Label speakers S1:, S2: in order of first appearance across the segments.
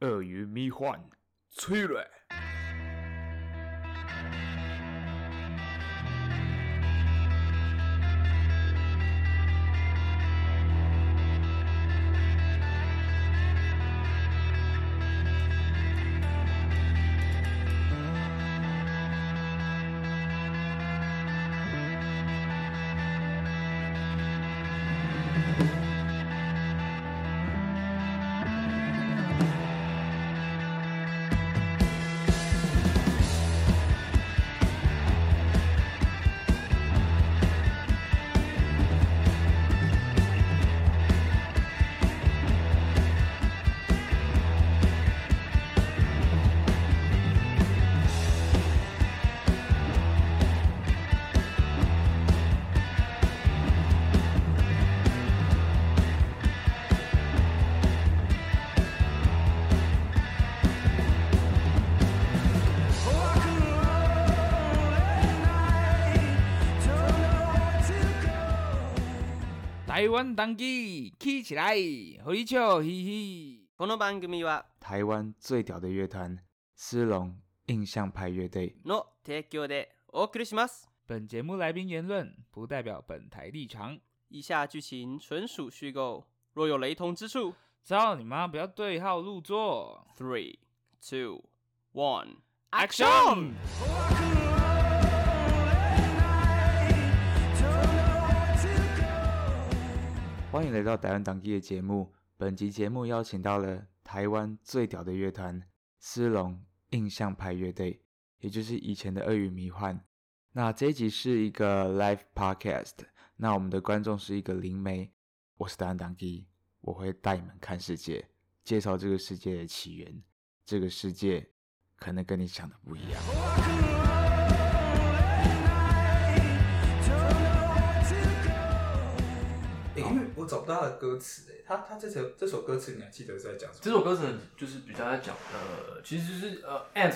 S1: 鳄鱼迷幻，催蕊。
S2: 台湾当机起起来，回笑嘻嘻。
S3: この番組は
S1: 台湾最屌的乐团狮龙印象派乐队，
S3: の提供でお送りします。
S2: 本节目来宾言论不代表本台立场。
S3: 以下剧情纯属虚构，若有雷同之处
S2: 操你妈！不要对号入座。
S3: ，three two one
S2: Action！
S1: 欢迎来到台湾当地的节目。本集节目邀请到了台湾最屌的乐团狮龙印象派乐队，也就是以前的鳄鱼迷幻。那这一集是一个 live podcast，那我们的观众是一个灵媒，我是台湾当地，我会带你们看世界，介绍这个世界的起源。这个世界可能跟你想的不一样。
S4: 欸因为我找不到他的歌词，哎，他他这首这首歌词你还记得是在讲什
S5: 这
S4: 么？
S5: 首歌可能就是比较在讲，呃，其实就是呃，ant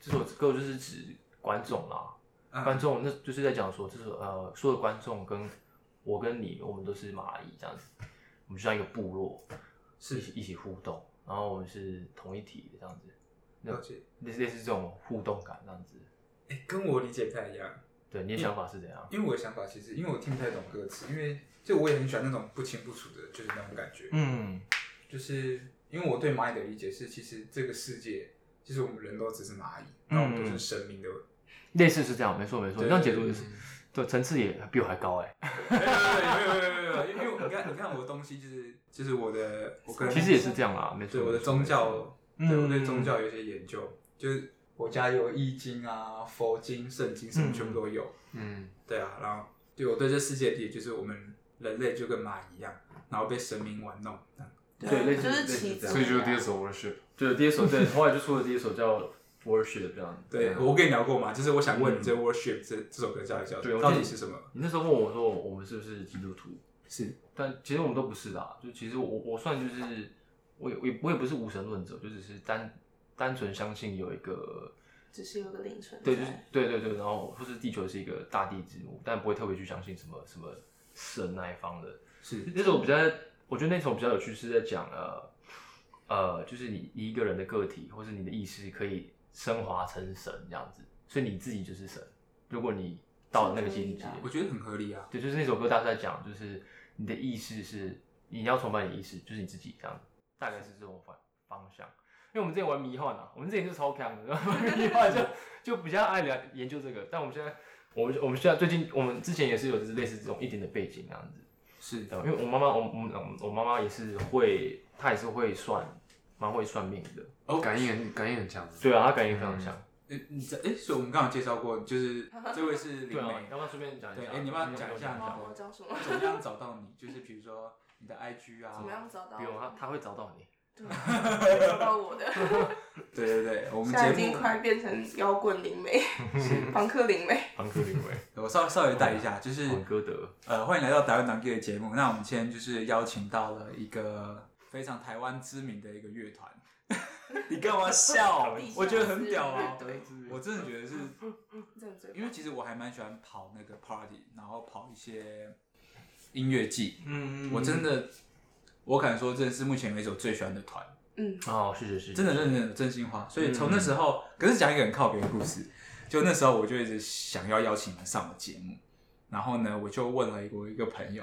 S5: 这首歌就是指观众啦，
S4: 嗯
S5: 观众那就是在讲说，就是呃，所有观众跟我跟你，我们都是蚂蚁这样子，我们就像一个部落，一
S4: 是
S5: 起一起互动，然后我们是同一体的这样子，那
S4: 了解，
S5: 类似类似这种互动感这样子。
S4: 哎、跟我理解不太一样，
S5: 对，你的想法是怎样？
S4: 因为我的想法其实因为我听不太懂歌词，因为就我也很喜欢那种不清不楚的，就是那种感觉，
S5: 嗯，
S4: 就是因为我对蚂蚁的理解是，其实这个世界其实我们人都只是蚂蚁，然后我们都是生命的，
S5: 类似是这样，没错没错，
S4: 对
S5: 这样解读也是
S4: 对对，
S5: 对，层次也比我还高哎，
S4: 对对对对对，因为因为你看你看我的东西就是就是我的我跟
S5: 其实也是这样啦，
S6: 嗯
S5: 没错。
S4: 对我的
S5: 没错
S4: 宗教，
S5: 嗯
S4: 对我对宗教有一些研究，就是我家有易经啊、佛经、圣经什
S6: 嗯
S4: 么全部都有。
S5: 嗯
S4: 对啊，然后对我对这世界的理解就是我们人类就跟蚂蚁一样，然后被神明玩弄。
S5: 对，类似
S6: 就是
S5: 类似
S6: 起
S5: 这样
S6: 所以就是
S7: 第二首 worship，
S5: 对，第一首对， 后来就出了第一首叫 Worship 这样。嗯
S4: 对，我跟你聊过嘛，就是我想问你，这 worship 这这首歌叫一叫
S5: 对我记得
S4: 到底是什么？
S5: 你那时候问我说我们是不是基督徒，
S4: 是
S5: 但其实我们都不是啦。就其实我我算就是我也我也我也不是无神论者，就只是单单纯相信有一个
S6: 只是有个凌晨在。
S5: 对，就是对对对，然后或是地球是一个大地之母，但不会特别去相信什么什么神那一方的。
S4: 是
S5: 那首比较，我觉得那首比较有趣是在讲呃呃，就是你你一个人的个体或是你的意识可以升华成神这样子，所以你自己就是神。如果你到了那个境界，
S4: 我觉得很合理啊。
S5: 对，就是那首歌大概在讲，就是你的意识是你要崇拜你的意识，就是你自己这样，大概是这种方方向。因为我们之前玩迷幻啊，我们之前就超强的，玩迷 幻就就比较爱聊研究这个，但我们现在。我们我们现在最近，我们之前也是有就是类似这种一点的背景那样子，
S4: 是
S5: 对，因为我妈妈，我我我妈妈也是会，她也是会算，蛮会算命的。
S7: 感应很感应很强。
S5: 对啊，她感应非常强。
S4: 呃，你这哎，所以我们刚刚有介绍过， 就是这位是
S5: 对
S4: 灵
S5: 啊，
S4: 媒
S5: 你，要不要顺便讲一下？
S4: 对哎你要不要讲一下
S6: 哦，我讲什么？
S4: 怎么样找到你？就是比如说你的 IG 啊，
S6: 怎么样找到？
S5: 不用，她她会找到你。
S6: 对，找到我的。
S4: 对对对，我们
S6: 现
S4: 节
S6: 在已
S4: 目
S6: 经快变成摇滚灵媒，朋克灵 媒。
S5: 庞克 林维，
S4: 我稍稍微带一下，就是
S5: 庞哥德，
S4: 呃，欢迎来到台湾党 G 的节目。那我们今天就是邀请到了一个非常台湾知名的一个乐团， 你干嘛 笑
S6: 地下？
S4: 我觉得很屌啊！
S6: 对
S4: 我真的觉得是，
S6: 这样子。
S4: 因为其实我还蛮喜欢跑那个 party，然后跑一些音乐季。
S5: 嗯
S4: 我真的，我敢说，真的是目前为止我最喜欢的团。
S6: 嗯，
S5: 哦，是是是，
S4: 真的
S5: 是
S4: 认真的真心话。所以从那时候，可是讲一个很靠别的故事，就那时候我就一直想要邀请他上我节目，然后呢，我就问了我一个朋友，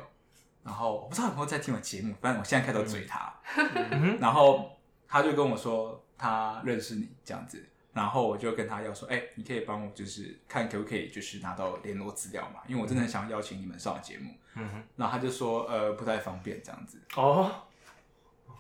S4: 然后我不知道有没有在听我节目，反正我现在开头追他，
S5: 嗯
S4: 然后他就跟我说他认识你这样子，然后我就跟他要说，哎、你可以帮我就是看可不可以就是拿到联络资料嘛，因为我真的很想邀请你们上我节目，
S5: 嗯哼，
S4: 然后他就说呃不太方便这样子，
S5: 哦，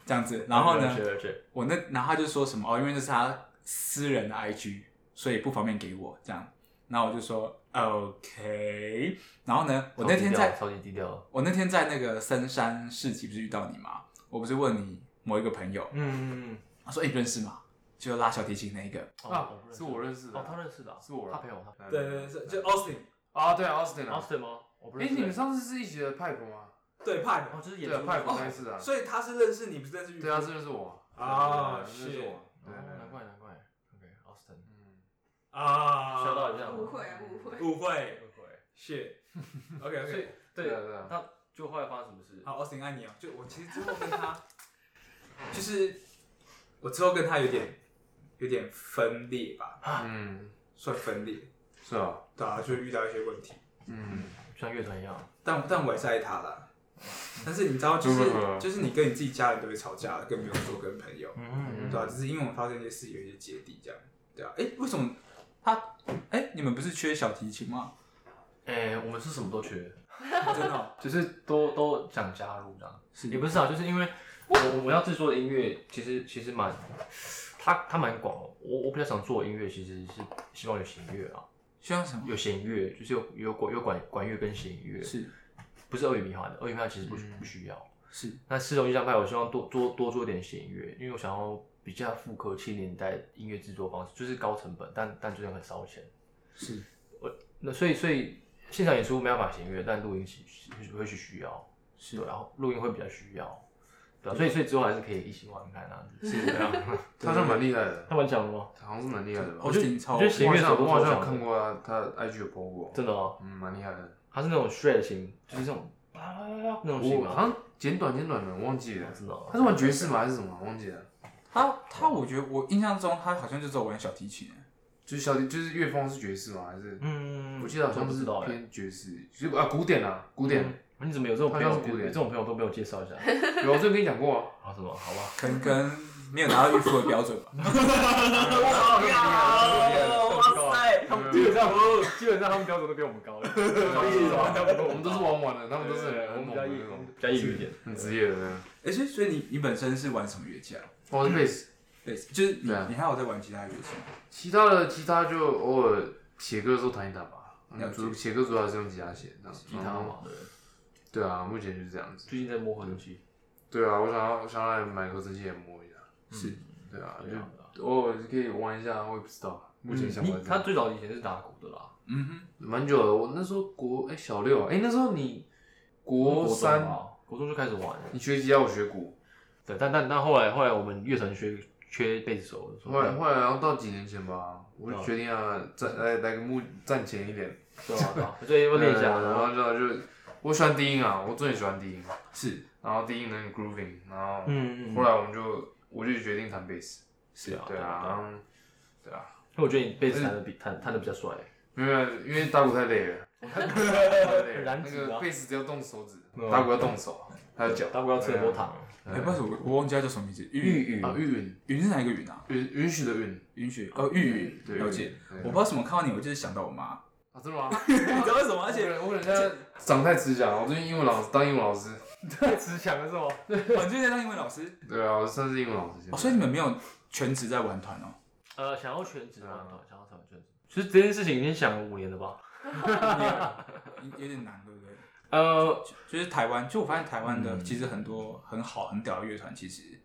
S4: 这样子，然后呢，
S5: 是是是，
S4: 我那然后他就说什么哦，因为这是他私人的 IG，所以不方便给我这样。然后我就说 OK。然后呢，我那天在
S5: 超级低调的，
S4: 我那天在那个深山市集不是遇到你吗？我不是问你某一个朋友，
S5: 嗯嗯嗯
S4: 他说、欸、你认识吗？就拉小提琴那一个，
S5: 嗯，
S7: 啊
S5: 不认识
S7: 是我认识的
S5: 哦，他认识的啊，
S7: 是我啊
S5: 他陪我，他陪
S4: 是就 Austin
S7: 我啊，对，Austin
S5: 我
S7: 啊，
S5: ，Austin 吗？我不
S7: 哎，
S5: 认识，
S7: 你们上次是一起的派普吗？
S4: 对派
S5: 哦，就是演
S7: 对啊，
S5: 出
S7: 派普
S5: 哦
S7: 那一次啊，
S4: 所以他是认识你，不是认识玉
S7: 对啊，这就是我
S4: 啊
S7: 对对对这
S4: 是
S7: 是我，对对，
S5: 难
S7: 对
S5: 怪难怪，OK，Austin，
S7: 嗯，
S4: 啊
S5: 笑到一下，
S6: 误会啊误会，
S4: 误会误会 是 OK
S5: 所以
S7: 对啊
S5: 对，
S7: 对啊，
S5: 那就后来发生什么事？
S4: 好，Austin 爱你哦。就我其实之后跟他，就是我之后跟他有点有点分裂吧，
S7: 嗯，
S4: 算分裂，
S7: 是啊，
S4: 对啊，就遇到一些问题。
S7: 嗯，
S5: 像乐团一样，
S4: 但但我也是爱他啦。但是你知道，就是
S7: 不不不
S4: 就是你跟你自己家人都会吵架，更不用说跟朋友，
S5: 嗯
S4: 对啊，就是因为我们发生一些事，有一些芥蒂这样，对啊。哎、为什么他？哎、你们不是缺小提琴吗？
S5: 哎，我们是什么都缺，
S4: 真的哦、
S5: 就是都都想加入这样。
S4: 是
S5: 也不是啊，就是因为我我我要制作的音乐其实其实蛮，它它蛮广哦。我我比较想做的音乐其实是希望有弦乐啊，
S4: 需要什么？
S5: 有弦乐就是有有管有管管乐跟弦乐，
S4: 是
S5: 不是二语迷幻的？二语迷幻其实不、
S7: 嗯
S5: 不需要。
S4: 是
S5: 那四种印象派，我希望多多多做点弦乐，因为我想要比较复刻七零年代音乐制作方式，就是高成本，但但就是很烧钱。
S4: 是，
S5: 那所以所以现场演出没办法弦乐，但录音是是会去需要。
S4: 是
S5: 对，然后录音会比较需要，对、啊，所以所以之后还是可以一起玩看啊。是 这样。
S7: 他算蛮厉害的，
S5: 他们讲了吗？
S7: 好像是蛮厉害的吧？
S4: 我觉得超
S5: 我觉得弦
S7: 我好
S5: 乐
S7: 像
S5: 手
S7: 我
S5: 都
S7: 好
S5: 超
S7: 像有
S5: 强
S7: 看
S5: 的，
S7: 过啊，他 IG 有 PO 过，
S5: 真的哦，
S7: 嗯，蛮厉害的。
S5: 他是那种 shred 型，就是那种啪啪啪啪啪那种型
S7: 我好
S5: 吗？
S7: 像简短简短的，我忘记了
S5: 我。知道
S7: 他是玩爵士吗？还是什么？我忘记了。
S4: 他他，我觉得我印象中他好像就只有玩小提琴，欸
S7: 就是小提，就是乐风是爵士吗？还是？
S5: 嗯，
S7: 我记得好像
S5: 不知
S7: 是
S5: 道哎。
S7: 偏爵士，就是啊古典啊，古典。
S5: 嗯你怎么有这种朋友？
S7: 他像是古
S5: 有
S7: 典
S5: 这种朋友都被我介绍一下。
S7: 有，我之前跟你讲过啊。
S5: 啊，什么？好吧，
S4: 可能可能没有达到预付的标准 吧。
S5: 哇塞，他 们基本上基本上他们标准都比我们高，
S7: 我们都是玩玩的，他们都是很
S5: 我
S7: 很
S5: 们
S7: 猛
S5: 比
S7: 的
S5: 较
S7: 那
S5: 业
S7: 种，
S5: 比较嗯业余一点。
S7: 很职业的那种。
S4: 哎、所以所以你你本身是玩什么乐器啊？
S7: 我是贝斯，
S4: 对，就是你、
S7: 对啊
S4: 你还有在玩其他乐器吗？
S7: 其他的吉他就偶尔写歌的时候弹一弹吧。
S4: 了
S7: 嗯
S4: 解
S7: 主写歌主要还是用吉他写，这样
S5: 吉他嘛，对。
S7: 对啊，目前就是这样子。
S5: 最近在摸合成器，
S7: 对啊，我想要我想要来买合成器也摸一下。
S4: 是
S7: 对啊，
S5: 嗯对啊嗯
S7: 就偶尔可以玩一下，我也不知道。目前想法是这样
S5: 他最早以前是打鼓的啦，
S4: 嗯哼，
S7: 蛮久了，我那时候国哎、小六哎、那时候你国
S5: 中
S7: 三
S5: 吧国啊中就开始玩了。
S7: 你学吉他我学鼓，
S5: 对，但但但后来后来我们乐团缺缺贝斯手，我就说
S7: 后来后来然后到几年前吧，我就决定要站来来个幕站前一点，
S5: 对啊 对啊，啊所以我练一下，然
S7: 对然
S5: 后
S7: 后就就我喜欢低音啊，我最喜欢低音，
S4: 是
S7: 然后低音能 grooving，然后
S5: 嗯
S7: 后来我们就我就决定弹贝斯，
S5: 是啊
S7: 对啊，然，后对啊，
S5: 因为我觉得你贝斯弹的比弹弹的比较帅，
S7: 没有没有因为打鼓太累了，
S5: 很
S7: 那
S5: 燃脂啊
S7: 个贝斯只要动手指
S5: 嗯，
S7: 打鼓要动手，啊还有脚，
S5: 打鼓要吃很多糖，
S4: 哎、不好意思，我我忘记他叫什么名字。玉
S5: 玉宇
S7: 啊，玉允
S4: 云是哪一个云啊？
S7: 允允许的允，
S4: 允许哦，玉云
S7: 对
S4: 了解。
S7: 对
S4: 我不知道为什么看到你，我就是想到我妈。
S7: 啊，真的 吗？
S4: 你知道为什么？而
S7: 而
S4: 且
S7: 且我人家长太慈祥了，我最近英文老师当英文老师，
S5: 太慈祥了是吗？
S4: 我最近在当英文老师，
S7: 对啊，我算是英文老师现
S4: 哦，
S7: 在。
S4: 所以你们没有全职在玩团哦。
S5: 呃，想要全职嘛，对想要全职，其实这件事情已经想了五年了吧？
S4: 有有点难，对不对？
S5: 呃，
S4: 就是台湾，就我发现台湾
S7: 嗯
S4: 的其实很多很好很屌的乐团，其实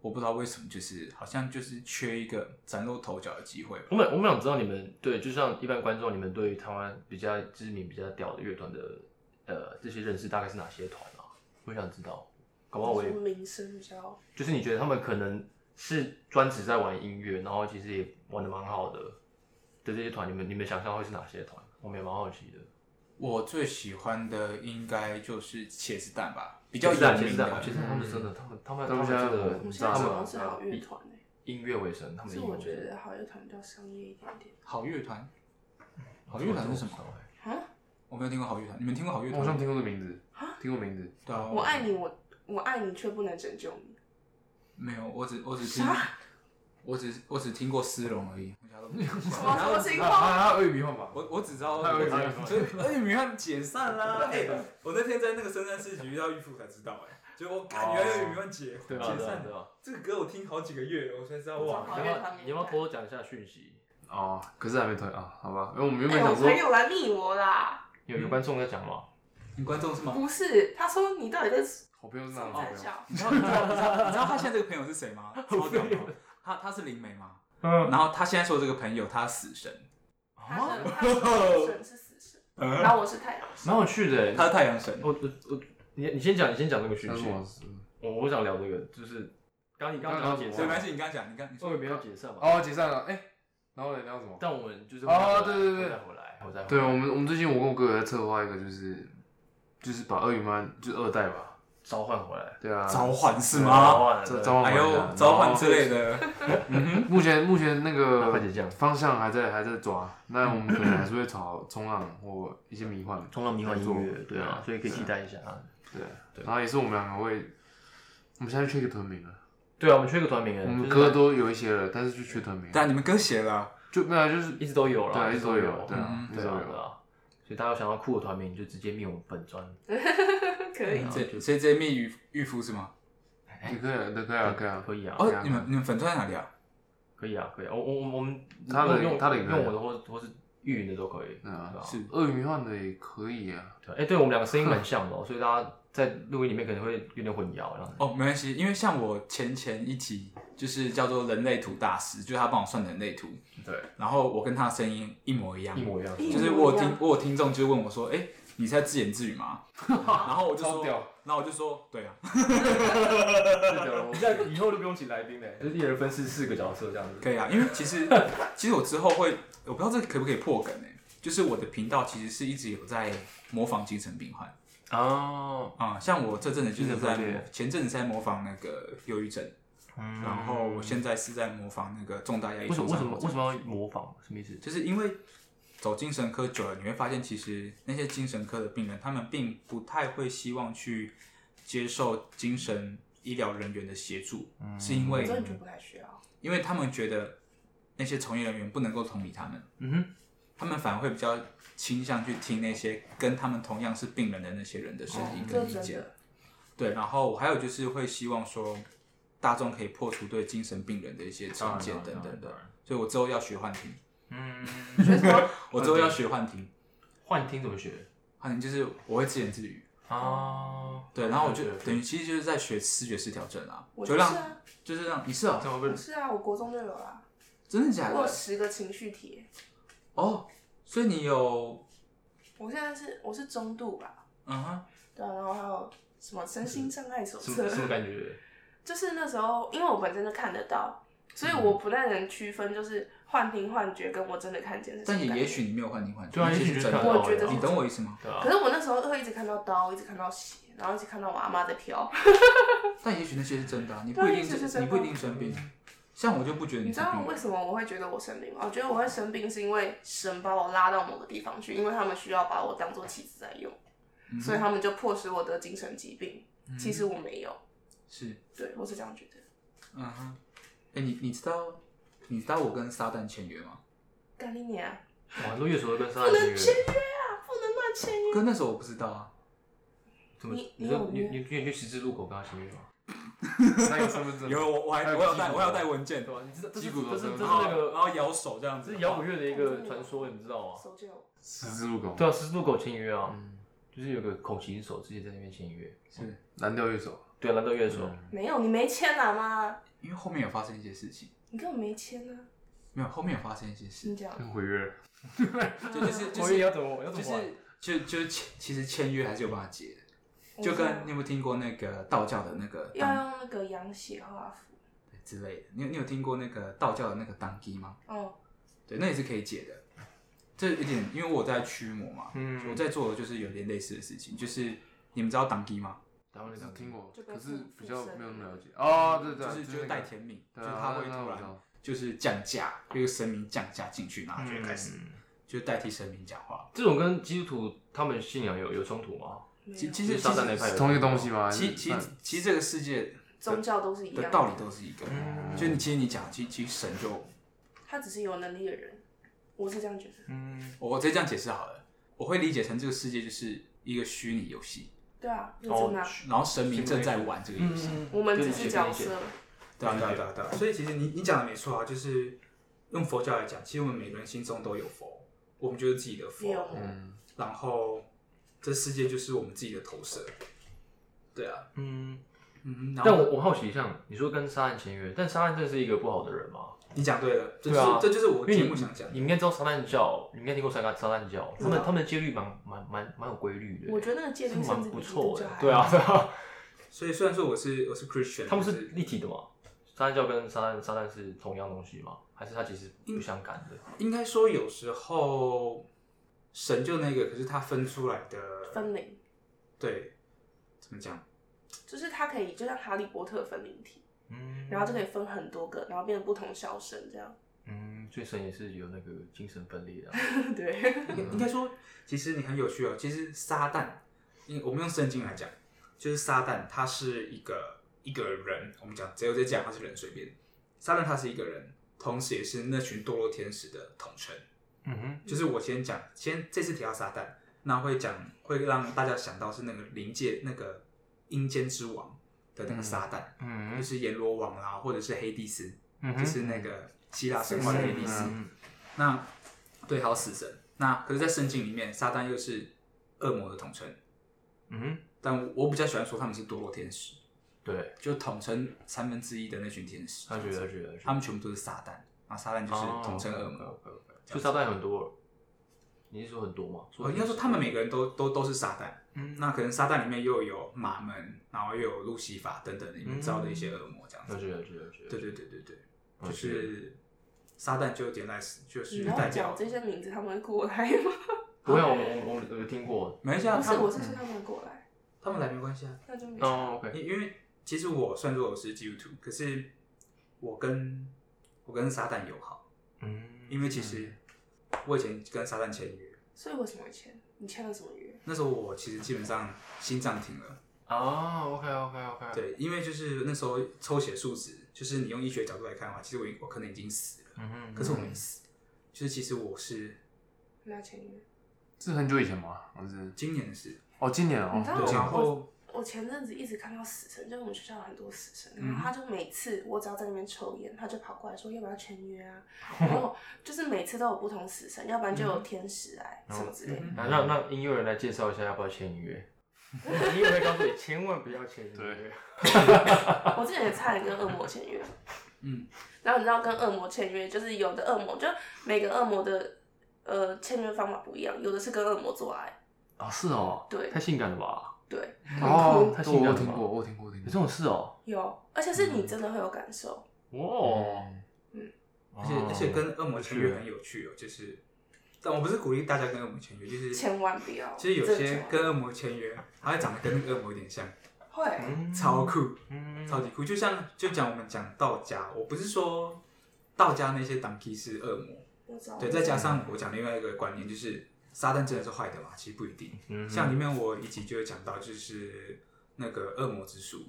S4: 我不知道为什么，就是好像就是缺一个崭露头角的机会吧。
S5: 我们我们想知道你们对，就像一般观众，你们对于台湾比较知名、比较屌的乐团的呃这些认识大概是哪些团啊？我想知道，搞不好我也
S6: 名声比较
S5: 就是你觉得他们可能是专职在玩音乐，然后其实也玩的蛮好的的这些团，你们你们想象会是哪些团？我们也蛮好奇的。
S4: 我最喜欢的应该就是茄子蛋吧，比较
S5: 是啊
S4: 有
S5: 其
S4: 名
S5: 实是啊
S4: 的
S5: 其，实他们真的，他们他们
S7: 他们哦
S5: 真的
S7: 现在
S6: 嗯我们现
S5: 他
S6: 在
S5: 们
S6: 小公司好乐团哎、
S5: 以音乐为生，他
S6: 可
S5: 们
S6: 是
S5: 以音乐
S6: 我
S5: 为
S6: 觉
S5: 生
S6: 得好乐团比较商业一点点
S4: 好乐团，好乐团是什么？
S6: 啊。
S4: 我没有听过好乐团，你们听过好乐
S7: 我
S4: 团
S7: 好像
S4: 吗？
S7: 听过这名字，听过名字。
S4: 对啊，
S6: 我爱你，我我爱你却不能拯救你。
S4: 没有，我只我只听，我只我只听过斯隆而已，我其他都没有。
S6: 什么什么情
S7: 啊
S6: 况？
S7: 还有玉米换吧。
S4: 我我只知道，
S7: 还有一个
S4: 就是而且米汉解散啦。哎，我那天在那个深山市集遇到玉富才知道，哎，结果我感
S5: 哦
S4: 原来有米汉解
S5: 对
S4: 解
S5: 吧？对吧
S4: 散
S5: 对
S4: 的。
S5: 啊吧？
S4: 这个歌我听好几个月了，我才知道
S6: 哇
S4: 哇。
S6: 好
S5: 你
S6: 乐
S5: 要不
S6: 团
S5: 要
S6: 名
S5: 你要不要
S6: 单
S5: 偷偷讲一下讯息？
S7: 哦，可是还没推啊，好吧。因为我们原
S6: 哎、
S7: 本想
S6: 我
S7: 说
S6: 朋友来密我啦，
S5: 有有观众在讲吗？
S4: 你观众是吗？
S6: 不是，他说你到底在什
S7: 好朋友是哪
S6: 么
S7: 种朋
S6: 在
S7: 友？
S6: 笑？
S4: 你知道你知道你知道你知道他现在这个朋友是谁 吗？超屌的，他他是灵媒嘛。
S5: 嗯，
S4: 然后他现在说这个朋友他死神，
S6: 他是他是神是死神，
S4: 哦
S5: 嗯
S6: 然后我是太阳神。
S5: 蛮有趣的欸。
S4: 他是太阳神。
S5: 我我我，你你先讲，你先讲那个讯
S7: 他
S5: 息
S7: 是。我是
S5: 我我想聊这个，就是刚你刚刚讲到
S7: 哦
S5: 解
S4: 所以没
S5: 散嘛
S4: 关，系，你刚刚讲，你刚你
S5: 我
S4: 说
S5: 也没有解散嘛。
S7: 哦，解散了。哎，然后呢？聊什么？
S5: 但我们就是
S7: 哦对对对
S5: 再回来，我再回来
S7: 对，哦啊我们我们最近我跟我哥哥在策划一个，就是就是把鳄鱼们就是二代吧，
S5: 召唤回来。
S7: 对啊，
S4: 召唤是
S5: 召
S4: 吗？
S5: 唤
S7: 召
S5: 对
S7: 召唤啊
S4: 哎
S7: 回来
S4: 呦，召唤之类。的。
S7: 然后目前目前那
S5: 那
S7: 个
S5: 快点这样
S7: 方向还在还在抓，那我们可能还是会朝冲浪或一些迷幻，
S5: 冲浪迷幻音乐，对啊，
S7: 对
S5: 所以可以期待一下啊。
S7: 对，然后也是我们两个会，我们现在缺一个团名了，
S5: 对啊，我们缺一个团名欸，
S7: 我
S5: 就是
S7: 们歌都有一些了，但是就缺团名，
S4: 但你们歌写了，
S7: 就没有就是
S5: 一直都有了，
S7: 对啊，一直都有，对
S5: 对啊，
S7: 啊，一直
S5: 对
S7: 都
S5: 啊
S7: 有，
S5: 所以大家有想要酷的团名，你就直接命我们本专。
S6: 可以，
S4: 这这这密语玉符是吗？
S7: 也可以啊，都可以啊，可以啊，
S5: 可以啊，
S7: 对
S4: 哦
S7: 啊，
S4: 你们你们粉钻在哪里啊？
S5: 可以啊，可以啊。我我我我们
S7: 他的
S5: 用
S7: 他的也可以
S5: 用我的或或是玉云的都可以。
S7: 对啊
S5: 对啊，
S4: 是
S7: 鳄鱼迷幻的也可以啊，
S5: 对，哎，对我们两个声音蛮像的，哦，所 以大家在录音里面可能会有点混淆，然后
S4: 哦，没关系，因为像我前前一集就是叫做人类图大师，就是他帮我算人类图，
S5: 对，
S4: 然后我跟他的声音一模一样，
S5: 一 模一样。
S6: 一
S4: 就是我有
S6: 一模一
S4: 听
S6: 样
S4: 我有听众就问我说，哎、你是在自言自语吗？然后我就
S7: 超
S4: 说
S7: 屌，
S4: 然后我就说，对啊，
S5: 这样以后都不用请来宾嘞，就是一人分饰四个角色这样子。
S4: 可以啊，因为其实其实我之后会，我不知道这可不可以破梗呢、就是我的频道其实是一直有在模仿精神病患
S5: 哦，
S4: 啊、像我这阵子就是在
S5: 精神分
S4: 模
S5: 裂
S4: 前阵子在模仿那个忧郁症，然后我现在是在模仿那个重大压力
S5: 为什
S4: 受
S5: 么为什
S4: 伤
S5: 么
S4: 后
S5: 为什么要模仿？什么意思？
S4: 就是因为走精神科久了，你会发现，其实那些精神科的病人，他们并不太会希望去接受精神医疗人员的协助，是因
S6: 我
S4: 为嗯
S6: 真的觉得不太需要。
S4: 因为他们觉得那些从业人员不能够同理他们，
S5: 嗯哼，
S4: 他们反而会比较倾向去听那些跟他们同样是病人的那些人的声音
S6: 这
S4: 跟意
S6: 真
S4: 见。
S6: 的，
S4: 对，然后我还有就是会希望说，大众可以破除对精神病人的一些成见等等的，所以我之后要学幻听，
S5: 嗯，
S6: 学 什么？
S4: 我之后要学幻听。
S5: 幻听怎么学？
S4: 反正啊就是我会自言自语，
S5: 哦，
S4: 对，然后我就
S5: 对对对
S4: 等于其实就是在学视觉失调症啊，
S6: 我
S4: 就
S6: 就是
S4: 让
S6: 啊，
S4: 就是让你是哦，
S5: 这 样会
S6: 我
S5: 不会
S6: 是啊，我国中就有啦。
S4: 真的假
S6: 我有
S4: 的？
S6: 十个情绪贴，
S4: 哦，所以你有
S6: 我现在是我是中度吧，
S4: 嗯哼，
S6: 对啊，然后还有什么身心障碍手
S5: 什么
S6: 册，
S5: 什么感觉？
S6: 就是那时候因为我本身就看得到，所
S4: 嗯
S6: 以我不太能区分，就是幻听幻觉跟我真的看见是什
S4: 但
S6: 么感觉。
S4: 也也许你没有幻听幻觉，
S5: 对啊，
S4: 你
S5: 也
S4: 其
S5: 许
S4: 实
S5: 就是
S4: 真
S5: 看
S4: 的，哦
S5: 到
S6: 我觉得
S5: 了
S4: 你懂我意思吗？
S5: 对啊
S6: 可，是我那时候会一直看到刀，一直看到血，然后一直看到我阿妈在飘。
S4: 但也许那些是真的啊，你
S6: 对
S4: 不
S6: 啊
S4: 一定
S6: 也许是
S4: 是
S6: 真
S4: 你
S6: 的
S4: 不一定生病，像我就不觉得
S6: 你
S4: 你
S6: 知
S4: 是
S6: 道
S4: 病
S6: 为
S4: 人，
S6: 什么我会觉得我生病吗？我觉得我会生病是因为神把我拉到某个地方去，因为他们需要把我当做棋子在用，
S4: 嗯
S6: 所以他们就迫使我得精神疾病。其实我没有，
S4: 是
S6: 对我是这样觉得。
S4: 嗯哼，哎，你你知道你知道我跟撒旦签约吗？
S6: 干你娘！
S5: 哇，都乐手都跟上
S6: 不
S5: 海
S6: 能
S5: 音
S6: 签
S5: 乐，
S6: 约啊，不能乱签约。
S4: 可那时候我不知道啊，
S5: 怎么
S6: 你
S5: 你
S6: 你
S5: 说
S6: 有
S5: 你
S6: 约
S5: 你你去十字路口跟他签约吗？
S7: 那个身份证
S4: 有我我还
S7: 还有
S4: 我有
S7: 鸡
S4: 带
S7: 骨
S4: 我有
S7: 头
S4: 带文件，
S5: 对啊，你知道这
S7: 击
S5: 是
S7: 鼓
S5: 这
S7: 的
S5: 是
S7: 声
S5: 这
S4: 然
S5: 是
S7: 音
S4: 后
S5: 那个
S4: 然后摇手这样
S5: 这
S4: 子，
S5: 是摇滚乐的一个传说，你知道吗？
S6: 搜救我，
S7: 十字路口，
S5: 对啊，十字路口签约啊，
S7: 嗯，
S5: 就是有个口琴手之前在那边签约，嗯
S4: 是
S7: 蓝调乐手，
S5: 对啊，蓝调乐手，
S6: 没有，你没签啊妈，
S4: 因为后面有发生一些事情。
S6: 你根本没签啊！
S4: 没有，后面有发生一些事
S6: 你，讲，
S7: 跟毁约，
S4: 就就是就
S5: 我也
S4: 是
S5: 要怎么要
S4: 就
S5: 怎么玩
S4: 是就就是签，其实签约还是有办法结的。
S6: 我
S4: 就
S6: 知道
S4: 跟你有没有嗯听过那个道教的那个
S6: 要
S4: 当
S6: 用那个羊血画符，
S4: 之类的？你有你有听过那个道教的那个当机吗？
S6: 嗯，
S4: 对，那也是可以解的。这有点，因为我在驱魔嘛，
S5: 嗯
S4: 我在做的就是有点类似的事情，就是你们知道当机吗？
S5: 台湾
S7: 我
S5: 的
S7: 只
S5: 港
S7: 是
S5: 剧
S7: 听过，
S6: 就被
S7: 可是
S6: 附
S7: 比较
S6: 附身
S7: 没有那么了解。
S4: 啊，
S7: 哦，对对，
S4: 就是就是
S7: 那
S4: 带
S7: 个
S4: 甜品，就
S7: 对
S4: 是
S7: 啊
S4: 他会
S7: 那
S4: 突
S7: 我
S4: 然
S7: 知道
S4: 就是降价，一个神明降价进去，然后他就会开始
S5: 嗯
S4: 就代替神明讲话。
S5: 这种跟基督徒他们信仰有有冲突吗？
S6: 没
S4: 其
S6: 有
S4: 其实
S5: 就是撒旦那
S4: 其
S5: 派
S7: 是同一个东西吗？
S4: 实其其
S7: 那
S4: 其实这个世界
S6: 宗教都是一样
S4: 的
S6: 的
S4: 道理都是一个，
S5: 嗯
S4: 就你其实你讲，其其实神就
S6: 他只是有能力的人，我是这样觉得。
S5: 嗯，
S4: 我直接这样解释好了，我会理解成这个世界就是一个虚拟游戏，
S6: 对啊，认真的啊、
S4: 然后神明正在玩这个游戏。
S5: 嗯
S6: 我们只是角色，
S4: 对啊，对啊，对啊，对啊。所以其实你你讲的没错啊，就是用佛教来讲，其实我们每个人心中都有佛，我们就是自己的
S6: 也有
S4: 佛，
S6: 魔
S7: 嗯，
S4: 然后这世界就是我们自己的投射。对啊，
S5: 嗯，
S4: 嗯，然
S5: 但
S4: 后
S5: 我我好奇，像你说跟撒旦签约，但撒旦真的是一个不好的人吗？
S4: 你讲对了，这就
S5: 对啊
S4: 是这就是
S5: 因
S4: 我
S5: 为
S4: 节
S5: 你
S4: 目想讲的
S5: 你。们应该知道撒旦教，你们应该听过撒旦撒旦教，他
S6: 知
S5: 们
S6: 道
S5: 他们的戒律蛮蛮蛮蛮有规律的，
S6: 我觉得那个戒律
S5: 是蛮
S6: 甚至
S5: 不
S6: 比基
S5: 错
S6: 督教
S5: 的
S6: 还，好
S5: 对啊，对啊，
S4: 所以虽然说我是我是 Christian，
S5: 他们是
S4: 但
S5: 立体的嘛？撒旦教跟撒旦撒旦是同样东西吗？还是它其实不相干的？
S4: 应该说有时候神就那个，可是他分出来的
S6: 分灵，
S4: 对怎么讲？
S6: 就是它可以就像哈利波特分灵体，
S5: 嗯
S6: 然后就可以分很多个，然后变成不同小神这样。
S5: 嗯，最神也是有那个精神分裂的啊，
S6: 对，
S4: 应该应该说，其实你很有趣哦。其实撒旦，因我们用圣经来讲，就是撒旦他是一个一个人，我们讲只有在讲他是人随便。撒旦他是一个人，同时也是那群堕落天使的统称。
S5: 嗯哼，
S4: 就是我先讲，先这次提到撒旦，那会讲会让大家想到是那个灵界那个阴间之王的那个撒旦，
S5: 嗯
S4: 就是阎罗王啦、或者是黑帝斯，
S5: 嗯哼
S4: 就是那个希腊神话的黑帝斯。
S5: 嗯
S4: 那对，还有死神。那可是，在圣经里面，撒旦又是恶魔的统称，
S5: 嗯哼，
S4: 但我比较喜欢说他们是堕落天使，
S5: 对，
S4: 就统称三分之一的那群天使。
S5: 他觉得他觉得
S4: 他们全部都是撒旦，那撒旦就是统称恶魔。
S5: 哦就撒旦很多，你哦是说很多吗？
S4: 我应该说，他们每个人都都都是撒旦。
S5: 嗯
S4: 那可能撒旦里面又有马门，然后又有路西法等等，你们知道的一些恶魔这样
S5: 嗯了
S4: 子。
S5: 解了解了解，
S4: 对对对对对，
S5: 嗯
S4: 就是撒旦就有点类似，就是
S6: 你
S4: 代
S6: 要
S4: 表
S6: 讲。这些名字，他们会过来吗？
S5: 不会啊，我们我们我们有听过，
S4: 没关系啊，
S6: 不
S4: 他
S6: 是，我
S4: 们
S6: 是说他们会过来，
S4: 他们来没关系啊。
S6: 那就没差。
S7: 어,
S5: 哦，OK，
S4: 因因为其实我虽然说我是基督徒，可是我跟我跟撒旦友好，
S5: 嗯，
S4: 因为其实我以前跟撒旦签约，
S6: 所以为什么会签？你签了什么约？
S4: 那时候我其实基本上心脏停了，
S5: 啊，OK OK OK，，
S4: 对，因为就是那时候抽血数值，就是你用医学角度来看的话，其实我已我可能已经死了，
S5: 嗯哼，
S4: 可是我没死，就是其实我是
S6: 那签约？
S7: 是很久以前吗？还是
S4: 今年的事，
S7: 哦，今年
S6: 你知道
S7: 哦，
S4: 对，
S6: 我
S4: 然后
S6: 我前阵子一直看到死神，就是我们学校有很多死神，
S4: 嗯
S6: 然后他就每次我只要在那边抽烟，他就跑过来说要不要签 约啊，然后就是每次都有不同死神，要不然就有天使来、什么之类的。
S4: 嗯
S5: 那让让音乐人来介绍一下要不要签约。 音乐会告诉你，千万不要签约
S7: 对。
S6: 我之前也差点跟恶魔签约，
S4: 嗯，
S6: 然后你知道跟恶魔签约，就是有的恶魔就每个恶魔的呃签约方法不一样，有的是跟恶魔做爱，
S5: 啊，是哦，
S6: 对
S5: 太性感了吧？
S6: 对，
S7: 哦，
S5: 太
S7: 对
S5: 性感
S7: 我有
S5: 了
S7: 听
S5: 吧
S7: 过，我有听过，我有听
S5: 有这
S7: 过。
S5: 种事哦？
S6: 有，而且是
S4: 嗯
S6: 你真的会有感受，
S5: 哇！
S7: 嗯
S4: 而且而
S7: 아.哦
S4: 且跟恶魔签约很
S5: 有
S4: 有趣哦，就是，但我不是鼓励大家跟恶魔签约，就是
S6: 千万不要。
S4: 其实有
S6: 真的千
S4: 些
S6: 万不要
S4: 跟恶魔签约，它会长得跟那个恶魔有点像，
S6: 会，
S4: 嗯超酷，
S5: 嗯
S4: 超级酷。就像就讲我们讲道家，我不是说道家那些党 key 是恶魔，
S6: 我知道
S4: 对，再加上我讲另外一个观念，就是撒旦真的是坏的嘛？其实不一定。
S5: 嗯
S4: 像里面我一集就有讲到，就是那个恶魔之术，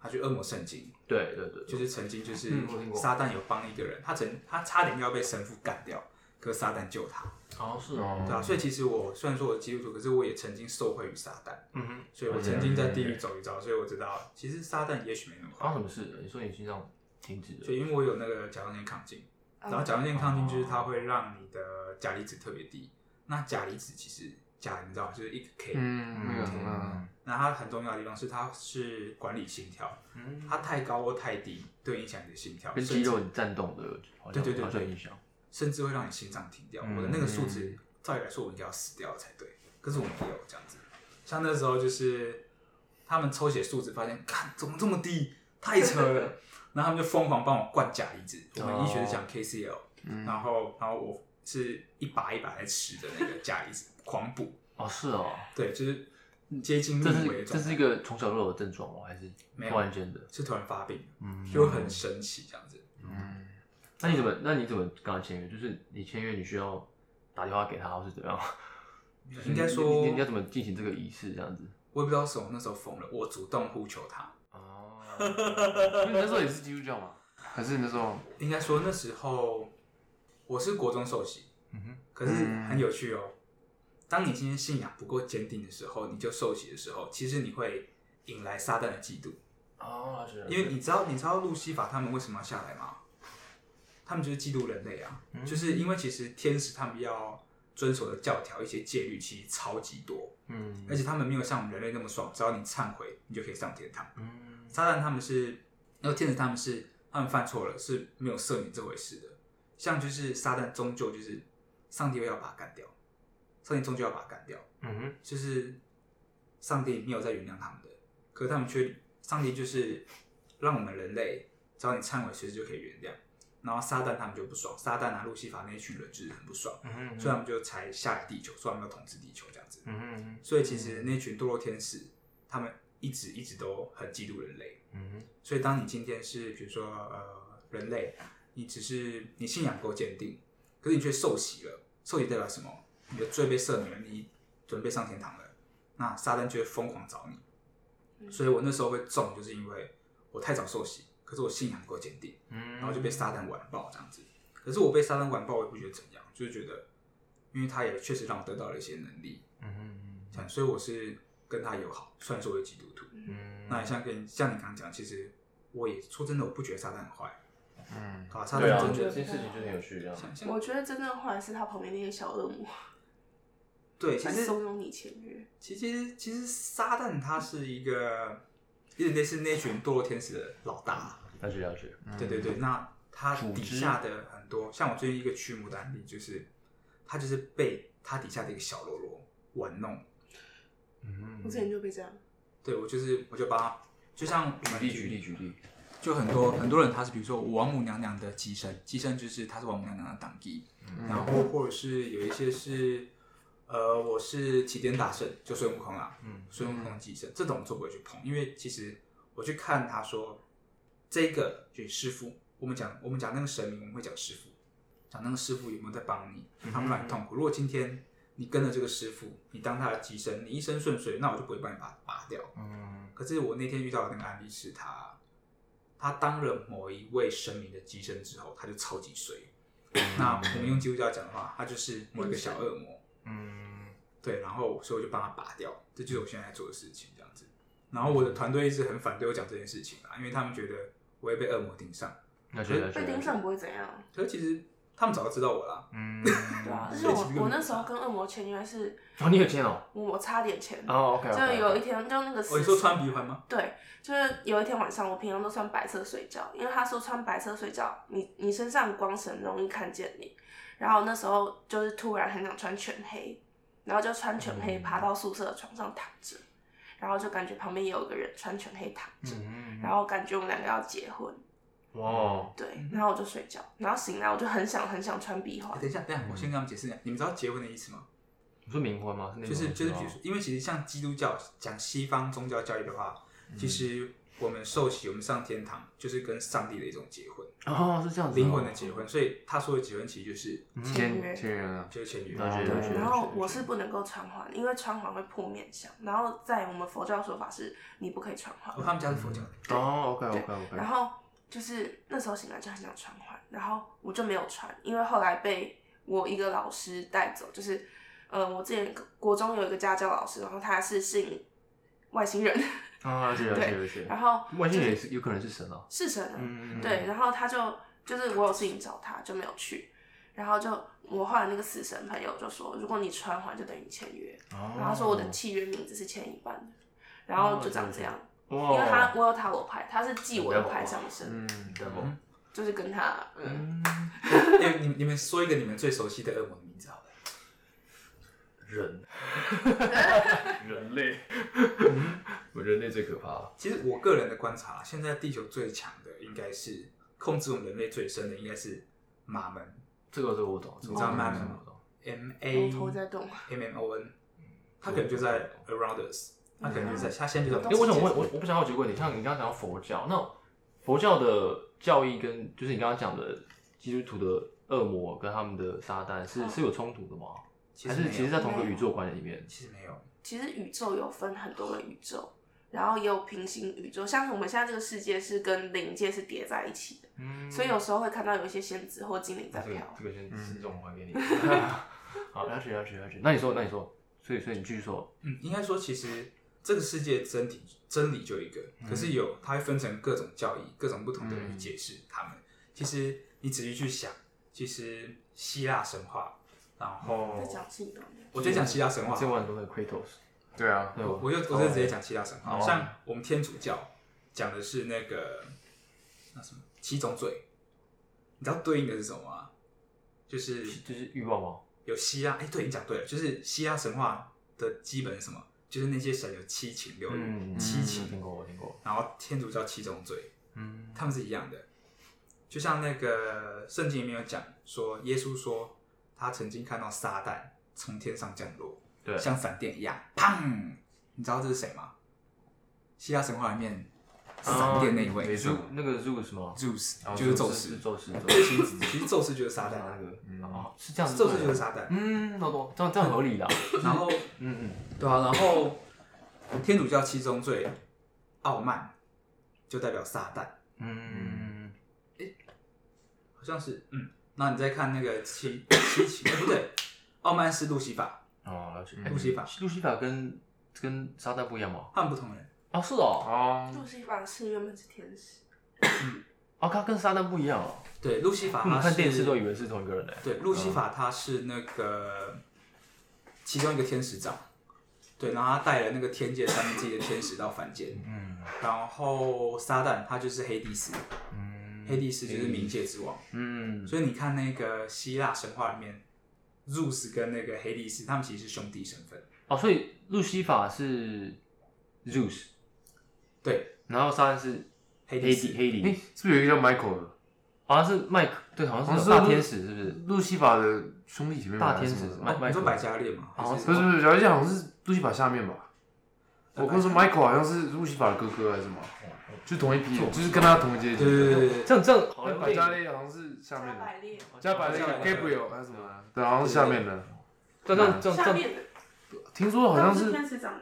S4: 他去恶魔圣经，
S5: 对对对，
S4: 就是曾经就是
S5: 呃嗯我听过
S4: 撒旦有帮一个人，他曾他差点要被神父干掉，可是撒旦救他，
S5: 哦是哦，
S4: 对啊。所以其实我虽然说我是基督徒，可是我也曾经受惠于撒旦。
S5: 嗯哼，
S4: 所以我曾经在地狱走一遭，所以我知道其实撒旦也许没那么
S5: 发生
S4: 坏
S5: 什。么事了？你说你心脏停止
S4: 所
S5: 了，
S4: 以因为我有那个甲状腺亢进，
S5: 哦
S6: 嗯
S4: 然后甲状腺亢进就是它会让你的钾离子特别低。那钾离子其实钾你知道就是一个 K，、
S7: 嗯，那个
S5: 嗯
S7: 嗯，
S4: 那它很重要的地方是它是管理心跳，
S5: 嗯，
S4: 它太高或太低对影响你的心跳，
S5: 跟
S4: 甚
S5: 肌肉
S4: 至
S5: 你颤动的，好像
S4: 对对对
S5: 好像
S4: 对
S5: 影响。
S4: 甚至会让你心脏停掉。
S5: 嗯
S4: 我的那个数值照理来说我应该要死掉才对，可是我没有这样子。像那时候就是他们抽血数值发现，看怎么这么低，太扯 了。然后他们就疯狂帮我灌钾离子，我
S5: 哦
S4: 们医学是讲 KCL，、然
S5: 嗯
S4: 后然后我是一把一把在吃的那个钾离子，狂补。
S5: 哦是哦，
S4: 对，就是接近
S5: 这
S4: 密
S5: 是
S4: 为
S5: 这
S4: 状
S5: 是
S4: 态
S5: 一个从小就有的症状吗？还是
S4: 没有
S5: 突然间的？
S4: 是突然发病，
S5: 嗯
S4: 就很神奇这样子。
S5: 嗯，那你怎么那你怎么跟他签约？就是你签约，你需要打电话给他，或是怎么样？
S4: 应该说，
S5: 你你
S4: 我
S5: 你要怎
S4: 也
S5: 么进行这个仪式？这样子。
S4: 不知道为什么那时候疯了，我主动呼求他。
S5: 哦，
S7: 因为你那时候也是基督教嘛，还是你那时候？
S4: 应该说那时候我是国中受洗，
S5: 嗯哼，
S4: 可是很有趣哦。当你今天信仰不够坚定的时候，你就受洗的时候，其实你会引来撒旦的嫉妒，
S5: 哦，是
S4: 因为你知道你知道路西法他们为什么要下来吗？他们就是嫉妒人类啊，
S5: 嗯
S4: 就是因为其实天使他们要遵守的教条一些戒律其实超级多，
S5: 嗯
S4: 而且他们没有像我们人类那么爽，只要你忏悔，你就可以上天堂。
S5: 嗯
S4: 撒旦他们是，然后天使他们是，他们犯错了是没有赦免这回事的。像就是撒旦终究就是上帝会要把他干掉，上帝终究要把他干掉，
S5: 嗯哼，
S4: 就是上帝没有在原谅他们的，可是他们却上帝就是让我们人类只要你忏悔，随时就可以原谅。然后撒旦他们就不爽，撒旦啊路西法那一群人就是很不爽，
S5: 嗯哼，
S4: 所以他们就才下来地球，说他们要统治地球这样子。
S5: 嗯哼，
S4: 所以其实那群堕落天使，他们一直一直都很嫉妒人类。
S5: 嗯哼，
S4: 所以当你今天是比如说呃人类，你只是你信仰不够坚定，可是你却受洗了，受洗代表什么？你的罪被赦免，你准备上天堂了。那撒旦就会疯狂找你，
S6: 嗯
S4: 所以我那时候会中，就是因为我太早受洗，可是我信仰不够坚定，
S5: 嗯，
S4: 然后就被撒旦完爆这样子。可是我被撒旦完爆，我也不觉得怎样，就是觉得，因为他也确实让我得到了一些能力，
S5: 嗯哼，
S4: 这样所以我是跟他友好，虽然说我是基督徒，
S5: 嗯，
S4: 那像跟像你刚刚讲，其实我也说真的，我不觉得撒旦很坏
S5: 嗯，
S4: 啊，撒
S5: 对
S4: 旦
S5: 啊，
S4: 真
S5: 这
S4: 的
S5: 件事情就是很有趣，这样。
S4: 像像
S6: 我觉得真正坏是他旁边那些小恶魔，
S4: 对，其
S6: 来
S4: 实
S6: 怂恿你签约。
S4: 其实其实撒旦他是一个有点类似那群堕落天使的老大，
S5: 了解了解，
S4: 对对对，那他
S5: 嗯组
S4: 底
S5: 织
S4: 下的很多，像我最近一个驱魔的案例，就是他就是被他底下的一个小喽啰玩弄，
S5: 嗯
S6: 我之前就被这样，
S4: 对我就是我就把他，就像我们
S5: 举例举例举例，
S4: 就很多很多人他是比如说王母娘娘的机身，机身就是他是王母娘娘的党籍，然后或者是有一些是呃我是齐天大圣，就孙悟空啦，
S5: 嗯
S4: 孙悟空的机身这种我就不会去碰，因为其实我去看他说这个就是师傅，我们讲我们讲那个神明，我们会讲师傅，讲那个师傅有没有在帮你，
S5: 嗯
S4: 他们很痛苦。如果今天你跟着这个师傅，你当他的机身，你一生顺遂，那我就不会帮你把它拔掉。
S5: 嗯
S4: 可是我那天遇到的那个案例是他，他当了某一位神明的寄生之后，他就超级衰。
S5: 嗯
S4: 那我们用基督教讲的话，他就是某一个小恶魔，
S5: 嗯
S4: 对，然后所以我就帮他拔掉，这就是我现在在做的事情，这样子。然后我
S5: 嗯
S4: 的团队一直很反对我讲这件事情啊，因为他们觉得我会被恶魔盯上，
S5: 了解
S4: 嗯
S5: 了解，
S6: 被盯上不会怎样，
S4: 可是其实他们早就知道我啦。
S5: 嗯，
S6: 对啊。而且
S4: 所以其实根本
S6: 我我那时候跟恶魔签约是，
S5: 哦，你有见哦，
S6: 我我差点签，
S5: 哦，OK，
S6: 就有一天就那个
S4: 哦，
S6: 时
S4: 你说穿鼻环吗？
S6: 对，就是有一天晚上，我平常都穿白色睡觉，因为他说穿白色睡觉，你你身上光神容易看见你。然后那时候就是突然很想穿全黑，然后就穿全黑爬到宿舍的床上躺着，然后就感觉旁边也有一个人穿全黑躺着，
S5: 嗯，
S6: 然后感觉我们两个要结婚，
S5: 哇，
S6: 对，然后我就睡觉，然后醒来我就很想很想穿鼻环
S4: 哎，等一下，等一下，我先跟他们解释一下，你们知道结婚的意思吗？
S5: 你说冥婚吗？是那
S4: 就是就是，比如说，因为其实像基督教讲西方宗教教育的话，其实我们受洗，我们上天堂，就是跟上帝的一种结婚，
S5: 哦，是这样子，
S4: 灵魂的结婚。所以他说的结婚其实就是
S6: 签约。
S7: 签人啊，
S4: 嗯就是签约。
S5: 了解了解
S6: 对，然后我是不能够穿环，因为穿环会破面相。然后在我们佛教说法是，你不可以穿环
S4: 哦，。他们家是佛教的，
S5: 哦，OK OK OK，
S6: 然后就是那时候醒来就很想穿环，然后我就没有穿，因为后来被我一个老师带走，就是呃，我之前国中有一个家教老师，然后他是信外星人，
S5: 啊，了解了解了解，
S6: 然后
S5: 外星人也是有可能是神啊，
S6: 是神啊，
S5: 嗯，
S6: 对，然后他就就是我有事情找他，就没有去。然后就我后来那个死神朋友就说，如果你穿环就等于签约，然后他说我的契约名字是签一半的，然后就长这样，
S5: 哦
S6: 因为他我有塔罗牌，他是记我的牌上身，
S7: 嗯，
S6: 就是跟他嗯
S4: 哎，你们你们说一个你们最熟悉的恶魔的名字好了。
S5: 人， 人类，我人类最可怕了。
S4: 其实我个人的观察，现在地球最强的应该是控制我们人类最深的，应该是马门
S5: 这个这个我懂，这个
S4: 你知道
S5: 我懂
S4: 慢
S5: 这个
S4: 吗
S5: 我懂
S4: M
S6: 我
S4: A
S6: 头在动，
S4: M M O N，他可能就在 Around Us，他可能就是他先去找
S6: 嗯
S5: 哎、我想问，我我不想好奇个问题，像你刚刚讲到佛教，那佛教的教义跟就是你刚刚讲的基督徒的恶魔跟他们的撒旦是、是有冲突的吗？
S4: 其
S5: 还
S4: 实
S5: 是嗯其实，在同一个
S6: 没有
S5: 宇宙观里面？
S4: 其实没有，
S6: 其实宇宙有分很多个宇宙，然后也有平行宇宙，像我们现在这个世界是跟灵界是叠在一起的，
S5: 嗯
S6: 所以有时候会看到有一些仙子或精灵在
S5: 这个
S6: 飘。
S5: 这个先
S7: 嗯
S5: 慎重还给你。 好，嗯了解了解了解。那你说，那你说，所以所以你继续说。
S4: 嗯，应该说其实这个世界真理真理就一个，可是有它会分成各种教义，各种不同的人去解释他们。其实你仔细去想，其实希腊神话，然后
S6: 在讲信仰，
S4: 我就讲希腊神话，
S5: 今晚都在 Kratos，
S7: 对啊，
S5: 对吧？
S4: 我就我就直接讲希腊神话，
S7: 哦
S4: 像我们天主教讲的是那个那什么七种罪，你知道对应的是什么吗？就是
S5: 就是欲望吗？
S4: 有希腊，哎、对你讲对了，就是希腊神话的基本是什么？就是那些神有七情六欲，
S5: 嗯
S4: 七
S5: 我听
S4: 情，
S5: 过，我听过。
S4: 然后天主教七种罪，
S5: 嗯
S4: 他们是一样的。就像那个圣经里面有讲说，耶稣说他曾经看到撒旦从天上降落，
S5: 对
S4: 像闪电一样，砰！你知道这是谁吗？希腊神话里面闪电那一位、
S7: 没错
S5: Zeus 啊那个 Zeus 吗？
S4: Zeus，
S5: 啊
S7: 哦
S4: 就是宙
S5: 是
S4: 斯。
S5: 宙斯，宙斯
S4: 其实其实宙斯就是撒
S5: 那
S4: 旦，啊
S5: 个
S7: 嗯
S5: 嗯哦，是这样子。
S4: 宙斯就是撒旦。
S5: 嗯，懂懂，这样这样合理啦。
S4: 然后
S5: 嗯嗯，
S4: 对啊，然后天主教七宗罪，傲慢就代表撒旦，
S5: 嗯，
S4: 好像是嗯。那你再看那个七 七情，哎不对，傲慢是路西法，
S5: 哦，了解。
S4: 路西法，
S5: 路西法跟跟撒旦不一样吗？
S4: 他们不同人，
S5: 啊，是哦，
S7: 哦，
S6: 路西法是原本是天使，
S5: 哦，他跟撒旦不一样哦。
S4: 对，路西法
S5: 我们
S4: 他
S5: 看电视都以
S4: 是，
S5: 为是同一个人嘞。
S4: 对，路西法他是那个其中一个天使长，对，然后他带了那个天界三分之一的天使到凡间，
S5: 嗯
S4: 然后撒旦他就是黑帝斯，
S5: 嗯
S4: 黑帝斯就是冥界之王，
S5: 嗯，
S4: 所以你看那个希腊神话里面，Zeus 跟那个黑帝斯，他们其实是兄弟身份。
S5: 哦，所以路西法是 Zeus，
S4: 对，
S5: 然后撒旦是
S4: 黑
S5: 黑
S4: 帝
S5: 底
S4: 斯。
S5: 黑
S7: 诶
S5: 底，，
S7: 是不是有一个叫 Michael 的？
S5: 好像是麦克，对，好像
S7: 好
S5: 是
S7: 像是
S5: 大天使，是不是？
S7: 路西法的兄弟姐妹吗
S5: 大天使
S7: 嗯还是什么
S5: 麦
S4: 哦你说
S5: Michael
S4: 百家列吗？还
S5: 哎哦
S7: 不是不是，小姐好像是路西法下面吧？
S4: 呃
S7: 我跟你说，Michael 好像是路西法的哥哥还是什么？
S5: 哦
S7: 就同一批，就是跟他同一阶级。
S4: 对对对对对，
S5: 这样这样好
S7: 那
S5: 像
S7: 哎百家列好像是下面的，
S6: 百列，
S7: 加百列
S4: 加百列
S7: Gabriel 还是什么啊的？对，好像是下面的。
S5: 这样这样这
S6: 下
S5: 样，
S6: 面的
S7: 听说好像
S6: 那不是
S7: 是，
S6: 天使长吗？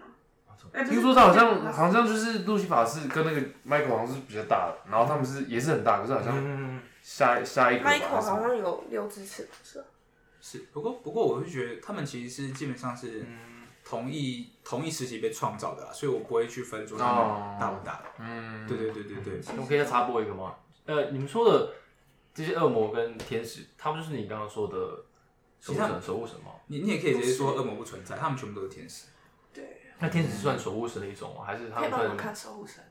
S6: 哎不是
S7: 听说他好
S6: 天使
S7: 像
S6: 长
S7: 好像就是路西法是跟那个 Michael 好像是比较大的，然后他们是也是很大，可是好像
S5: 嗯，
S7: 下下一个吧还是
S6: Michael
S7: 什
S6: 好
S7: 么
S6: 像有六只翅膀，是吧
S4: 是。不过不过，我会觉得他们其实是基本上是同一同一时期被创造的啦，所以我不会去分说他
S7: 哦
S4: 们大不大的。
S7: 嗯，
S4: 对对对对对，
S5: 我可以再插播一个吗？呃，你们说的这些恶魔跟天使，他们就是你刚刚说的守护神，守护神吗？
S4: 你你也可以直接说恶魔不存在，他们全部都是天使。
S6: 对，
S5: 那天使是算守护神的一种吗？还是他
S6: 可
S5: 们
S6: 以帮我
S5: 算
S6: 看守护神，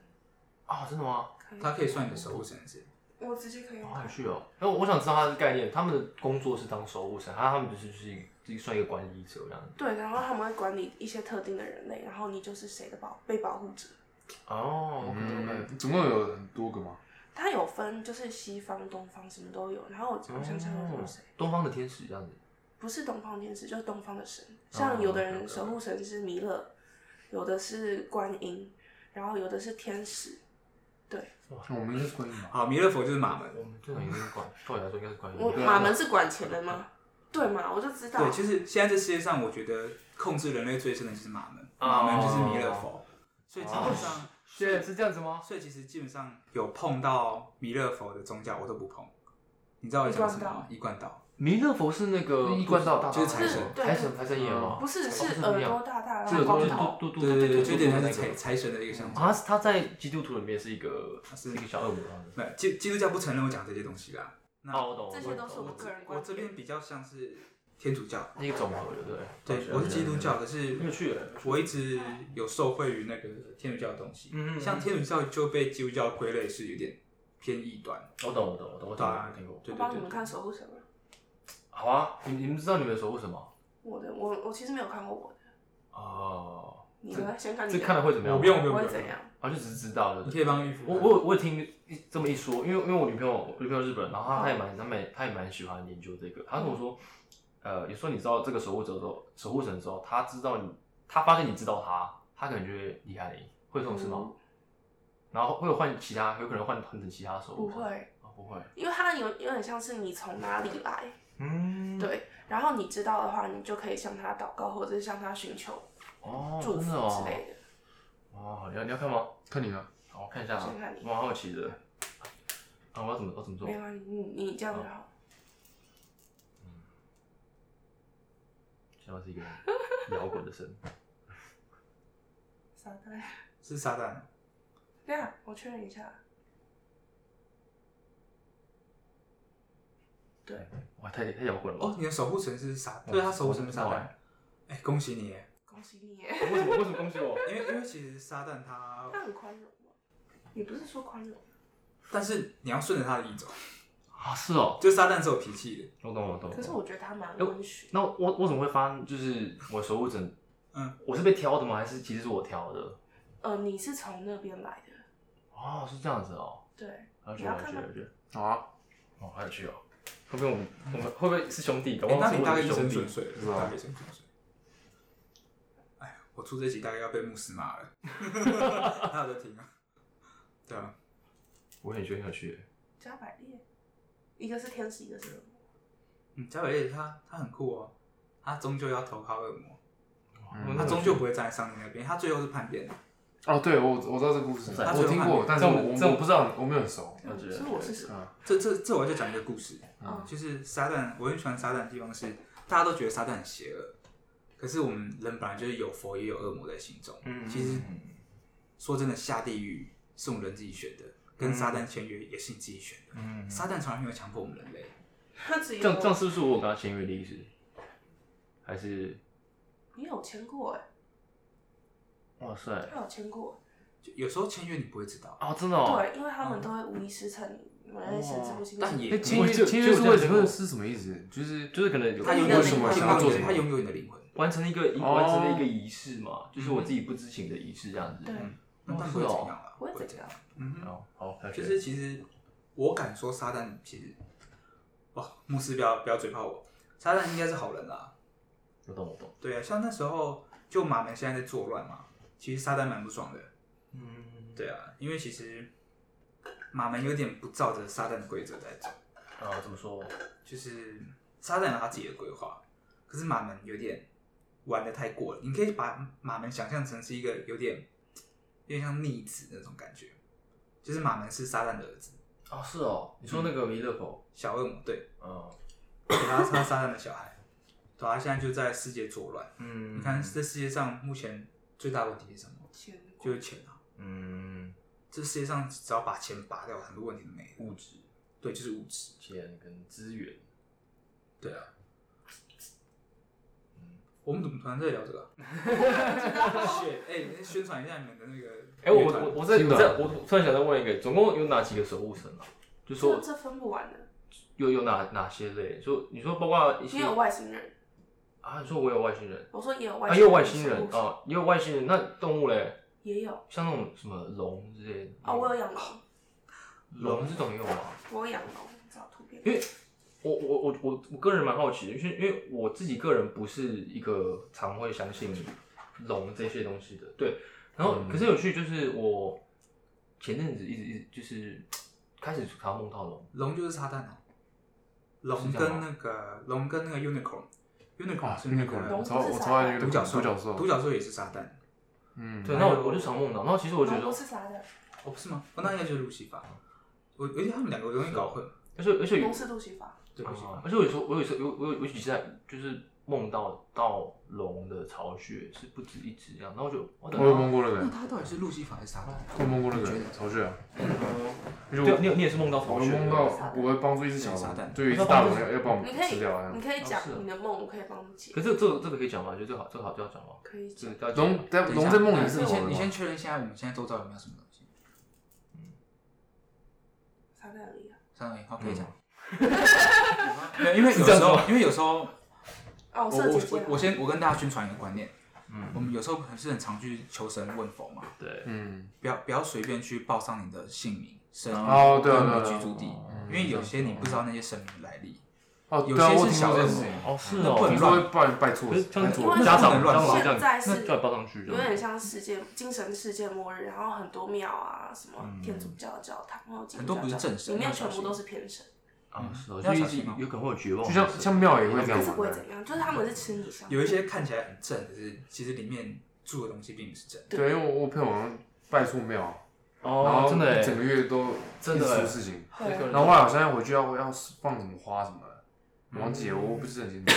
S5: 啊？真的吗？
S6: 可以
S4: 它可以算你的守护神是？
S6: 我直接可以用
S5: 好有
S6: 看。
S5: 趣哦！那我想知道他的概念，他们的工作是当守护神，他他们就是就是就是算一个管理者这样子。
S6: 对，然后他们会管理一些特定的人类，然后你就是谁的保被保护者。
S5: 哦，OK OK，
S7: 嗯，总共有很多个嘛。
S6: 它有分，就是西方、东方什么都有。然后我我想想有谁，
S4: 哦
S5: 东方的天使这样子。
S6: 不是东方天使，就是东方的神。
S5: 哦
S6: 像有的人
S5: ，OK，OK
S6: 守护神是弥勒，有的是观音，然后有的是天使。
S7: 那我们应该是观音吧？
S4: 好，弥勒佛就是马门。
S5: 我们这种应该是管，照理来说应该是管理
S6: 我
S5: 者。
S6: 马门是管钱的吗？对嘛，我就知道
S4: 嗯啊对，。就是现在这世界上，我觉得控制人类最深的就是马门，
S5: 哦
S4: 马门就是弥勒佛，所以基本上，
S5: 是是这样子吗？
S4: 哦所以其实基本上有碰到弥勒佛的宗教，我都不碰。你知道我讲什么吗？一贯道，
S5: 弥勒佛是那个
S7: 一贯道大
S4: 就是
S7: 法
S4: 财神
S6: 对
S5: 财神财神爷吗？
S4: 哦
S6: 不是，是
S5: 不
S6: 耳
S5: 一样
S6: 朵大大，然
S5: 这
S6: 后
S5: 个
S6: 光
S5: 东西
S6: 头。
S5: 嘟嘟嘟
S4: 对对对，
S5: 嘟
S4: 就
S5: 嘟
S4: 有
S5: 嘟
S4: 点
S5: 那
S4: 像是财
S5: 个
S4: 财神的一个象征。
S5: 啊，他在基督徒里面是一个
S4: 是
S5: 是一个小恶魔这啊样子。
S4: 没有基基督教不承认我讲这些东西啦。那
S5: 哦，我懂，
S6: 这些都是我个人
S4: 我
S6: 观
S4: 这
S6: 点。
S4: 边比较像是天主教，
S5: 那个总和的，对
S4: 对，我是基督，教，可
S5: 很有
S4: 是
S5: 趣耶。
S4: 我一直有受惠于那个天主教的东西。
S5: 嗯嗯嗯
S4: 像天主教就被基督教归类是有点偏异端。
S5: 我懂，我懂，我懂，我
S4: 对
S5: 懂，
S4: 啊
S5: 我听过。
S4: 对对
S6: 我帮你
S4: 对
S6: 们。看守护神吗？
S5: 好啊，你你们知道你们的守护神吗？
S6: 我的，我我其实没有看过我的，
S5: 哦，
S6: 你们先看你
S5: 这
S6: 的。
S5: 看了会怎么样？
S4: 我不用，我不用，
S6: 我
S4: 不
S6: 会
S4: 用。
S6: 怎样？
S5: 啊，就只是知道了
S4: 你。可以帮玉福。
S5: 我我有我有听一这么一说，因为因为我女朋友我女朋友日本人，然
S6: 嗯
S5: 后她她也蛮她蛮她也蛮喜欢研究这个。她跟我说，呃，有时候你知道这个守护者之后，守护神之后，她知道你，她发现你知道她，他可能就会厉害的赢，会有这种事
S6: 嗯
S5: 吗？然后会有换其他，有可能换很其他手
S6: 不
S5: 吗
S6: 会，
S5: 啊，不会，
S6: 因为它有有点像是你从哪里来，
S5: 嗯，，
S6: 对，然后你知道的话，你就可以向他祷告，或者是向他寻求
S5: 哦，
S6: 祝
S5: 真
S6: 福
S5: 的哦
S6: 之，类的。
S5: 哦，你要你要看吗？
S7: 看你了，
S5: 好，我看一下啊
S6: 先看，你
S5: 我蛮好奇的，啊，我要怎么我怎么做
S6: 没？关系，你你这样就
S5: 哦
S6: 好。
S5: 想要是一个 摇滚的声音，
S6: 撒旦，
S4: 是撒旦，
S6: 这样我确认一下，
S5: 哇，太太摇滚了
S4: 哦
S5: 吧，？
S4: 你的守护神是撒，
S5: 我
S4: 对，他守护神是撒
S5: 我知道
S4: 旦。哎、恭喜你耶！
S6: 恭喜你耶！
S5: 为什么为什么恭喜我？
S4: 因为因为其实撒旦他，
S6: 他很宽容吗？也不是说宽容，
S4: 但是你要顺着他的意走，
S5: 啊，是哦，
S4: 就撒旦是有脾气的。
S5: 我懂我懂。
S6: 可是
S5: 懂
S6: 我觉得他蛮温驯。
S5: 那我我怎么会发？就是我手握枕，
S4: 嗯，
S5: 我是被挑的吗？还是其实是我挑的？
S6: 呃，你是从那边来的，
S5: 哦，是这样子哦，
S6: 对，
S5: 了解
S6: 你要
S5: 了
S6: 看
S5: 解
S6: 吗
S5: 了解，
S7: 好啊，
S5: 哦，还有趣哦。会不会我们我们会不会是兄弟？搞
S4: 哎、
S5: 不好
S4: 那
S5: 是
S4: 你大
S5: 我
S4: 概
S5: 的
S4: 一生
S5: 兄
S4: 顺
S5: 弟。
S4: 遂了，
S7: 是吧
S4: 大概一生顺遂。哎，我出这集大概要被牧师骂了， 他有在听啊。对啊，
S5: 我也觉得很有趣耶。
S6: 加百列，一个是天使，一个是恶魔。
S4: 嗯，加百列他他很酷哦，他终究要投靠恶魔，
S7: 嗯
S4: 他终究不会站在上帝那边，他最后是叛变的。
S7: 哦，对我我知道这故事，
S5: 他
S7: 我听过，但是
S5: 这
S7: 我
S5: 种这
S7: 我
S5: 种
S7: 我不知道，我没有很熟。
S5: 了解
S6: 对，所以我是什么？
S5: 嗯
S7: 啊，
S4: 这这这我就讲一个故事，
S6: 嗯
S4: 就是撒旦，我很喜欢撒旦的地方是，大家都觉得撒旦很邪恶，可是我们人本来就是有佛也有恶魔在心中。
S5: 嗯
S4: 其实说真的，下地狱是我们人自己选的，跟撒旦签约也是你自己选的。
S5: 嗯，
S4: 撒旦从来没有强迫我们人类，
S6: 他只
S5: 这样这样
S6: 有
S5: 是不是我有跟他签约的意思？还是
S6: 你有签过哎，
S5: 哇塞
S6: 他有签过，
S4: 就有时候签约你不会知道，
S5: 哦，真的哦。
S6: 对，因为他们都会无意识趁你，我们神志不清楚。
S4: 但也
S7: 那签约
S5: 我就
S7: 签约是
S5: 就
S7: 为
S5: 这
S7: 什
S5: 样
S7: 么？
S5: 子
S7: 是什么意思？就是
S5: 就是可能有
S4: 他
S6: 有
S4: 拥
S6: 一
S4: 有
S6: 个
S4: 你
S6: 灵
S4: 的他
S6: 魂想要
S4: 拥
S6: 做
S4: 有
S6: 什
S4: 你
S6: 么
S4: 他拥有你的灵魂，
S5: 完成一个仪
S7: 哦
S5: 完成了一个仪式嘛，就是我自己不知情的仪式这样子。
S6: 对
S4: 那
S5: 哦
S4: 但
S5: 是
S4: 不会怎
S5: 哦
S4: 样啊，
S6: 不会怎样。
S4: 嗯哼，
S5: 哦，好，了解
S4: 就是其实我敢说撒旦其实，哇，牧师不要不要嘴炮我，撒旦应该是好人啊啦。
S5: 我懂我懂。
S4: 对啊，像那时候就马门现在在作乱嘛，其实撒旦蛮不爽的。
S5: 嗯，
S4: 对啊，因为其实马门有点不照着撒旦的规则在走，
S5: 啊，怎么说？
S4: 就是撒旦有他自己的规划，可是马门有点玩的太过了。你可以把马门想象成是一个有点有点像逆子那种感觉，就是马门是撒旦的儿子，
S5: 啊，是哦，你说那个弥勒佛，
S4: 小恶魔对，
S5: 嗯
S4: 他他撒旦的小孩，对啊，他现在就在世界作乱。
S5: 嗯
S4: 你看这世界上目前最大的问题是什么？
S6: 签过
S4: 就是钱啊。
S5: 嗯，
S4: 这世界上只要把钱拔掉，很多问题都没了。
S5: 物质、
S4: 对，就是物质。
S5: 钱跟资源，
S4: 对啊。嗯我们怎么突然在聊这 个啊？宣哎，你宣传一下你们的那个乐团。
S5: 哎，我我我在
S7: 新
S5: 我
S7: 的
S5: 在我突然想再问一个，总共有哪几个守护神啊？就
S6: 这
S5: 说
S6: 这分不完的，
S5: 有有哪哪些类？说你说包括一
S6: 也
S5: 些
S6: 有外星人。
S5: 啊，你说我有外星人，
S6: 我说也有外
S5: 啊，
S6: 星
S5: 也有外星人
S6: 是不是
S5: 啊，也有外星人，那动物嘞？
S6: 也有
S5: 像那种什么龙之类的
S6: 哦，我有养龙，
S5: 龙这种也有吗？
S6: 我有养龙，找图片。
S5: 因为我我我我我个人蛮好奇的，因为因为我自己个人不是一个常会相信龙这些东西的，对。然
S7: 嗯
S5: 后、可是有趣就是我前阵子一直一直就是开始常梦到龙，
S4: 龙就是撒旦哦，龙
S5: 是这样
S4: 跟
S5: 吗
S4: 那个龙跟那个
S7: 啊
S4: unicorn，unicorn 是那
S7: 我
S4: 个
S6: 龙
S7: 超我超爱那个
S4: 独角兽，
S7: 独角兽
S4: 独，角兽也是撒旦。
S7: 嗯，
S5: 对。
S4: 还
S5: 那
S4: 有
S5: 我我就常梦到，然后其实我觉
S6: 龙
S5: 得
S6: 不，是啥的，
S4: 哦，不是吗？哦，那应该就是路西法。我而且他们两个容易搞混。
S5: 而且而且有
S6: 龙是路西法，
S4: 对，路西
S7: 哦
S4: 法
S5: 而且我有时候我有时候有我有有几次还就是梦到到龙的巢穴是不止一只这样，然后我就我等
S7: 我有梦过那
S4: 那
S7: 个，
S4: 他到底是路西法还是撒旦？
S7: 我有梦过那
S4: 你
S7: 个
S4: 觉得
S7: 巢穴啊，而且
S5: 对，啊你
S7: 我
S5: 有你也是梦到巢
S7: 我
S5: 穴，
S7: 梦
S5: 对不对
S7: 到我会帮助一只小
S4: 撒旦
S7: 龙，对，一只大龙要要把我
S6: 你
S7: 们
S6: 可以
S7: 吃掉啊
S6: 你。可以
S5: 哦
S6: 讲
S5: 是啊
S6: 你的梦，我可以帮你解
S5: 可，是这个这个可以讲吗？就这个好这个好就要讲吗？
S6: 可以
S5: 这
S6: 讲
S5: 个要讲吗
S7: 龙在
S4: 等一下
S7: 龙在梦里是
S4: 你
S7: 好的
S4: 先
S7: 吗
S4: 你先确认一下我们现在周遭有没有什么东西。
S6: 撒旦而已啊。
S4: 三二一，好，可以讲。 没有因为有时候，因为有时候，我
S6: 哦，是
S4: 我
S6: 姐姐
S4: 我
S6: 啊，
S4: 我先我跟大家宣传一个观念，我们有时候还是很常去求神问佛嘛，
S5: 对，
S7: 嗯，
S4: 不要不要随便去报上你的姓名、生日
S7: 哦对啊
S4: 跟你
S7: 对啊
S4: 的居住地，因为有些你不知道那些神明的来历，
S7: 哦，
S4: 有
S7: 对啊
S4: 些
S7: 我
S4: 是
S7: 听
S4: 小
S7: 过这
S4: 恶
S7: 种
S4: 魔
S5: 哦，是
S4: 那不
S5: 哦
S4: 能
S7: 听，说会拜拜错，
S5: 可是像
S7: 拜
S6: 因
S7: 错
S6: 为
S5: 家
S4: 不
S5: 长
S4: 能
S5: 这
S4: 乱
S5: 样
S4: 放
S5: 这样，
S6: 现在是
S5: 那叫你报上去，
S6: 有点像世界精神世界末日，然后很多庙啊，什么天主教的教堂，然后基督
S4: 很多
S6: 教
S4: 不是
S6: 教堂
S4: 正神
S6: 里面
S4: 要小
S6: 全部
S4: 心
S6: 都是偏神，
S5: 啊，是哦，
S4: 要
S5: 就
S4: 小
S5: 是
S4: 心哦
S5: 有可能会有绝望，
S7: 就像像庙也会这
S6: 但
S7: 样
S6: 是
S7: 嘛
S6: 不会怎样，就是他们是吃你香。
S4: 有一些看起来很正，可是其实里面住的东西并不是正。
S7: 对，因为我我朋友好像拜错庙，啊然
S5: 哦，
S7: 后
S5: 真
S4: 欸
S5: 的耶，
S7: 整个月都
S5: 真
S7: 一
S5: 的
S7: 直出
S5: 耶
S7: 事情，
S6: 会啊
S7: 然后后来好像要回去要要放什么花什么的，我忘
S4: 嗯
S7: 记了，我不是很清楚。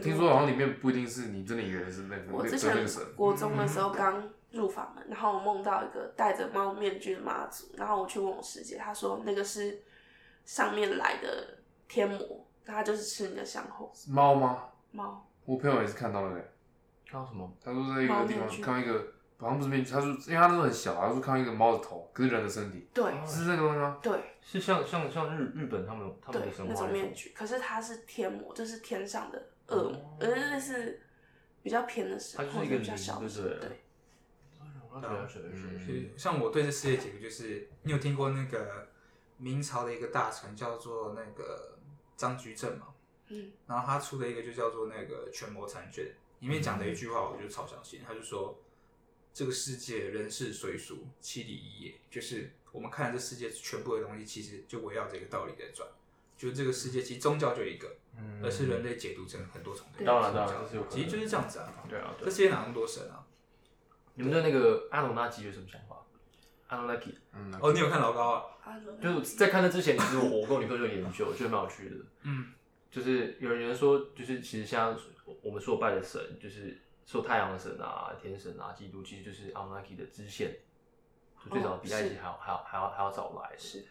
S7: 听说好像里面不一定是你真的以为是那个，
S6: 我
S7: 那
S6: 之
S7: 那
S6: 前
S7: 个神，
S5: 嗯
S6: 国中的时候刚入法门，然后我梦到一个戴着猫面具的妈祖，然后我去问我师姐，她说那个是上面来的天魔，那他就是吃你的香火
S7: 是猫吗？
S6: 猫。
S7: 我朋友也是看到那个，
S5: 看到什么？
S7: 他说在一个地
S6: 猫
S7: 方
S6: 面具
S7: 看到一个，好像不是面具，他说因为他那时候很小，啊他说看到一个猫的头，可是人的身体，
S6: 对
S7: 是那个东西吗？
S6: 对
S5: 是像像像日日本他们哦他们
S6: 对
S5: 的神，
S6: 那
S5: 话
S6: 种面具，可是它是天魔，就是天上的恶
S5: 哦
S6: 魔，而类似比较偏的神
S5: 它，就是
S6: 或
S5: 一个
S6: 者比较
S5: 灵
S6: 小
S5: 对
S6: 的
S5: 不
S6: 神
S5: 对，
S6: 对，
S5: 那种，了解了解
S4: 是像我对这世界解读，就是你有听过那个明朝的一个大臣叫做那个张居正嘛？
S6: 嗯，
S4: 然后他出了一个就叫做那个《权谋残卷》，里面讲的一句话，我就超相信。他就说，这个世界人世水俗，七里一也，就是我们看这世界全部的东西，其实就围绕这个道理在转。就是这个世界，其实宗教就一个，
S5: 嗯
S4: 而呃是人类解读成很多重的宗
S6: 当
S5: 然当然
S4: 教
S5: 这是有可能
S4: 其实就是这样子啊。
S5: 对啊，
S4: 这
S5: 对。
S4: 世界哪那么多神啊？
S5: 你们对那个阿努纳基有什么想法？阿努纳基
S7: 嗯，
S4: 哦，你有看老高啊？
S6: 啊
S5: 就是在看那之前，其实我我跟我女朋友有研究，我觉得蛮有趣的。
S4: 嗯，
S5: 就是有人说，就是其实像我们所拜的神，就是说太阳神啊、天神啊、基督，其实就是阿努纳基的支线，就最早比
S4: 哦
S5: 埃及还要、还要还要还要早来的，
S6: 是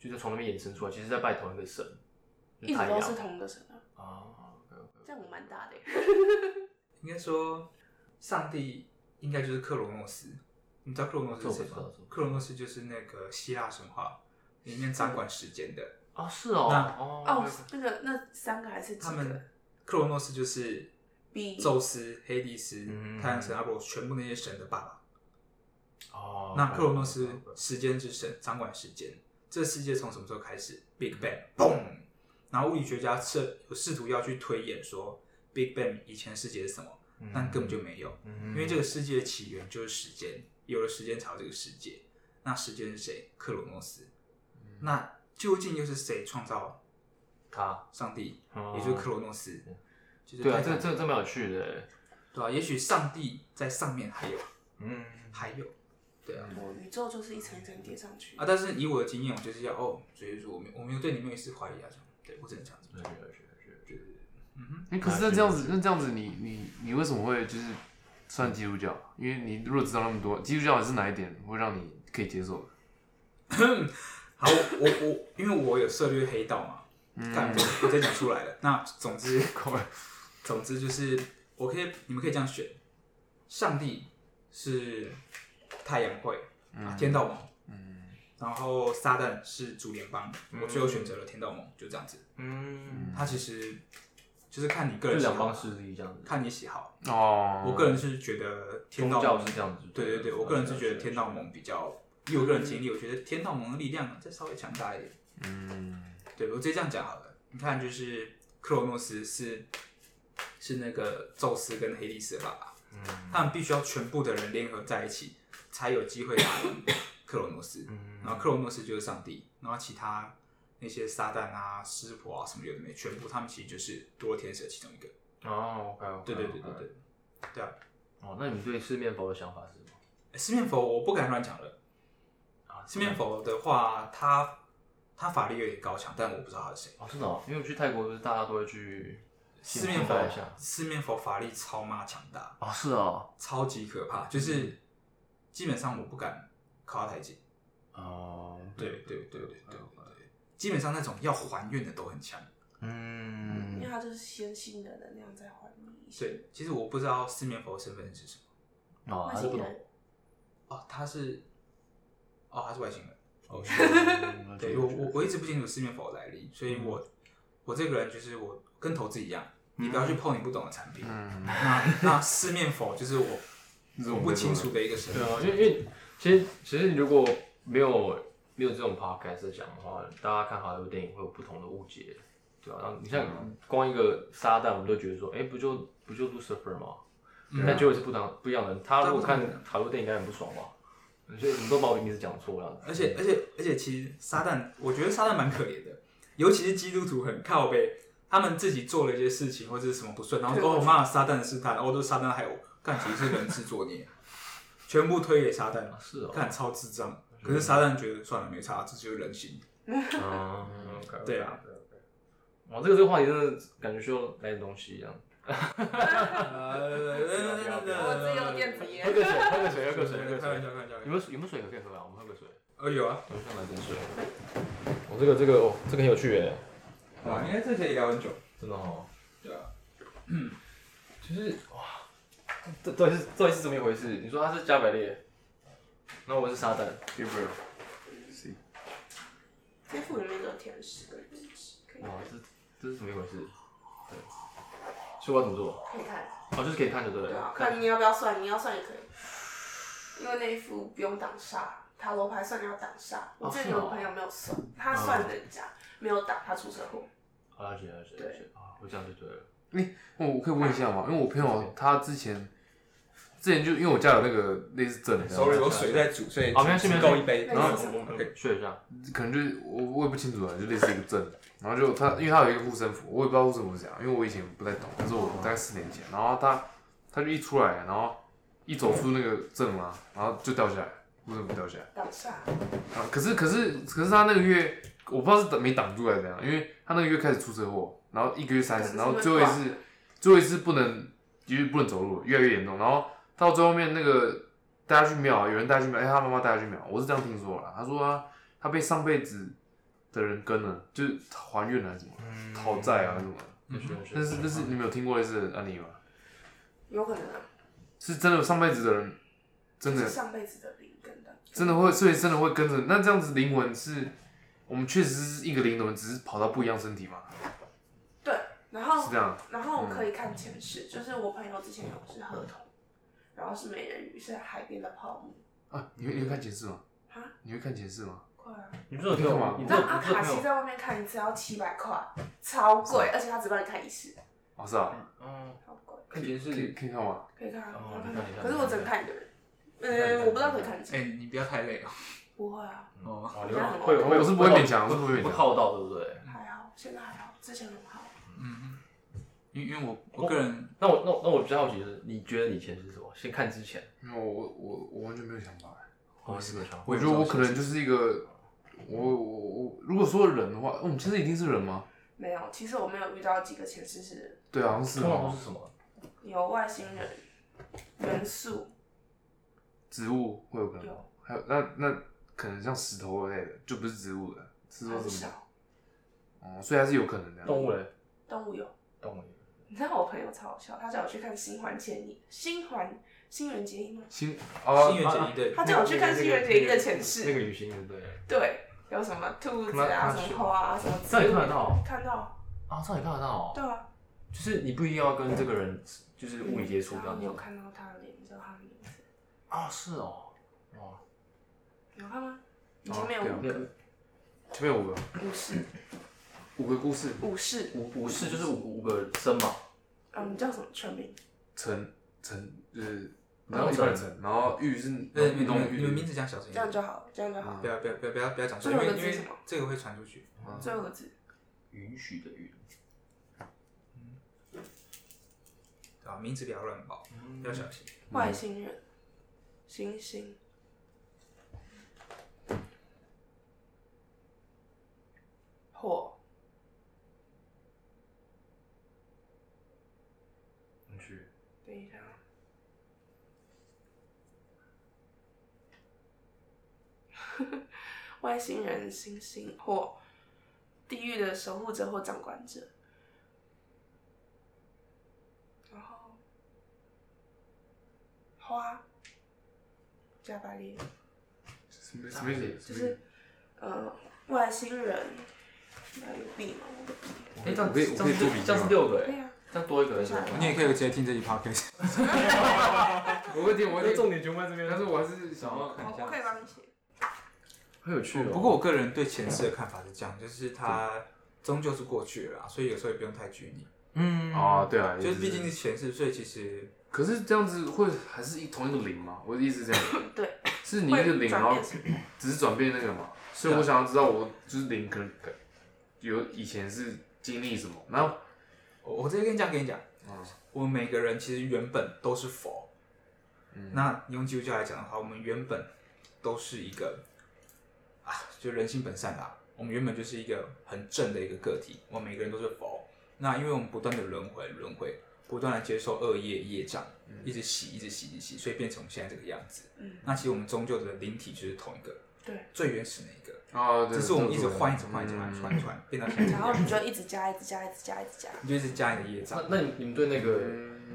S5: 就是从那边衍生出来，其实在拜同一个神，就
S6: 一直
S5: 太阳
S6: 都是同一个神啊，
S5: 啊。
S6: 这样我蛮大的耶。
S4: 应该说，上帝应该就是克罗诺斯。你知道克罗诺斯是谁
S5: 这我不知
S4: 吗
S5: 道这我不知道？
S4: 克罗诺斯就是那个希腊神话里面掌管时间的。
S5: 哦，是哦，
S4: 那
S5: 哦，
S6: 哦，那个那三个还是
S4: 他
S6: 几个
S4: 们？克罗诺斯就是
S6: 比
S4: 宙斯、黑帝斯
S5: 嗯、
S4: 太阳神阿波罗全部那些神的爸爸。
S5: 哦，
S4: 那克罗诺斯时间之神，掌管时间。这世界从什么时候开始？Big Bang，嘣！然后物理学家试有试图要去推演说 Big Bang 以前世界是什么，
S5: 嗯
S4: 但根本就没有。
S5: 因
S4: 因为这个世界的起源就是时间，有了时间才有这个世界。那时间是谁？克罗诺斯。
S5: 嗯
S4: 那究竟又是谁创造
S5: 他，
S4: 上帝？
S5: 哦
S4: 也就是克罗诺斯。就是
S5: 对啊，
S4: 太
S5: 这
S4: 阳
S5: 这这蛮有趣的，
S4: 对啊，也许上帝在上面还有
S5: 嗯，
S4: 还有
S6: 我宇宙就是一层一层叠上
S5: 嗯
S6: 去
S4: 啊，但是以我的经验，我就是要哦，所以说我没有我没有对你没有一丝怀疑啊，这样对我只能这样子。
S5: 有趣有趣有趣，
S4: 啊
S7: 你可是那这样子，那这样子你你你为什么会就是算基督教？因为你如果知道那么多，基督教是哪一点会让你可以接受的？
S4: 好，我我我，因为我有涉猎黑道嘛，
S5: 嗯
S4: 干、我我再讲出来了。那总 之，总之就是，我可以，你们可以这样选：上帝是太阳会、
S5: 嗯
S4: 啊，天道盟，然后撒旦是主联邦。我最后选择了天道盟，就这样子。
S5: 嗯，
S4: 它其实就是看你个
S5: 就
S4: 人喜
S5: 两
S4: 好
S5: 方，势力这样子，
S4: 看你喜好。
S7: 哦，
S4: 我个人是觉得天道
S5: 宗教
S4: 盟
S5: 是这样子，
S4: 对对对，我个人是觉得天道盟比较，以我个人经历，我觉得天道盟的力量再稍微强大一点。
S7: 嗯，
S4: 对，我直接这样讲好了。你看，就是克罗诺斯是是那个宙斯跟黑帝斯的爸爸，他们必须要全部的人联合在一起，才有机会打赢克罗诺斯。然后克罗诺斯就是上帝，然后其他那些撒旦啊、湿婆啊什么有的没，全部他们其实就是多天使的其中一个。
S5: 哦，OK，
S4: 对对对对对，对啊。
S5: 哦，那你对四面佛的想法是什么？
S4: 四面佛我不敢乱讲了。
S5: 啊，
S4: 四面佛的话，他他法力有点高强，但我不知道他是谁。
S5: 哦，真的，因为我去泰国，就是大家都会去
S4: 四面佛
S5: 一下，，
S4: 四面佛法力超妈强大，
S5: 哦，是哦，
S4: 超级可怕，就是基本上我不敢靠他太近。
S5: 哦，
S4: 对对对对对对对，基本上那种要还愿的都很强。
S6: 因为
S5: 嗯，
S6: 它就是先新的能量在还你一些。
S4: 对，其实我不知道四面佛的身份是什么。
S5: 哦，还
S6: 外
S7: 啊
S5: 是
S6: 星
S5: 不
S6: 人
S5: 懂，
S4: 哦，他是，哦，他是外星人。哦，
S5: 嗯
S4: 对我我我一直不清楚四面佛的来历，所以我我这个人就是我跟投资一样，你不要去碰你不懂的产品。
S7: 嗯，
S4: 那那四面佛就是我
S7: 这是
S4: 我
S7: 我
S4: 不
S7: 们在
S4: 清
S7: 做的
S4: 楚的一个神
S5: 对啊，因为因为其实其实如果没有没有这种 podcast 讲的话，大家看好莱坞电影会有不同的误解，对吧、然后你像光一个撒旦，我们都觉得说，哎、不就不就 Lucifer 吗？但结果是不同不一样的人。他如果看塔罗电影，应该很不爽吧？所以你都把我名字讲错了。
S4: 而且而且而且，其实撒旦，我觉得撒旦蛮可怜的，尤其是基督徒很靠背，他们自己做了一些事情或者是什么不顺，然后说
S6: 对
S4: 哦妈，撒旦的试探，哦都是撒旦害我，干其实是人自作孽， 全部推给撒旦，
S5: 啊是哦，
S4: 干超智障。可是撒旦觉得算了没差，这就是人性。
S5: 嗯，OK，
S4: 对啊，
S5: 哇，这个这个话题真的感觉需要来点东西一样。
S4: 啊
S5: 我
S6: 我只有哦电子
S5: 喝
S6: 烟，
S5: 个水，喝个水，喝个水，喝个
S4: 开玩
S5: 水。
S4: 笑，开玩笑。
S5: 有没有水有没有水可以喝啊？我们喝个水，
S4: 呃，有啊，
S5: 我们来点水。我、这个这个哦，这个很有趣耶，
S4: 哇，应该这可以聊很久。
S5: 真的哦。
S4: 对啊，
S5: 就是哇，这到底是到底是怎么一回事？你说他是加百列，那我是撒旦，
S7: Gabriel，
S6: 天赋里面都有天使跟天使，可以
S7: 哦
S5: 哇，这这是怎么一回事？对，所以我要怎么做？
S6: 可以看，
S5: 哦，就是可以看就对
S6: 对
S5: 了
S6: 啊，。看你要不要算，你要算也可以，因为那一副不用挡煞，塔罗牌算要挡煞，
S7: 哦
S6: 我之前有个朋友没有算，他算人家没有挡，他出车祸，
S5: 好了解了解了解啊，我这样就对了。
S7: 我我可以问一下吗？因为我朋友他之前之前就因为我家有那个类似啊证，
S4: 手里有水在煮，所以
S5: 哦好，没关系，
S4: 只
S5: 没关系
S4: 够一杯。
S6: 那
S5: 然后
S6: 你是
S5: 我我我我确认一下，
S7: 可能就是我我也不清楚啊，就类似一个证，然后就他，因为他有一个护身符，我也不知道护身符是怎样，因为我以前不太懂，但是我大概四年前，然后他他就一出来，然后一走出那个阵嘛，然后就掉下来，护身符掉下来，
S6: 挡煞，
S7: 然啊后可是可是可是他那个月我不知道是挡没挡住还是怎样，因为他那个月开始出车祸，然后一个月三次，然后最后一次最后一次不能就是不能走路，越来越严重，然后到最后面那个带他去庙，有人带他去庙，哎、他妈妈带他去庙，我是这样听说啦，他说他他被上辈子的人跟了，就是还愿了还是什么，
S6: 嗯
S7: 讨债啊还是什么的，
S5: 确认确
S7: 但
S5: 认。
S7: 是但是你们有听过类似的案例吗？
S6: 有可能啊，
S7: 是真的上辈子的人真的
S6: 就是上辈子的灵跟的，
S7: 真的会，所以真的会跟着。那这样子灵魂是，我们确实是一个灵魂，只是跑到不一样身体嘛，
S6: 对，然后
S7: 是这样。嗯
S6: 然后我可以看前世，就是我朋友之前有是河童，然后是美人鱼，是海边的泡沫。
S7: 啊，你会你会看前世吗
S6: 啊？
S7: 你会看前世吗？
S6: 快啊！
S5: 你不是有听过吗？
S7: 你
S5: 你不
S6: 你
S5: 是
S6: 知道
S5: 有
S6: 阿
S5: 你不是有
S6: 卡
S5: 朋
S6: 西
S5: 友？
S6: 在外面看一次要七百块，超贵，而且他只帮你看一次，
S7: 哦，是啊，
S5: 嗯，
S6: 超贵。
S5: 看电
S7: 可以
S5: 视。
S7: 可以看吗？
S6: 可以看啊，
S5: 哦
S6: 我看
S5: 你看你看
S6: 可是我只能看一个人，嗯，
S5: 看
S6: 我不知道可以看几
S4: 哎
S6: 个。，
S4: 你不要太累哦。
S6: 不会啊，
S4: 哦，
S5: 哦，
S6: 会
S7: 会我是不会勉强我是不会勉
S5: 会
S7: 强
S5: 耗到，对不对？
S6: 还好，现在还好，之前很好。
S4: 嗯，哦因因为我我个人
S5: 那我那我那我比较好奇的是，你觉得你前世是什么？先看之前，
S7: 没有，我我我完全没有想法。
S5: 我也是没有想过。
S7: 我觉得我可能就是一个，我我我，如果说人的话，嗯我们前世一定是人吗？
S6: 没有，其实我没有遇到几个前世是人
S7: 对啊，好像是
S5: 通常都
S7: 哦
S5: 是什么？
S6: 有外星人、元素，
S7: 植物会有可能
S6: 有，
S7: 还有那那可能像石头类的，就不是植物了，是说
S6: 很
S7: 什么？
S6: 少
S7: 哦，所以还是有可能的。
S5: 动物嘞？
S6: 动物有。
S5: 动物也。
S6: 你知道我朋友超好笑，他叫我去看新环前一，新环新垣结衣吗？
S7: 新哦，
S4: 心愿解一对，
S6: 他 叫我去看新垣结衣的前
S5: 那
S6: 世，
S5: 个女星，对不对？
S6: 对，有什么兔子
S5: 看
S6: 啊，
S5: 到
S6: 什么花啊，什么
S5: 这
S6: 植
S5: 里
S6: 物
S5: 看得到
S6: 看到，
S5: 啊，这里看得到哦。
S6: 对啊，
S5: 就是你不一定要跟这个人就是物理接触这
S6: 然后
S5: 样
S6: 你
S5: 子
S6: 有看到他的脸，你知道他的名字，
S5: 啊，是哦，哇，
S6: 你有看吗？你前面有五
S5: 对啊
S6: 个
S7: 前面有五个
S6: 武士，
S7: 五个故事，
S6: 武士，
S5: 五五是就是五五个生嘛，
S6: 嗯，你叫什么全名？
S7: 陈陈就是然后一半陈，然后玉是
S4: 对，你
S7: 运动
S4: 们嗯你们
S7: 玉
S4: 呃名，字讲小声一
S6: 这样
S4: 点，
S6: 就好了，这样就好了
S4: 不。要不要不要不要不要讲错，
S6: 最
S4: 因
S6: 后一
S4: 为
S6: 个
S4: 因
S6: 字是
S4: 为
S6: 什么
S4: 这个会传出去。
S6: 最后一个字，
S5: 允许的允，
S4: 对吧？名字不要乱报，要小心。
S6: 外星人，星星，火，
S5: 允许
S6: 等一下啊， 外星人、星星或地狱的守护者或掌管者，然后花加百列，
S7: 什么什么意思？
S6: 就是呃外星人，那有币吗？我的币
S5: 哎，这样
S7: 我可以我可以做笔记吗
S5: 这样是六个
S6: 对啊
S5: 哎，
S6: 呀、
S5: 这样多一个是
S4: 你也可以直接听这集 podcast。
S7: 我会听，我会听，
S5: 点全部在这边
S7: 但是我还是想要
S4: 看
S6: 我我可以帮你写。
S5: 很有趣哦。
S4: 不过我个人对前世的看法是这样，就是他终究是过去了啦，所以有时候也不用太拘泥。
S5: 嗯
S7: 哦，，对啊，
S4: 就
S7: 也
S4: 是毕竟是前世，所以其实
S7: 可是这样子会还是一同一个零嘛？我的意思是 这样，
S6: 对，
S7: 是你一个
S6: 会
S7: 零，
S6: 转
S7: 然后
S6: 变什么
S7: 只是转变那个嘛。所以
S4: 啊
S7: 我想要知道，我就是零可能有以前是经历什么，然后
S4: 我我直接跟你讲，跟你讲，
S7: 嗯
S4: 我们每个人其实原本都是佛。
S7: 嗯
S4: 那用基督教来讲的话，我们原本都是一个啊，就人性本善啦、我们原本就是一个很正的一个个体，我们每个人都是佛。那因为我们不断的轮回，轮回，不断的接受恶业业障，一直洗，一直洗，一直洗，所以变成我们现在这个样子。
S6: 嗯，
S4: 那其实我们终究的灵体就是同一个，
S6: 对，
S4: 最原始的一个，
S7: 哦，对
S4: 只是我们一直换，一直换，一直换，
S7: 嗯
S4: 一直换，一直换，变到现在这
S6: 然
S4: 个
S6: 后
S4: 样
S6: 你
S4: 子。
S6: 就一直加，一直加，一直加，一直加。
S4: 你就是加你的业障
S5: 那。那你你们对那个，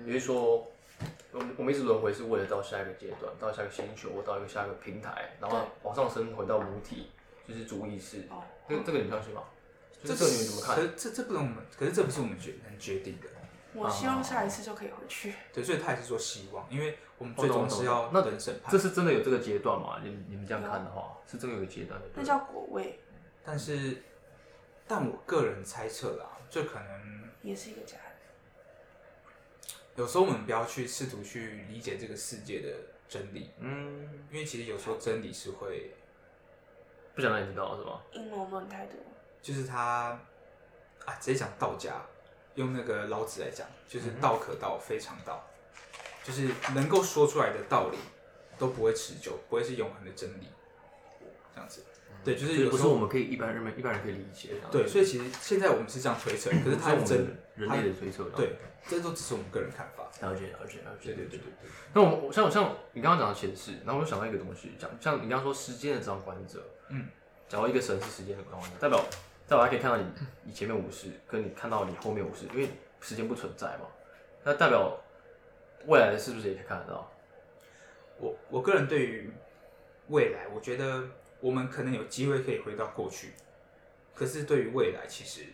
S5: 比如说，我们我们一直轮回是为了到下一个阶段，到下一个星球，或到一个下一个平台，然后
S6: 对
S5: 往上升回到母体，就是主意识。
S6: 哦，
S5: 这这个你们相信吗？就是这个你们怎么
S4: 可
S5: 看？
S4: 是这这不能我们，可是这不是我们决能决定的。
S6: 我希望下一次就可以回去。
S4: 对，所以他也是说希望，因为我们
S5: 我
S4: 最
S5: 哦懂
S4: 终是要
S5: 我懂
S4: 人审
S5: 这
S4: 判。
S5: 是真的有这个阶段吗？你们你们
S4: 啊
S5: 这样看的话，是真的有个阶段的。
S6: 那叫果位，
S4: 但是，但我个人猜测啦，就可能
S6: 也是一个加。
S4: 有时候我们不要去试图去理解这个世界的真理，
S5: 嗯，
S4: 因为其实有时候真理是会，
S5: 不想让你知道是吗？
S6: 阴谋论太多，
S4: 就是他啊，直接讲道家，用那个老子来讲，就是
S5: 嗯
S4: 道可道，非常道，就是能够说出来的道理都不会持久，不会是永恒的真理，这样子。对，就
S5: 就是
S4: 有
S5: 不
S4: 时
S5: 是
S4: 候
S5: 我们可嗯以一般人们一般人可以理解的。
S4: 对，所以其实现在我们是这样推测，可是它
S5: 嗯
S4: 是
S5: 不是我
S4: 真
S5: 们人类的推测。
S4: 它对，这都只是我们个人看法。
S5: 了解了解了解。
S4: 对对对对对，
S5: 那我们像像你刚刚讲的前世，然后我就想到一个东西，讲像你刚刚说时间的掌管者，
S4: 嗯，
S5: 假如一个神是时间的掌管者，代表代表他可以看到你你前面五十，跟你看到你后面五十，因为时间不存在嘛，那代表未来的是不是也可以看得到？
S4: 我我个人对于未来，我觉得我们可能有机会可以回到过去，可是对于未来，其实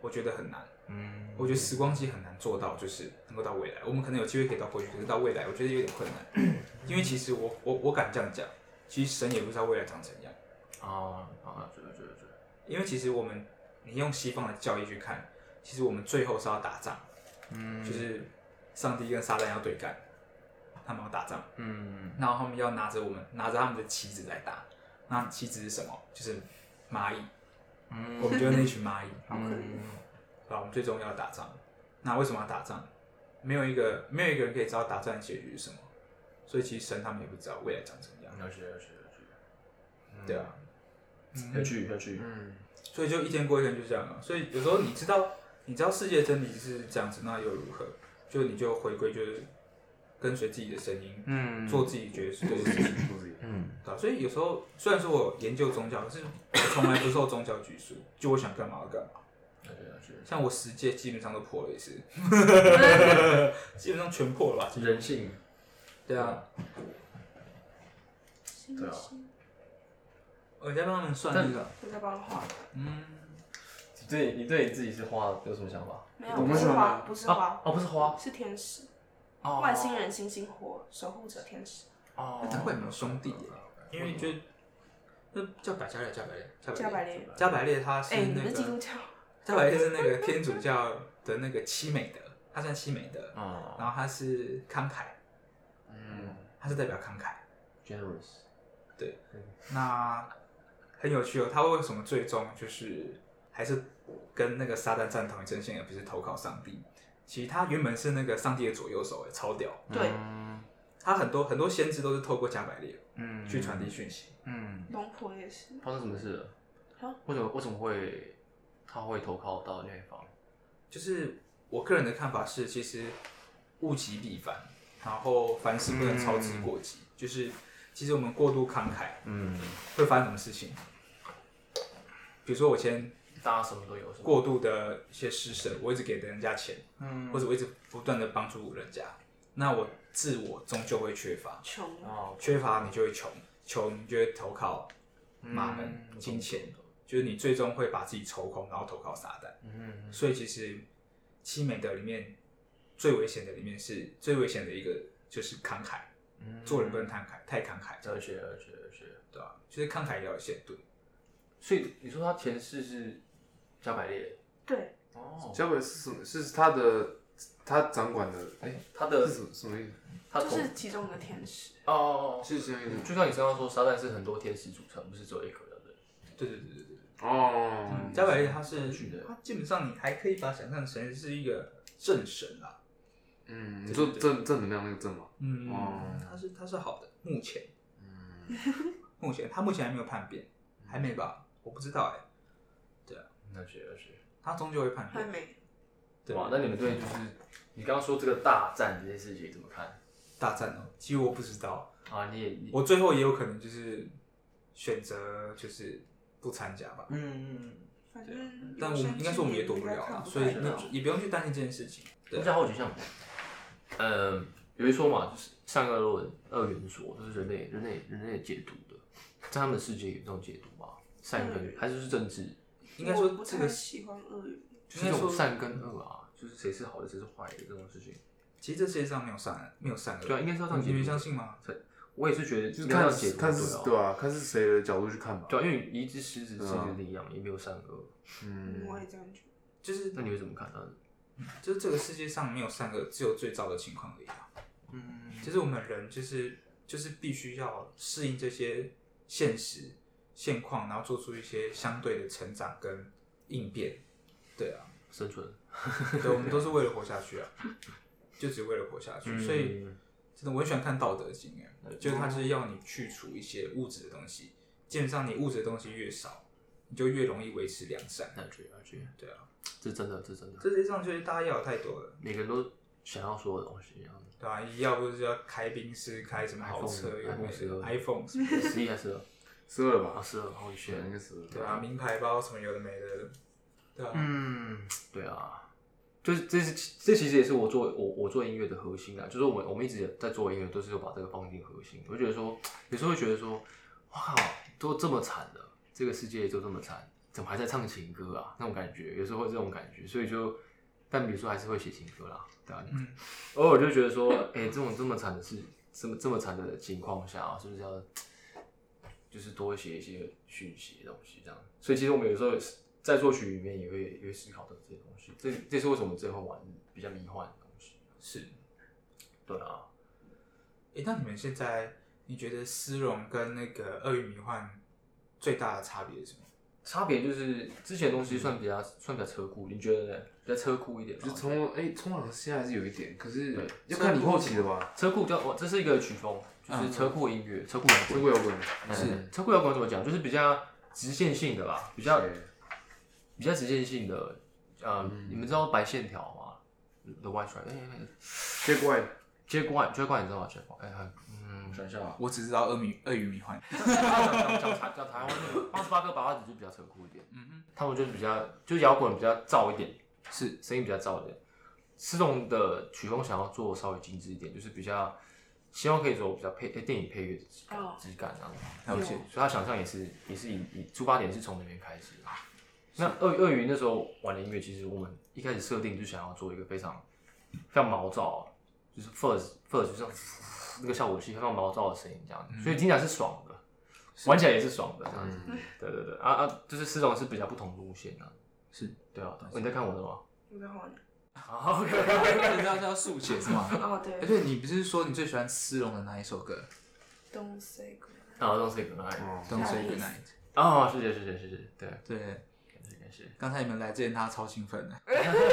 S4: 我觉得很难。
S5: 嗯
S4: 我觉得时光机很难做到，就是能够到未来。我们可能有机会可以到过去，可是到未来，我觉得有点困难。因为其实我我我敢这样讲，其实神也不知道未来长怎样。
S5: 啊啊，对对对对，
S4: 因为其实我们，你用西方的教义去看，其实我们最后是要打仗，
S5: 嗯
S4: 就是上帝跟撒旦要对干，他们要打仗，
S5: 嗯
S4: 然后他们要拿着我们拿着他们的旗子来打。那旗子是什么？就是蚂蚁，
S5: 嗯
S4: 我们就是那群蚂蚁，
S5: 嗯
S4: 对啊吧？我们最终要打仗。那为什么要打仗？没有一个没有一个人可以知道打仗的结局是什么，所以其实神他们也不知道未来长怎样，
S5: 了解了解了
S4: 对啊。
S5: 解，有趣有趣，
S7: 嗯，
S4: 所以就一天过一天就这样了。所以有时候你知道，你知道世界真理是这样子，那又如何？就你就回归，就是跟随自己的声音，
S5: 嗯
S4: 做自己觉得是对的事情，
S7: 肚子
S5: 嗯
S4: 对吧啊所以有时候虽然说我研究宗教，可是我从来不受宗教拘束，就我想干嘛就干嘛。
S5: 了解了解，
S4: 像我十戒基本上都破了一次，基本上全破了吧？其实
S5: 人性
S4: 对啊，
S5: 对啊，
S4: 我在帮他们算那个，
S6: 就在帮我画。
S4: 嗯，
S5: 你对你对你自己是花有什么想法？
S6: 没有，
S7: 我
S6: 不
S7: 们
S6: 是
S7: 喜欢
S6: 花，
S7: 吗
S6: 不是花
S5: 啊，哦不是花
S6: 是天使，
S5: 哦
S6: 外星人、星星火、守护者、天使，
S5: 哦
S4: 难怪你们兄弟耶，因为就那叫百家列，加百列，
S6: 加百
S4: 列，
S6: 列。
S4: 加百列他是
S6: 哎，你
S4: 那
S6: 们基督
S4: 个
S6: 教？
S4: 加百列是那个天主教的那个七美德，他算七美德，
S5: 啊
S4: 然后他是慷慨，
S7: 嗯，
S4: 他是代表慷慨。
S5: ，generous，
S4: 那很有趣哦，他为什么最终就是还是跟那个撒旦站同一阵线，而不是投靠上帝？其实他原本是那个上帝的左右手，哎，超屌。
S6: 对，
S4: 他很多很多先知都是透过加百列
S5: 嗯
S4: 去传递，讯息。
S5: 嗯，
S6: 龙婆也是。
S5: 发生什么事了
S6: 啊？
S5: 为什么为什么会他会投靠到那一方？
S4: 就是我个人的看法是，其实物极必反，然后凡事不能操之过急。就是其实我们过度慷慨
S5: 嗯，
S4: 会发生什么事情？比如说我先
S5: 大家什么都有，是吗
S4: 过度的一些施舍，我一直给人家钱，
S5: 嗯
S4: 或者我一直不断的帮助人家，那我自我终究会缺乏，
S6: 穷，
S5: 哦，
S4: 缺乏你就会穷，穷你就会投靠马门、
S5: 嗯
S4: 金钱，就是你最终会把自己抽空，然后投靠撒旦。
S5: 嗯，
S4: 所以其实七美德里面最危险的里面是最危险的一个就是慷慨，
S5: 嗯
S4: 做人不能慷慨，太慷慨，
S5: 了解了解了解。
S4: 对吧、就是慷慨也要有限度。
S5: 所以你说他前世是，小百列。
S6: 对，
S5: 哦，
S7: 小北是什么？是他的他掌管的，哎、
S5: 他的
S7: 是什么什么意思？
S5: 他
S6: 就
S5: 头
S6: 是其中一个天使。
S5: 哦哦哦，
S7: 是这样意思。
S5: 就像你刚刚说，撒旦是很多天使组成，不是只有一个人的。
S4: 对对对对对。
S7: 哦，
S4: 加百列他是
S5: 去嗯的
S4: 他基本上你还可以把它想象成是一个正神啦。
S7: 嗯，你说正正能量那个正吗？
S4: 嗯
S7: 哦
S4: 他是他是好的，目前，
S5: 嗯
S4: 目前他目前还没有叛变，还没吧？我不知道哎、
S5: 那学那学，
S4: 他终究会叛
S6: 还
S4: 变。
S6: 没
S4: 对
S5: 哇，那你们对就是你刚刚说这个大战这件事情怎么看？
S4: 大战哦，其实我不知道，
S5: 啊，你也你
S4: 我最后也有可能就是选择就是不参加吧。
S5: 嗯嗯
S6: 反正
S4: 但我们应该说我们也躲不了啦，所以
S5: 不
S4: 那
S5: 了
S4: 也不用去担心这件事情。
S5: 嗯，
S4: 对
S5: 比较好奇像，呃，有一说嘛，就是善恶论二元说，就是人类人类人类解读的，在他们的世界有这种解读吗？善
S4: 嗯
S5: 跟还是就是政治，
S4: 应该
S6: 我
S4: 说
S6: 不
S4: 这
S6: 太
S4: 个
S6: 喜欢鳄鱼，
S5: 就是这种善跟恶啊，就是谁是好的，谁是坏的这种事情。
S4: 其实这世界上没有善，没有善恶。
S5: 对啊应该是要这样
S4: 你们
S5: 解
S4: 嗯
S5: 读
S4: 相信吗？
S5: 我也是觉得
S7: 就是
S5: 应该
S7: 看
S5: 要解读
S7: 看是
S5: 对
S7: 对
S5: 啊，
S7: 啊，看是谁的角度去看吧。
S5: 对啊，因为移植狮子是
S7: 对啊
S5: 一个力量，也没有善恶，
S7: 嗯，
S6: 我也这样觉得。
S4: 就是
S5: 那你会怎么看呢？
S4: 就是这个世界上没有善恶，只有最糟的情况而已啊。
S5: 嗯，
S4: 其实我们人就是就是必须要适应这些现实现况，然后做出一些相对的成长跟应变。对啊，
S5: 生存，
S4: 对，嗯我们都是为了活下 去啊，就只为了活下去。所以真的我很喜欢看《道德经》哎，就是它是要你去除一些物质的东西，基本上你物质的东西越少，你就越容易维持良善。
S5: 那觉得觉
S4: 对啊，
S5: 这真的，这真的，
S4: 这世界上就是大家要有太多了。
S5: 每个人都想要说的东西一样的。
S4: 对吧、要不就是要开宾士，开什么豪
S5: iPhone，
S4: 车，有
S5: iPhone 12
S4: iPhone，
S5: 十一还是二？
S7: 十二了
S5: 啊，
S7: 吧？
S5: 十二，好
S7: 对，应
S5: 选。
S7: 该十二。
S4: 对啊，名牌包什么有的没的，对啊，
S5: 嗯，对啊，就是这是这其实也是我做我我做音乐的核心啊，就是我们我们一直在做音乐，都是有把这个放进核心。我就觉得说，有时候会觉得说，哇靠，都这么惨了，这个世界就这么惨，怎么还在唱情歌啊？那种感觉，有时候会这种感觉，所以就。但比如说还是会写情歌啦，对啊，
S4: 嗯，
S5: 偶尔就觉得说，哎、这种这么惨的事，这么这么惨的情况下、啊，是不是要就是多写一些讯息的东西这样？所以其实我们有时候也是在作曲里面也会也会思考到这些东西，这这是为什么最后玩比较迷幻的东西。
S4: 是。
S5: 对啊，
S4: 诶，那你们现在你觉得丝绒跟那个鳄鱼迷幻最大的差别是什么？
S5: 差别就是之前的东西算比较、算比较车库，你觉得呢？比较车库一点
S7: 就
S5: 吗？
S7: 冲哎，冲浪现在还是有一点，可是
S5: 对
S7: 要看你后期的吧。
S5: 车库叫我这是一个曲风，就是嗯车库音乐，车库摇
S7: 这
S5: 滚
S7: 会有问
S5: 嗯车库摇滚怎么讲？就是比较直线性的吧，比较比较直线性的，呃，你们知道白线条吗？The White Stripe，哎哎哎
S7: 结果
S5: ，Jack White，Jack White 你知道吗？Jack White，哎哎，嗯，想一下啊，
S4: 我只知道鳄鱼鳄鱼迷幻，
S5: 讲讲台讲台湾那个八十八哥八子就比较扯酷一点，嗯哼，他们就是比较就是摇滚比较燥一点，
S4: 是
S5: 声音比较燥一点。施龙的曲风想要做稍微精致一点，就是比较希望可以做比较配、哎电影配乐的质感
S6: 哦
S5: 质感这样子。
S4: 了解
S6: 有
S5: 所以他想象也是也是以以出发点是从那边开始的。那鳄鳄鱼那时候玩的音乐，其实我们一开始设定就想要做一个非常非常毛躁，啊就是 first first 就是那个效果器非常毛躁的声音这样子，所以听起来是爽的，玩起来也是爽的这
S7: 嗯
S5: 样子。对对对，啊啊，就是四种是比较不同路线啊。
S4: 是，
S5: 对啊。对啊你在看我的吗？
S6: 你在换？
S5: 啊，OK。
S4: 你知道叫速写是吗？而
S6: 哦，对，
S4: 且哎你不是说你最喜欢丝绒的哪一首歌
S6: 东西鬼。
S5: 啊，都是可
S7: 哦
S5: 爱。
S4: ？Don't Say
S6: 哪一
S4: Goodnight。
S5: 啊，谢谢谢谢谢谢，对，
S4: 对，
S5: 感谢感谢。
S4: 刚才你们来之前他超兴奋的，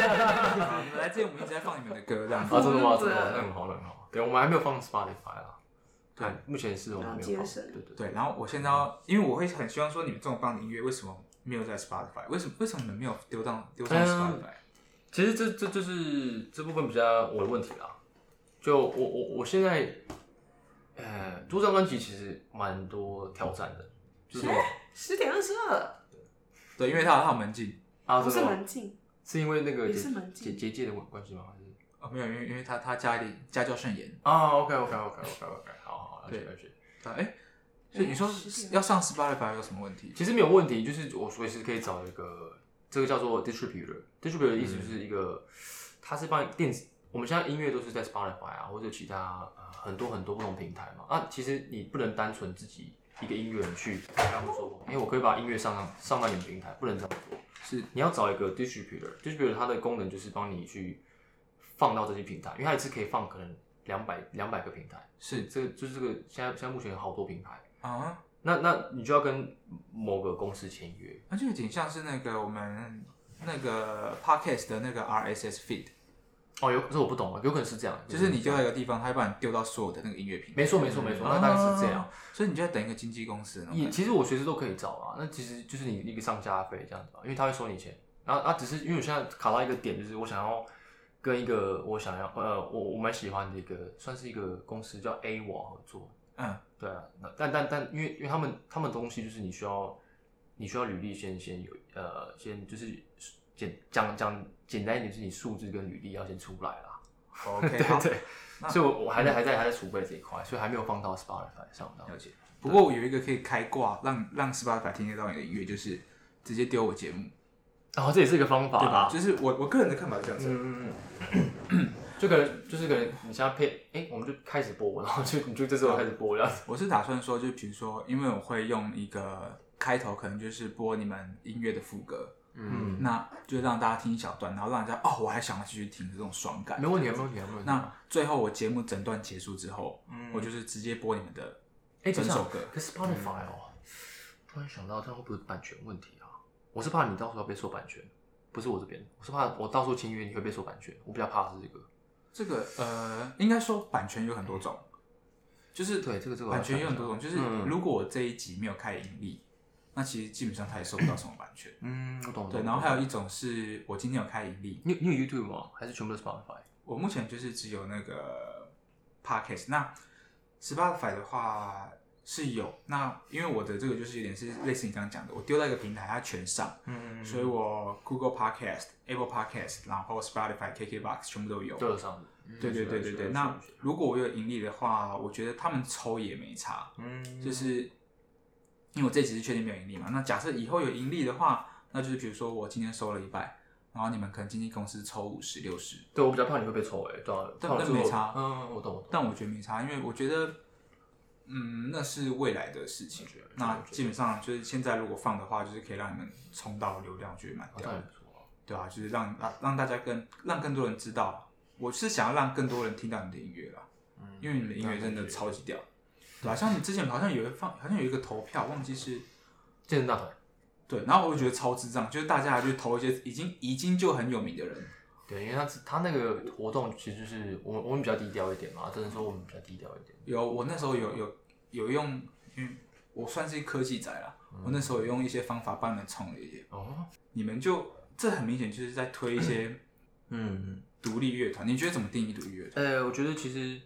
S4: 啊你们来之前我们一直在放你们的歌，这样子
S5: 啊，真的吗？真
S6: 对
S5: 的吗，那很好，那很好。对，我们还没有放 Spotify 啦。
S4: 对
S5: 对，目前是我们没有
S6: 要
S5: 放。
S6: 节省
S5: 对对
S4: 对，然后我现在要，因为我会很希望说你们这种棒的音乐为什么没有在 Spotify？为什么为什么你们没有丢到丢上
S5: 嗯
S4: Spotify？
S5: 其实这这就是这部分比较我的问题啦。就我我我现在，呃，多张专辑其实蛮多挑战的，就是我
S6: 十点二十二，
S4: 对，因为它有它有门禁
S5: 啊，
S6: 不
S5: 真
S6: 是
S5: 的吗
S6: 门禁，
S5: 是因为那个
S6: 也
S5: 结
S6: 是蛮
S5: 结
S6: 近
S5: 结界的关关系吗？还是
S4: 哦，没有，因为因为他他家里家教甚严，
S5: 啊，OK OK OK OK OK，好好了解
S4: 对
S5: 了解。
S4: 他哎，所以你说
S6: 10
S4: 要上 Spotify 有什么问题？
S5: 其实没有问题，就是我随时可以找一个，这个叫做 distributor，distributor 的意思就是一个，它是帮电子，我们现在音乐都是在 Spotify 啊，或者其他、呃、很多很多不同平台嘛。啊，其实你不能单纯哎自己一个音乐人去，刚刚我说过，因为我可以把音乐上上到你们平台，不能这样做。
S4: 是
S5: 你要找一个 distributor，distributor 它的功能就是帮你去放到这些平台，因为它一次可以放可能两百两百个平台，
S4: 是
S5: 这个就是这个现在现在目前有好多平台，
S4: 啊，
S5: 那那你就要跟某个公司签约，
S4: 那就有点像是那个我们那个 podcast 的那个 RSS feed，
S5: 哦，有可是我不懂啊，有可能是这样，
S4: 就是你
S5: 就
S4: 丢到一个地方，它会把你丢到所有的那个音乐平台。
S5: 没错没错没错，那大概是这样
S4: 啊。，所以你就在等一个经纪公司那种
S5: 也
S4: 感 觉。
S5: 其实我随时都可以找啊，那其实就是你一个上架费这样子吧，因为他会收你钱。然后啊，只是因为我现在卡到一个点，就是我想要跟一个我想要呃，我我蛮喜欢的一个，算是一个公司叫 A 网合作。
S4: 嗯，
S5: 对啊，那但但但因为因为他们他们东西就是你需要你需要履历先先有呃先就是简讲讲简单一点，就是你数字跟履历要先出来啦。
S4: OK，
S5: 对
S4: 好，嗯
S5: 对，所以我我还在还在还在储备这一块，所以还没有放到 Spotify 上这样。
S4: 了解。不过我有一个可以开挂，让让 Spotify 听得到你的音乐，就是直接丢我节目，
S5: 然后、哦这也是一个方法
S4: 对
S5: 啦
S4: 吧？，就是我我个人的看法是这样子。
S5: 啊嗯，嗯嗯， 就可能就是可能你现在配，哎、我们就开始播，然后就你就这时候开始播这样子。
S4: 我是打算说，就比如说，因为我会用一个开头，可能就是播你们音乐的副歌，
S7: 嗯，
S4: 那就让大家听一小段，然后让人家哦，我还想要继续听这种爽感。
S5: 没问题啊，没问题啊，没问题
S4: 那
S5: 啊。
S4: 最后我节目整段结束之后，我就是直接播你们的
S5: 哎，
S4: 整
S5: 嗯等一下
S4: 首歌。嗯
S5: 可是 Spotify 哦，突然想到，这样会不会版权问题啊？我是怕你到时候要被收版权，不是我这边，我是怕我到时候签约你会被收版权，我比较怕的是这个。
S4: 这个呃，应该说版权有很多种，就是
S5: 对这个这个我
S4: 版权
S5: 要
S4: 有
S5: 想
S4: 很
S5: 一
S4: 多种，
S5: 下
S4: 就是
S5: 嗯
S4: 如果我这一集没有开盈利，那其实基本上它也收不到什么版权。
S5: 嗯，我懂。
S4: 对，然后还有一种是我今天有开盈利，
S5: 你你有 YouTube 吗？还是全部都 Spotify？
S4: 我目前就是只有那个 podcast。那 Spotify 的话是有，那因为我的这个就是有点是类似你刚刚讲的，我丢到一个平台它全上，
S5: 嗯
S4: 所以我 Google Podcast、Apple Podcast，然后 Spotify、KKBox 全部都有。
S5: 都有上嗯的。
S4: 对对对对
S5: 啊
S4: 对。那如果我有盈利的话，我觉得他们抽也没差，
S5: 嗯
S4: 就是因为我这集是确定没有盈利嘛。那假设以后有盈利的话，那就是比如说我今天收了一百，然后你们可能经纪公司抽五十、六十，
S5: 对我比较怕你会被抽哎，对啊，
S4: 但
S5: 怕我
S4: 但
S5: 最后
S4: 没差
S5: 嗯，我懂我懂。
S4: 但我觉得没差，因为我觉得，嗯，那是未来的事情
S5: 我觉得。
S4: 那
S5: 我觉得
S4: 基本上就是现在如果放的话，就是可以让你们冲到流量，我觉得蛮
S5: 好
S4: 屌
S5: 像也
S4: 的，
S5: 不错啊。
S4: 对啊，就是让让让大家更让更多人知道，我是想要让更多人听到你的音乐啦，因为你的音乐真的超级屌，对啊，像你之前好像有一放，好像有一个投票，忘记是。
S5: 健身大团。
S4: 对，然后我就觉得超智障，就是大家去投一些已经已经就很有名的人，
S5: 对，因为他他那个活动其实就是我们我们比较低调一点嘛，只能说我们比较低调一点。
S4: 有，我那时候有有有用，因为我算是科技仔啦，我那时候有用一些方法帮你们冲了一些，
S5: 哦，
S4: 你们就这很明显就是在推一些
S5: 嗯，
S4: 独立乐团，你觉得怎么定义独立乐团？
S5: 呃，我觉得其实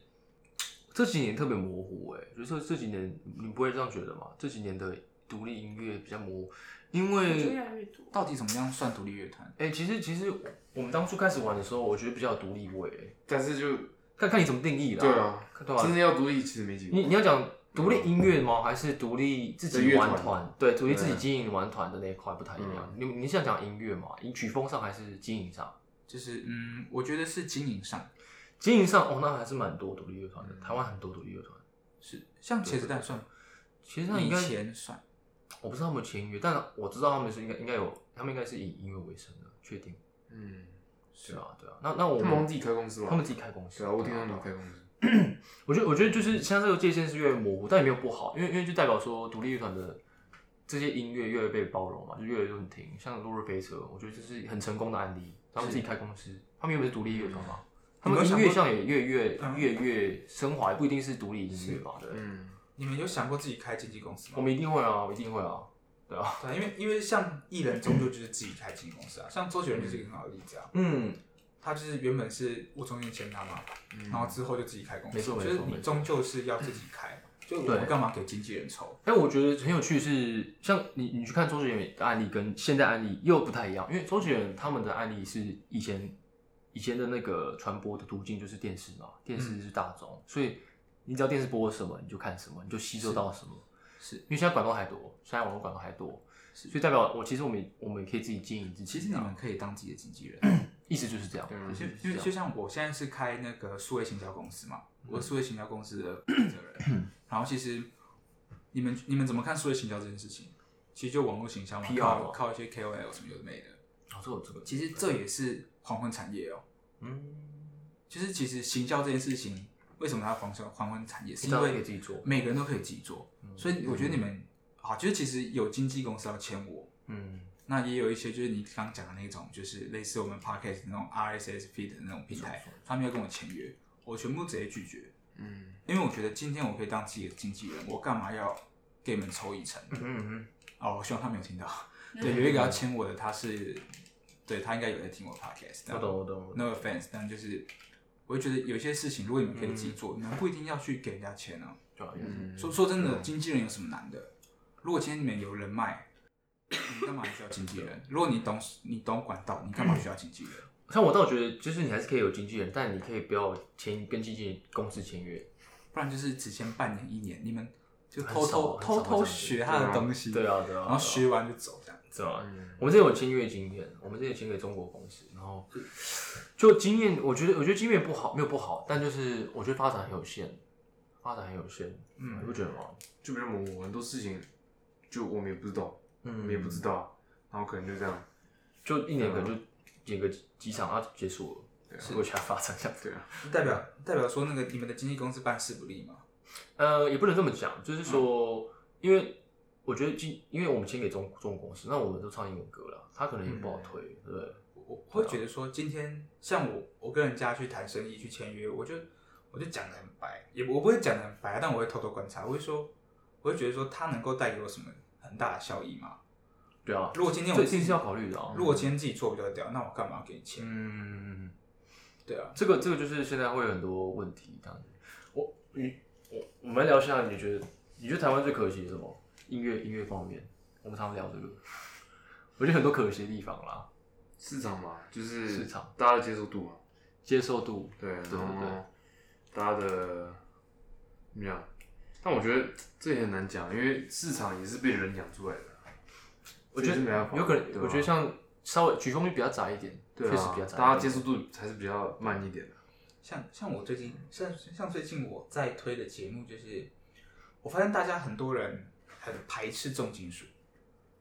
S5: 这几年特别模糊、欸，哎，就是这几年你不会这样觉得吗？这几年的独立音乐比较模糊，因
S6: 我觉得
S5: 为
S6: 越来越多。
S4: 到底怎么样算独立乐团？
S5: 哎、其实其实我们当初开始玩的时候，我觉得比较有独立味、欸，
S7: 但是就
S5: 看看你怎么定义啦。
S7: 对啊，
S5: 对吧
S7: 真正要独立其实没几
S5: 你
S7: 个。
S5: 你要讲独立音乐吗？还是独立自己玩
S7: 嗯对乐团
S5: 团？对，独立自己
S7: 对嗯
S5: 经营玩团的那一块不太一样。你你想讲音乐吗？你曲风上还是经营上？
S4: 就是嗯，我觉得是经营上
S5: 经营上哦，那还是蛮多独立乐团的，
S7: 嗯
S5: 台湾很多独立乐团。
S4: 是像茄子蛋算，
S5: 其实那应
S4: 以
S5: 该
S4: 前算
S5: 我不知道他们签约，但我知道他们是应该应该有，他们应该是以音乐为生的，确定。
S7: 嗯，
S5: 对啊，对啊。那那我
S7: 他们好像自己开公司吧？
S5: 他们自己开公司。
S7: 对啊，我听他
S5: 对
S7: 们
S5: 啊
S7: 开公司。
S5: 我觉得，我觉得就是像这个界限是越来越模糊，但也没有不好，因为因为就代表说独立乐团的这些音乐越来越被包容嘛，就越来越多人听。像落日飞车，我觉得这是很成功的案例，他们自己开公司，他们原本是独立乐团嘛，他们
S4: 嗯有
S5: 音
S4: 想
S5: 乐
S4: 过
S5: 上也越越
S4: 嗯
S5: 越越升华，也不一定是独立音乐嘛，对不对。
S7: 嗯，
S4: 你们有想过自己开经纪公司
S5: 我
S4: 吗？
S5: 们一定会啊，我一定会啊，对啊。
S4: 对啊，因为因为像艺人终究就是自己开经纪公司啊，像周杰伦就是一个很好的例子啊，
S5: 嗯，
S4: 他就是原本是吴宗宪签他嘛，然后之后就自己开公司，
S5: 没错没错
S4: 就是你
S5: 没错
S4: 终究是要自己开嘛，就我
S5: 对
S4: 们干嘛给经纪人抽？
S5: 哎、我觉得很有趣是，像你你去看周杰伦的案例跟现在案例又不太一样，因为周杰伦他们的案例是以前以前的那个传播的途径就是电视嘛，电
S4: 嗯
S5: 视是大众，所以你只要电视播什么你就看什么，你就吸收到什么。
S4: 是
S5: 因为现在管道还多，现在网络管道还多，
S4: 是
S5: 所以代表我其实我们也我们也可以自己经营自己。
S4: 其实你们可啊以当自己的经纪人，啊
S5: 意思就是这样，
S7: 嗯
S5: 就是啊嗯
S4: 因为
S5: 这
S4: 就
S5: 样
S4: 像我现在是开那个数位行销公司嘛，我是数位行销公 司的负责人，然后其实你们你们怎么看数位行销这件事情？其实就网络形象嘛，
S5: PR
S4: 靠
S5: 嘛
S4: 靠一些 KOL 什么有的没的。
S5: 哦，这个这个，
S4: 其实这也是黄昏产业哦。
S5: 嗯，
S4: 就是其实行销这件事情，为什么它黄昏黄昏产业，是
S5: 大
S4: 因
S5: 家都可以
S4: 为
S5: 自己做嗯
S4: 每个人都可以自己做。所以我觉得你们啊，就是其实有经纪公司要签我，
S5: 嗯，
S4: 那也有一些就是你刚刚讲的那种，就是类似我们 podcast 那种 RSS feed 的那种平台，他们要跟我签约，我全部直接拒绝，
S7: 嗯，
S4: 因为我觉得今天我可以当自己的经纪人，我干嘛要给你们抽一成？
S5: 嗯嗯
S4: 哦，我希望他没有听到。对，有一个要签我的，他是，对他应该有在听我 podcast，
S5: 嗯，我懂我懂我懂，
S4: no offense，但就是我会觉得有些事情，如果你们可以自己做，你们不一定要去给人家钱啊。
S5: 主要也
S7: 嗯
S5: 是
S4: 说说真的，经纪人有什么难的？如果今天你们有人脉，你干嘛还需要经纪人？如果你懂你懂管道，你干嘛需要经纪人？
S5: 像我倒觉得，就是你还是可以有经纪人，但你可以不要签跟经纪公司签约。
S4: 不然就是只签半年一年，你们就
S5: 很
S4: 偷偷
S5: 少很少
S4: 偷偷
S5: 会这样子
S4: 学他的东西，
S5: 对啊对啊
S4: 然后学完就走这样。
S5: 知道吗？我们这有签约经验，我们这有签给中国公司，然后就经验，我觉得我觉得经验不好，没有不好，但就是我觉得发展很有限，发展很有限，嗯，你不觉得吗？
S7: 就比较模糊，很多事情就我们也不知道，我
S5: 嗯
S7: 们也不知道，然后可能就这样，
S5: 就一年可能就演个几场，啊，结束了，如果想发展下去，
S7: 对啊，
S4: 代表代表说那个你们的经纪公司办事不力嘛？
S5: 呃，也不能这么讲，就是说，
S7: 嗯
S5: 因为我觉得经，因为我们签给中中国公司，那我们都唱英文歌了，他可能也不好
S7: 嗯
S5: 推，对不对？啊
S4: 我我会觉得说，今天像我，我跟人家去谈生意、去签约，我就我就讲的很白，也我不会讲的很白，啊但我会偷偷观察，我会说，我会觉得说，它能够带给我什么很大的效益吗？
S5: 对啊，
S4: 如果今天我
S5: 这一定是要考虑的啊。
S4: 如果今天自己做比较屌，那我干嘛要给你钱？
S5: 嗯，
S4: 对啊，
S5: 这个这个就是现在会有很多问题这样子。我你我我们聊一下，你觉得你觉得台湾最可惜是什么？音乐音乐方面，我们常聊这个，我觉得很多可惜的地方啦，
S7: 市场嘛，就是
S5: 市场
S7: 大家的接受度嘛，啊
S5: 接受度，
S7: 对，
S5: 对对
S7: 然后
S5: 对
S7: 大家的怎么样？但我觉得这也很难讲，因为市场也是被人养出来的。
S5: 我觉
S7: 这也是没
S5: 得
S7: 办法
S5: 有可
S7: 对
S5: 能，
S7: 吧
S5: 我觉得像稍微曲风就比较窄一点，
S7: 对
S5: 确实比较
S7: 啊，
S5: 窄，
S7: 大家接受。度还是比较慢一点的。
S4: 像像我最近像像最近我在推的节目就是，我发现大家很多人很排斥重金属，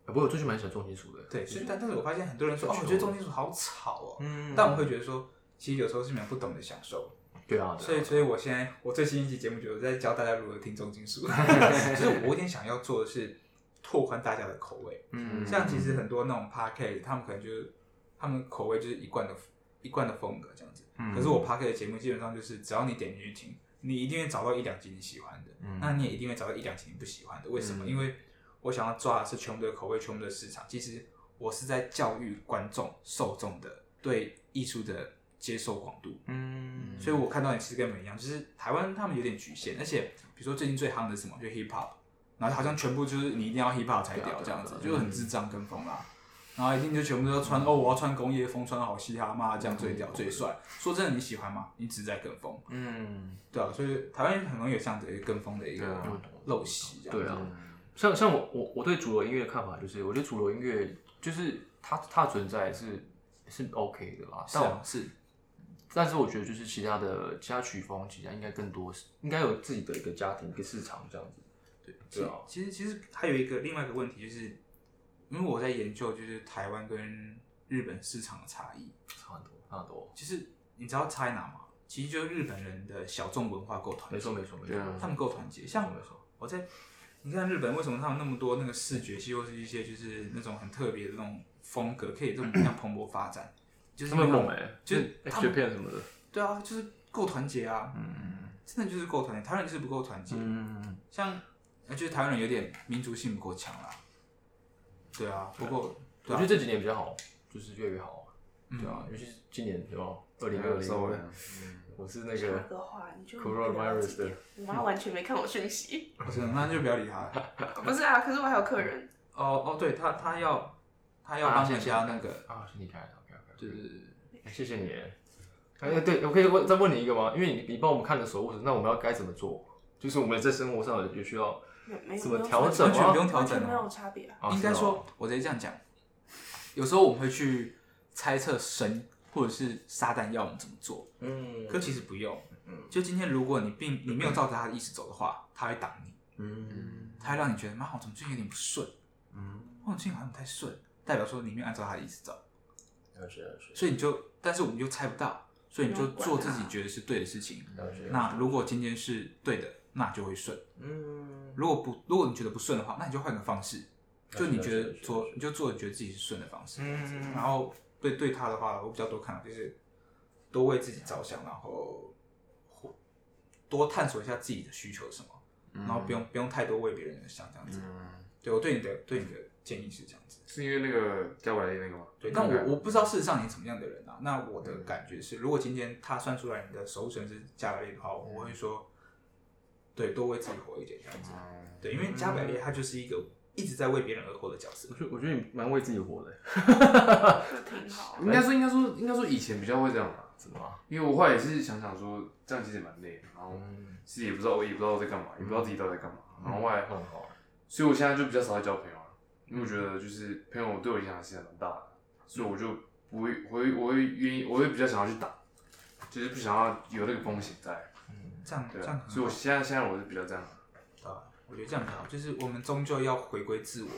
S5: 呃不过我最近蛮喜欢重金属的，
S4: 对，所以但但是我发现很多人说，哦，我觉得重金属好吵哦，
S5: 嗯
S4: 但我会觉得说，其实有时候是你们不懂得享受。
S5: 对啊，对啊
S4: 所以，所以我现在我最新一期节目就是在教大家如何听重金 属，就是我有点想要做的是拓宽大家的口味。
S5: 嗯
S4: 像其实很多那种 p a r k 他们可能就是他们口味就是一贯的一贯的风格这样子。
S5: 嗯
S4: 可是我 p a r k 的节目基本上就是只要你点进去听，你一定会找到一两集你喜欢的，
S5: 嗯
S4: 那你也一定会找到一两集你不喜欢的。为什么？因为我想要抓的是全部的口味，全部的市场。其实我是在教育观众受众的对艺术的接受广度。
S5: 嗯
S4: 所以我看到你其实跟我们一样，就是台湾他们有点局限，而且比如说最近最夯的是什么，就 hip hop，然后好像全部就是你一定要 hip hop 才屌这样子，就很智障跟风啦。然后一定就全部都穿哦，我要穿工业风，穿好嘻哈嘛，这样最屌最帅。说真的，你喜欢吗？你只是在跟风，
S5: 嗯，
S4: 对啊，所以台湾很容易有这样子一个跟风的一个
S7: 对啊
S4: 陋习，这样
S5: 对
S4: 子
S5: 啊，像像我我我对主流音乐的看法就是，我觉得主流音乐就是它它的存在是是 OK 的啦，
S4: 是
S5: 但
S4: 啊
S5: 我
S4: 是，
S5: 但是我觉得就是其他的其他曲风，其他应该更多是应该有自己的一个家庭一个市场这样子，对对啊，
S4: 其实其实还有一个另外一个问题，就是因为我在研究就是台湾跟日本市场的差异，
S5: 差很多差很多，
S4: 就是你知道差在哪吗？其实就是日本人的小众文化够团结，
S5: 没错没错没
S7: 对啊
S5: 错，
S4: 他们够团结。像
S5: 没错，
S4: 我在你看日本，为什么他们那么多那个视觉系或是一些就是那种很特别的那种风格，可以这么这样蓬勃发展？就是
S5: 嗯他们
S4: 因为
S5: 猛哎，
S4: 就是他
S5: 学
S4: 们
S5: 片什么的，
S4: 对啊，就是够团结啊，
S5: 嗯
S4: 真的就是够团结。台湾人就是不够团结，
S5: 嗯，
S4: 像呃就是台湾人有点民族性不够强啦。对啊，不过
S5: 我觉得这几年比较好，就是越来越好，
S4: 嗯
S5: 对啊，尤其是今年对吧？二零
S7: 还
S5: 二
S7: 有
S5: 零
S7: 稍微啊，
S5: 我是那
S6: 插
S5: 个
S6: 个话，你就
S5: coronavirus 的，
S6: 我妈完全没看我 讯息，
S5: 啊
S4: 我真的那就不要理他了。
S6: 不是啊，可是我还有客人，
S4: 哦哦，对他他要他要帮人家那个，
S5: 啊，是你开的，OK OK，
S4: 对对对。
S5: 谢谢你。哎，对，我可以问再问你一个吗？因为你你帮我们看的手握手，那我们要该怎么做？就是我们在生活上有需要
S6: 没没有
S5: 怎么
S6: 没有
S5: 调整
S4: 完全
S5: 吗
S4: 不用调
S6: 完
S4: 整
S6: 全
S4: 哦
S6: 没有差别啊，
S5: 啊
S4: 应该
S5: 是
S4: 说
S5: 哦，
S4: 我直接这样讲，有时候我们会去猜测神或者是撒旦要我们怎么做，
S5: 嗯
S4: 可其实不用。就今天如果你并你没有照着他的意思走的话，他会挡你，
S5: 嗯
S8: 嗯
S4: 他会让你觉得妈，我怎么最近有点不顺。望远镜好像不太顺，代表说你没有按照他的意思走，
S8: 了解了解，
S4: 所以你就，但是我们又猜不到，所以你就
S6: 不用管
S4: 做
S6: 它
S4: 自己觉得是对的事情。
S8: 了解。
S4: 那如果今天是对的，那就会顺；
S8: 嗯，
S4: 如果不，如果你觉得不顺的话，那你就换个方式，就你觉
S8: 了
S4: 得
S8: 解
S4: 做
S8: 了，
S4: 你就做你觉得自己是顺的方式。
S8: 嗯
S4: 然后对对他的话，我比较多看的就是多为自己着想，然后多探索一下自己的需求是什么，然后不
S7: 嗯
S4: 用不用太多为别人想这样子。
S8: 嗯，
S4: 对我对你的对你的
S7: 嗯
S4: 建议是这样子。
S7: 是因为那个加百列那个吗？
S4: 对，
S7: 那
S4: 但
S7: 个
S4: 我我不知道事实上你什么样的人啊。那我
S7: 嗯
S4: 的感觉是，如果今天他算出来你的首选是加百列的话，我
S7: 嗯
S4: 会说，对，多为自己活一点这样子。对，因为加百
S7: 嗯
S4: 列他就是一个一直在为别人而活的角色
S5: 我。觉得我觉得你蛮为自己活的。
S6: 就挺好。
S7: 应该说，应该说，应该说，以前比较会这样吧。
S5: 怎么啊？
S7: 因为我后来也是想想说，这样其实也蛮累的，然后
S5: 嗯，
S7: 自己也不知道，我也不知道我在干嘛，也不知道自己到底在干嘛。然后后来，
S5: 很好。嗯
S7: 所以我现在就比较少在交朋友了，因为我觉得就是朋友对我影响还是蛮大的，所以我就不会，我会，我会愿意，我会比较想要去打，就是不想要有那个风险在，
S4: 这样
S7: 对
S4: 这样
S7: 啊
S4: 很。好，
S7: 所以我现在现在我是比较这样，
S4: 对啊我觉得这样很好，就是我们终究要回归自我，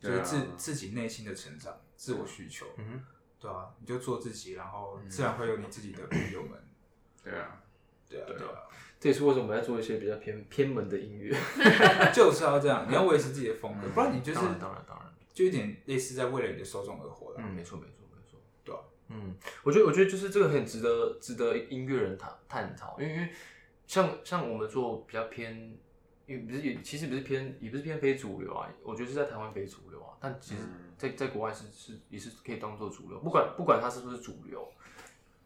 S4: 就是自、
S7: 对啊啊
S4: 自己内心的成长、自我需求，
S5: 嗯哼
S4: 对啊，你就做自己，然后
S7: 嗯
S4: 自然会有你自己的朋友们，
S7: 对啊，
S4: 对啊，对啊，
S5: 这也是为什么我们在做一些比较偏偏门的音乐。
S4: 就是要这样，你要维持自己的风格，不然你就是
S5: 嗯当然当然当然，
S4: 就有点类似在为了你的受众而活了。
S5: 嗯，没错没错没错，
S4: 对啊
S5: 嗯，我觉得我觉得就是这个很值得值得音乐人探探讨，因为因为像像我们做比较偏。因为不是也其实不是偏也不是偏非主流啊，我觉得是在台湾非主流啊，但其实
S7: 嗯
S5: 在在国外是是也是可以当做主流，不管不管它是不是主流，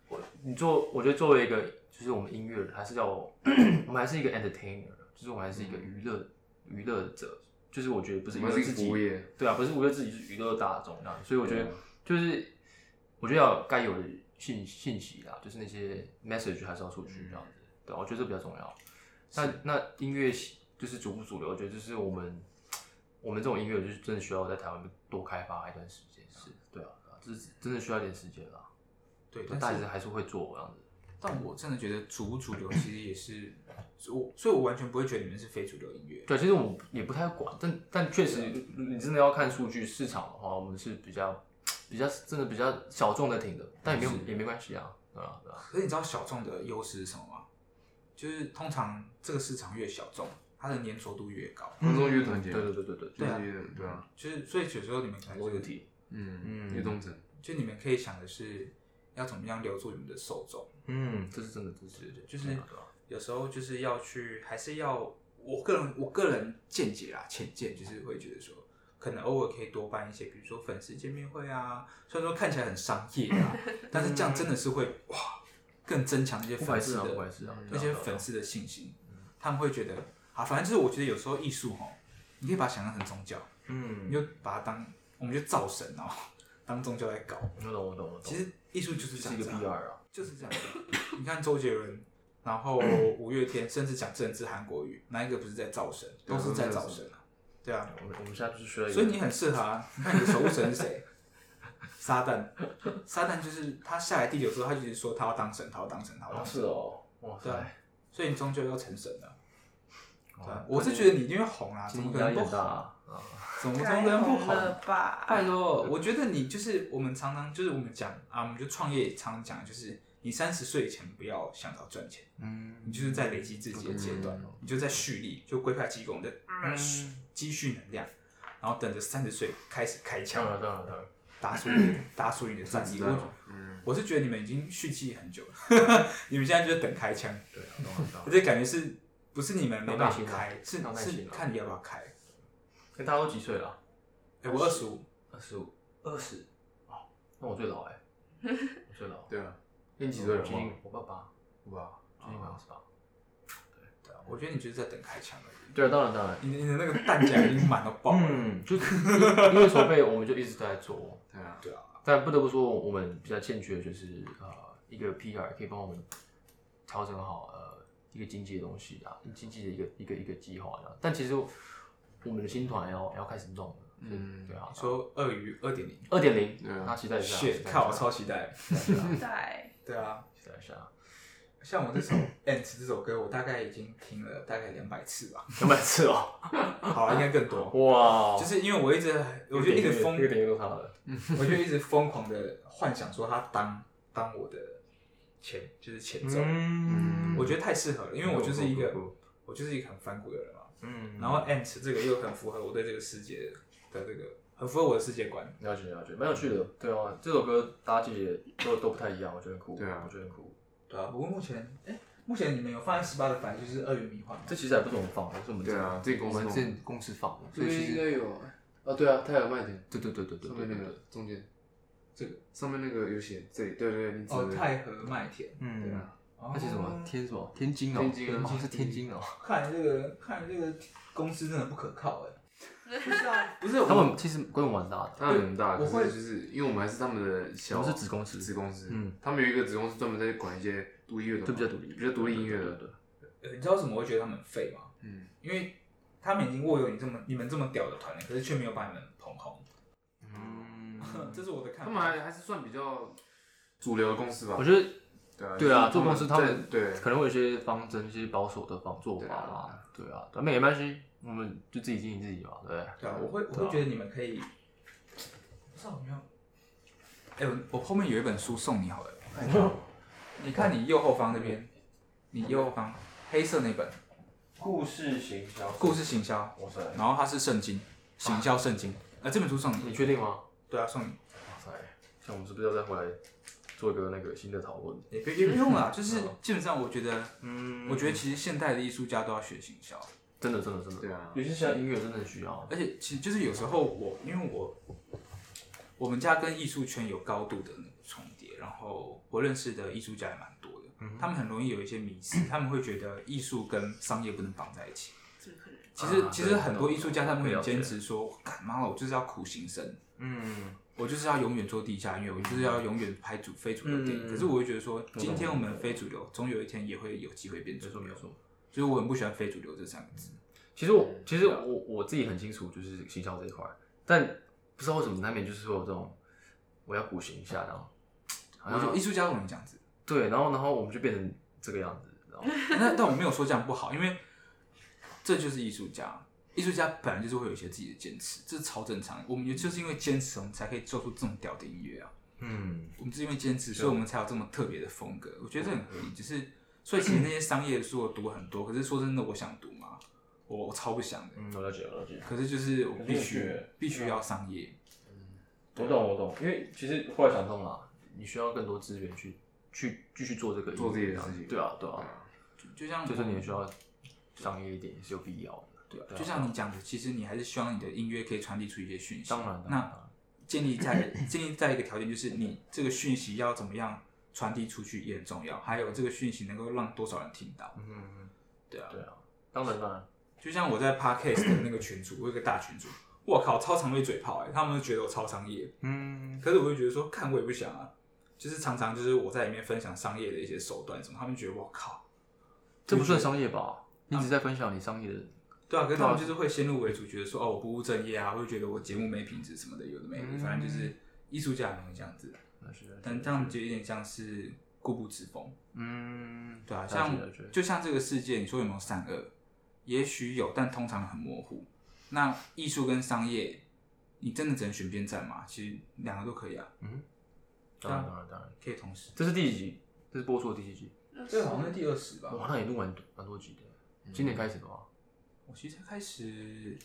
S5: 我你做，我觉得作为一个就是我们音乐人，还是要 我们还是一个 entertainer，就是我们还是一个娱乐娱乐者，就是我觉得不是娱
S7: 我
S5: 乐
S7: 们是一
S5: 自
S7: 个
S5: 己
S7: 服务，业，
S5: 对啊，不是娱乐自己，是娱乐大众这样。所以我觉得
S7: 对啊
S5: 就是我觉得要有该有的信信息啦，就是那些 message 还是要出去这样
S7: 嗯
S5: 子。对啊、我觉得这比较重要。那那音乐系就是主不主流，我觉得就是我们我们这种音乐就是真的需要在台湾多开发一段时间，是对啊，对啊这是真的需要一点时间啦。
S4: 对，
S5: 大
S4: 但
S5: 家
S4: 是
S5: 还是会做这样子。
S4: 但我真的觉得主不主流 其实也是我，所以我完全不会觉得你们是非主流音乐。
S5: 对，其实我们也不太管，但但确实，
S4: 啊
S5: 你真的要看数据市场的话，我们是比较比较真的比较小众的挺的，但也没有也没关系啊，对啊对啊，
S4: 可是你知道小众的优势是什么吗？就是通常这个市场越小众，它的粘着度越高。
S7: 观众越团结，
S5: 嗯对对对对对
S7: 就
S5: 对，
S7: 是
S4: 啊
S7: 有点对啊，
S4: 就是所以有时候你们可能就是
S5: 题，
S7: 嗯，
S5: 嗯
S7: 越忠诚，
S4: 就你们可以想的是要怎么样留住你们的受众。
S5: 嗯，这是真的，这是
S4: 就是
S5: 对啊对啊
S4: 有时候就是要去，还是要我个人我个人见解啦，浅见就是会觉得说，可能偶尔可以多办一些，比如说粉丝见面会啊，虽然说看起来很商业 啊，但是这样真的是会哇，更增强那些
S5: 不
S4: 粉
S5: 管
S4: 丝
S5: 是啊
S4: 的
S5: 不管是啊，
S4: 那
S5: 对啊
S4: 些
S5: 对啊
S4: 粉丝的信心，
S5: 嗯
S4: 他们会觉得啊，反正就是我觉得有时候艺术哈，你可以把它想象成宗教，你
S5: 嗯，
S4: 就把它当我们就造神哦，当宗教来搞。
S5: 我懂我懂我懂，
S4: 其实艺术就是这
S5: 是
S4: 样
S5: 一
S4: 子
S5: 个
S4: 啊、
S5: B 二啊，
S4: 就是这样子。你看周杰伦，然后五月天，甚至讲政治韩国语，哪一个不是在造神？都是在造神啊。对啊，
S5: 我们我们现在就是需要一个，
S4: 所以你很适合啊。你看你的守护神是谁？撒旦，撒旦就是他下来第九之后，他就是说他要当神，他要当神，他要
S5: 哦
S4: 当神
S5: 是。哦，哇
S4: 对啊
S5: 塞，，
S4: 所以你终究要成神的。对啊
S5: 哇，
S4: 我是觉得你一定会红啊，怎
S5: 今
S4: 么可
S5: 天压
S4: 能
S5: 力
S4: 不
S5: 很大
S4: 红？
S5: 啊，啊
S4: 怎么
S6: 该
S4: 可能不
S6: 红
S4: 红
S6: 了？吧？
S4: 拜托，我觉得你就是我们常常就是我们讲啊，我们就创业也常常讲，就是你三十岁以前不要想着赚钱，嗯，你就是在累积自己的阶段，
S5: 嗯
S4: 你就在蓄力，就龟派气功的积蓄能量，然后等着三十岁开始开
S5: 当然
S4: 枪，
S5: 当然当然，
S4: 打出你的
S5: 嗯
S4: 打出你的战力。我
S7: 嗯，
S4: 我是觉得你们已经蓄积很久了， 你们现在就是等开枪，
S5: 嗯对啊，当然当
S4: 我
S5: 然，
S4: 这感觉是不是你们没办
S5: 要耐
S4: 法
S5: 心啊
S4: 开，是
S5: 要耐
S4: 是
S5: 心啊
S4: 看你要不要开。
S5: 那大家都几岁了啊？
S4: 哎，我二十五，
S5: 二十五，二十，哦，那我最老哎、我最老，
S7: 对啊，你几岁了
S5: 我？今我爸爸
S7: 哇，
S5: 最近二十八。
S4: 对啊我觉得你就是在等开枪而已。
S5: 对啊，当然当然。
S4: 你的你的那个弹夹已经满到爆了。
S5: 嗯， 就是因为筹备，我们就一直在做，
S7: 对啊，
S4: 对啊，
S5: 但不得不说，我们比较欠缺的就是呃，一个 PR 可以帮我们调整好呃一个经济的东西啊，经济的一个一个一个计划这样。但其实我们的新团要要开始弄了，嗯，
S7: 嗯
S5: 对啊，
S4: 说鳄鱼二点零，
S5: 二点零，
S7: 对啊
S5: 那期待一下，期
S4: 血，
S5: 待一
S4: 看我
S5: 下
S4: 超期待。
S6: 对，
S4: 对啊，
S5: 期待一下。
S4: 而像我这首《Ants》这首歌，我大概已经听了大概两百次吧，
S5: 两百次哦，
S4: 好，啊应该更多。
S5: 哇，
S4: 就是因为我一直，我就一直疯
S5: 这个，点阅都差了，
S4: 我就一直疯狂的幻想说它当当我的前就是前奏，
S5: 嗯
S4: 我觉得太适合了，因为我就是一个
S5: 不不不
S4: 我就是一个很反骨的人嘛。
S5: 嗯
S4: 然后 Ants 这个又很符合我对这个世界的这个，很符合我的世界观。
S8: 了解了解，蛮有趣的。对啊，这首歌大家姐姐都都不太一样，我觉得很酷。
S7: 对啊
S8: 我觉得很酷。
S4: 对啊，不过目前，哎，目前你们有放在十八的版就是《鳄鱼迷幻》吗
S8: 这其实还不是我们放的，是我们
S7: 对啊，这个
S5: 我
S7: 公司哦
S5: 们
S7: 弄
S5: 这公司放的，所以其
S7: 应该
S5: 实
S7: 有啊，对啊，泰尔麦田
S5: 对对对对对
S7: 上
S5: 对
S7: 面那
S5: 对，
S7: 个中间
S4: 这个
S7: 上面那个有写这里，对对对，你指
S4: 哦，
S7: 的
S4: 太和麦田。哦
S7: 对
S5: 嗯，
S7: 啊，
S5: 那是什么天什么天津哦，
S7: 天津啊
S5: 哦是天津哦，
S4: 看来这个，看来这个公司真的不可靠哎、不是啊，不是
S5: 他
S4: 我，
S5: 们其实规模蛮大的，
S7: 他们很大，
S4: 我
S7: 可
S4: 会
S7: 是就是因为我们还是他们的小，
S5: 我们是子公司
S7: 子公司，
S5: 嗯，
S7: 他们有一个子公司专门在管一些独立乐团
S5: 就
S7: 嘛，
S5: 比较独立，
S7: 嗯比较独立音乐
S5: 对对
S7: 的，
S5: 对，
S4: 呃你知道为什么我会觉得他们很废吗？
S7: 嗯，
S4: 因为他们已经握有你这么你们这么屌的团了，可是却没有把你们捧红，
S5: 嗯
S4: 这是我的看法。啊
S7: 他们还还是算比较主流的公司吧，
S5: 我觉得
S7: 对啊，
S5: 对啊，
S7: 就
S5: 做
S7: 是
S5: 公司他们
S7: 在对
S5: 可能会有一些方针、一些保守的方做法嘛，对啊，对啊，那也没关系，我们就自己经营自己嘛，对不对？
S4: 对啊，我会我
S5: 对
S4: 会
S5: 啊
S4: 觉得你们可以，不知道有没有？哎、我我后面有一本书送你好了，你看你右后方那边，你右后方黑色那本
S8: 故事行销，
S4: 故事行销，
S8: 哇塞，
S4: 然后它是圣经，行销圣经，呃，这本书送你，
S5: 你确定吗？
S4: 对啊，送你，
S5: 哇塞，像我们是不是要再回来做一个那个新的讨论？
S4: 也不也不用 啦，就是基本上我觉得，
S5: 嗯
S4: 我觉得其实现代的艺术家都要学行销，
S5: 真的真的真的，
S7: 对啊，
S5: 有些像音乐真的需要，
S4: 而且其实就是有时候我因为我我们家跟艺术圈有高度的那个重叠，然后我认识的艺术家也蛮多的，他们很容易有一些迷 思，他们会觉得艺术跟商业不能绑在一起。
S6: 怎么可能？
S4: 其实、
S5: 啊
S4: 其实
S5: 对
S4: 很多艺术家他们
S5: 我
S4: 很
S5: 了解
S4: 坚持说，我干妈了，我就是要苦行僧，
S5: 嗯，
S4: 我就是要永远做地下音乐，我就是要永远拍主非主流电影。
S5: 嗯
S4: 可是我会觉得说，今天我们非主流，总有一天也会有机会变主流。
S5: 错。
S4: 所以我很不喜欢“非主流”这三个字。
S5: 其实我其实我我自己很清楚，就是行销这一块，但不知道为什么难免就是会有这种我要补行一下，然后好
S4: 我觉得艺
S5: 像
S4: 术家容易这样子。
S5: 对，然后然后我们就变成这个样子，然 后
S4: 那但我没有说这样不好，因为这就是艺术家，艺术家本来就是会有一些自己的坚持，这是超正常的。我们也就是因为坚持，我们才可以做出这种屌的音乐啊。
S5: 嗯，
S4: 我们是因为坚持，所以我们才有这么特别的风格。我觉得这很合理，只是所以 其实那些商业的书我读很多，可是说真的，我想读吗？我我超不想的。
S5: 嗯
S8: 我了解我了解，
S4: 可是就是我必
S8: 很有
S4: 须
S8: 趣
S4: 必须要商业，
S5: 我懂我懂，因为其实后来想通了，你需要更多资源去去继续做这个
S7: 做自己的
S5: 音乐
S7: 事情
S5: 对啊对啊，
S4: 就就像
S5: 就是你需要商业一点也是有必要的，
S4: 对啊
S5: 对，啊
S4: 就像你讲的，其实你还是希望你的音乐可以传递出一些讯息。
S5: 当然当
S4: 那
S5: 然，
S4: 建立在 建立在一个条件，就是你这个讯息要怎么样传递出去也很重要，还有这个讯息能够让多少人听到。
S5: 嗯，
S4: 对啊，
S5: 对啊，当然当然，
S4: 就像我在 podcast 的那个群组，我有个大群组，我靠，超常被嘴炮哎、他们都觉得我超商业，
S5: 嗯，
S4: 可是我就觉得说，看我也不想啊，就是常常就是我在里面分享商业的一些手段什么，他们觉得我靠，
S5: 这不算商业吧？你只在分享你商业的，
S4: 对啊，可是
S5: 嗯
S4: 他们就是会先入为主，觉得说哦，我不务正业啊，会觉得我节目没品质什么的，有的没
S5: 嗯
S4: 的，反正就是艺术家很容易这样子，
S5: 那是
S4: 但这样就有点像是固步自封。
S5: 嗯，
S4: 对啊，
S5: 了解
S4: 像
S5: 了解
S4: 就像这个世界，你说有没有善恶？也许有，但通常很模糊。那艺术跟商业，你真的只能选边站吗？其实两个都可以啊，
S5: 当然当然当然，
S4: 可以同时。
S5: 这是第几集？这是播出的第几集？
S4: 这个好像是第二十吧？
S5: 哇，那也录蛮蛮多集的，今年开始的吗？
S4: 我其实才开始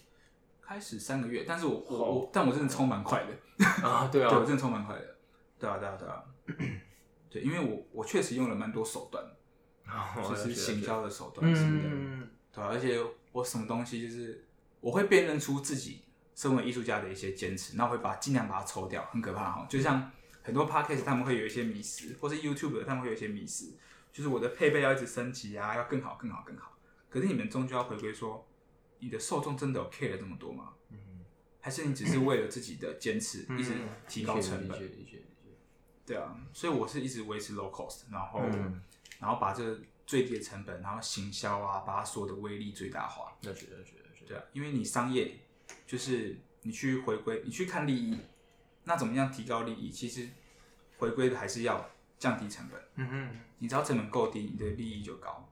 S4: 开始三个月，但是我我我，但我真的冲蛮快的，
S5: 啊，对
S4: 对我真的冲蛮快的。对啊，对啊，对 啊，对，因为我我确实用了蛮多手段，就
S5: 就是
S4: 行，销的手段什么的。
S5: 嗯，
S4: 对啊、而且我什么东西就是我会辨认出自己身为艺术家的一些坚持，那我会把尽量把它抽掉，很可怕哈。就像很多 podcast 他们会有一些迷失，或是 YouTube 他们会有一些迷失，就是我的配备要一直升级啊，要更好、更好、更好。可是你们终究要回归说，你的受众真的有 care 这么多吗？嗯，还是你只是为了自己的坚持一直提高成
S5: 理解
S4: 本？
S5: 理解理解，
S4: 对啊，所以我是一直维持 low cost，然后、
S5: 嗯
S4: 然后把这个最低的成本，然后行销啊，把它所有的威力最大化。
S5: 了解了解了解，
S4: 对啊，因为你商业就是你去回归，你去看利益，那怎么样提高利益？其实回归的还是要降低成本。
S6: 嗯哼，
S4: 你只要成本够低，你的利益就高，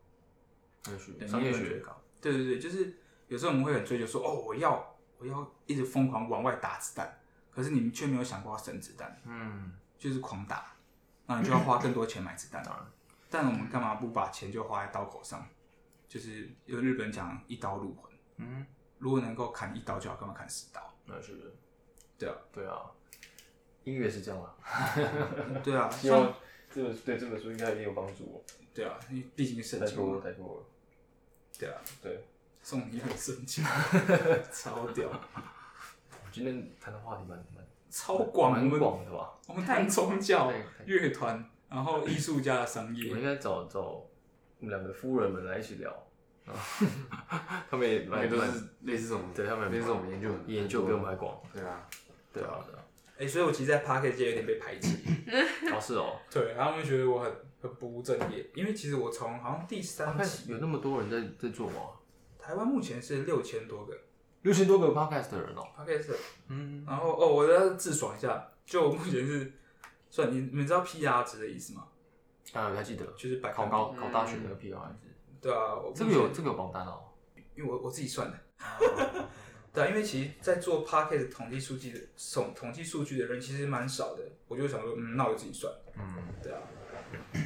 S5: 也许
S4: 对，
S5: 商业
S4: 利润
S5: 学
S4: 就高。对对对，就是有时候我们会很追求说，哦，我要我要一直疯狂往外打子弹，可是你们却没有想过要省子弹，
S6: 嗯，
S4: 就是狂打，那你就要花更多钱买子弹。但我们干嘛不把钱就花在刀口上？就是有日本讲一刀入魂，
S6: 嗯，
S4: 如果能够砍一刀就好，干嘛砍十 刀？
S5: 那是
S4: 对啊，
S5: 对啊，音乐是这样啊。
S4: 对啊，
S5: 希望这本对这本书应该一定有帮助
S4: 对啊，因为毕竟
S5: 哦，
S4: 圣
S5: 太
S4: 经
S5: 多了
S4: 嘛，
S5: 太多了。
S4: 对啊，
S5: 对，
S4: 送你一本圣 经，超屌，
S5: 今天谈的话题蛮蛮
S4: 超广，我
S5: 蛮
S4: 们
S5: 广的吧？
S4: 我们谈宗教
S6: 太太、
S4: 乐团，然后艺术家的商
S5: 我应
S4: 业，
S5: 该找找我们两个夫人们来一起聊， 他们也
S7: 因为
S5: 蛮
S7: 都
S5: 蛮
S7: 是类似这种，
S5: 对他们
S7: 类似这种研究很
S5: 研究比我们还广，
S7: 对啊，
S5: 对啊，对啊
S4: 哎，所以我其实，在 p a r k e 界有点被排挤，
S5: 哦是 哦，
S4: 对，他们觉得我很很不务正业，因为其实我从好像第三
S5: 看
S4: 期，
S5: 有那么多人在在做吗？
S4: 台湾目前是六千多个
S5: 六千多个 podcast 的人哦，
S4: p a r k e
S6: 嗯，
S4: 然后哦，我要自爽一下，就我目前是，算你你们知道 PR 值的意思吗？
S5: 啊，我还记得
S4: 就是百
S5: 考
S4: 分
S5: 高考大学那个 PR 值，
S4: 对啊，我目
S5: 这个有
S4: 前
S5: 这个有榜单哦，
S4: 因为我我自己算的。对啊，因为其实，在做 p a c k e t 统计数据的统统计数据的人其实蛮少的，我就想说，嗯，那我自己算。
S5: 嗯，
S4: 对啊，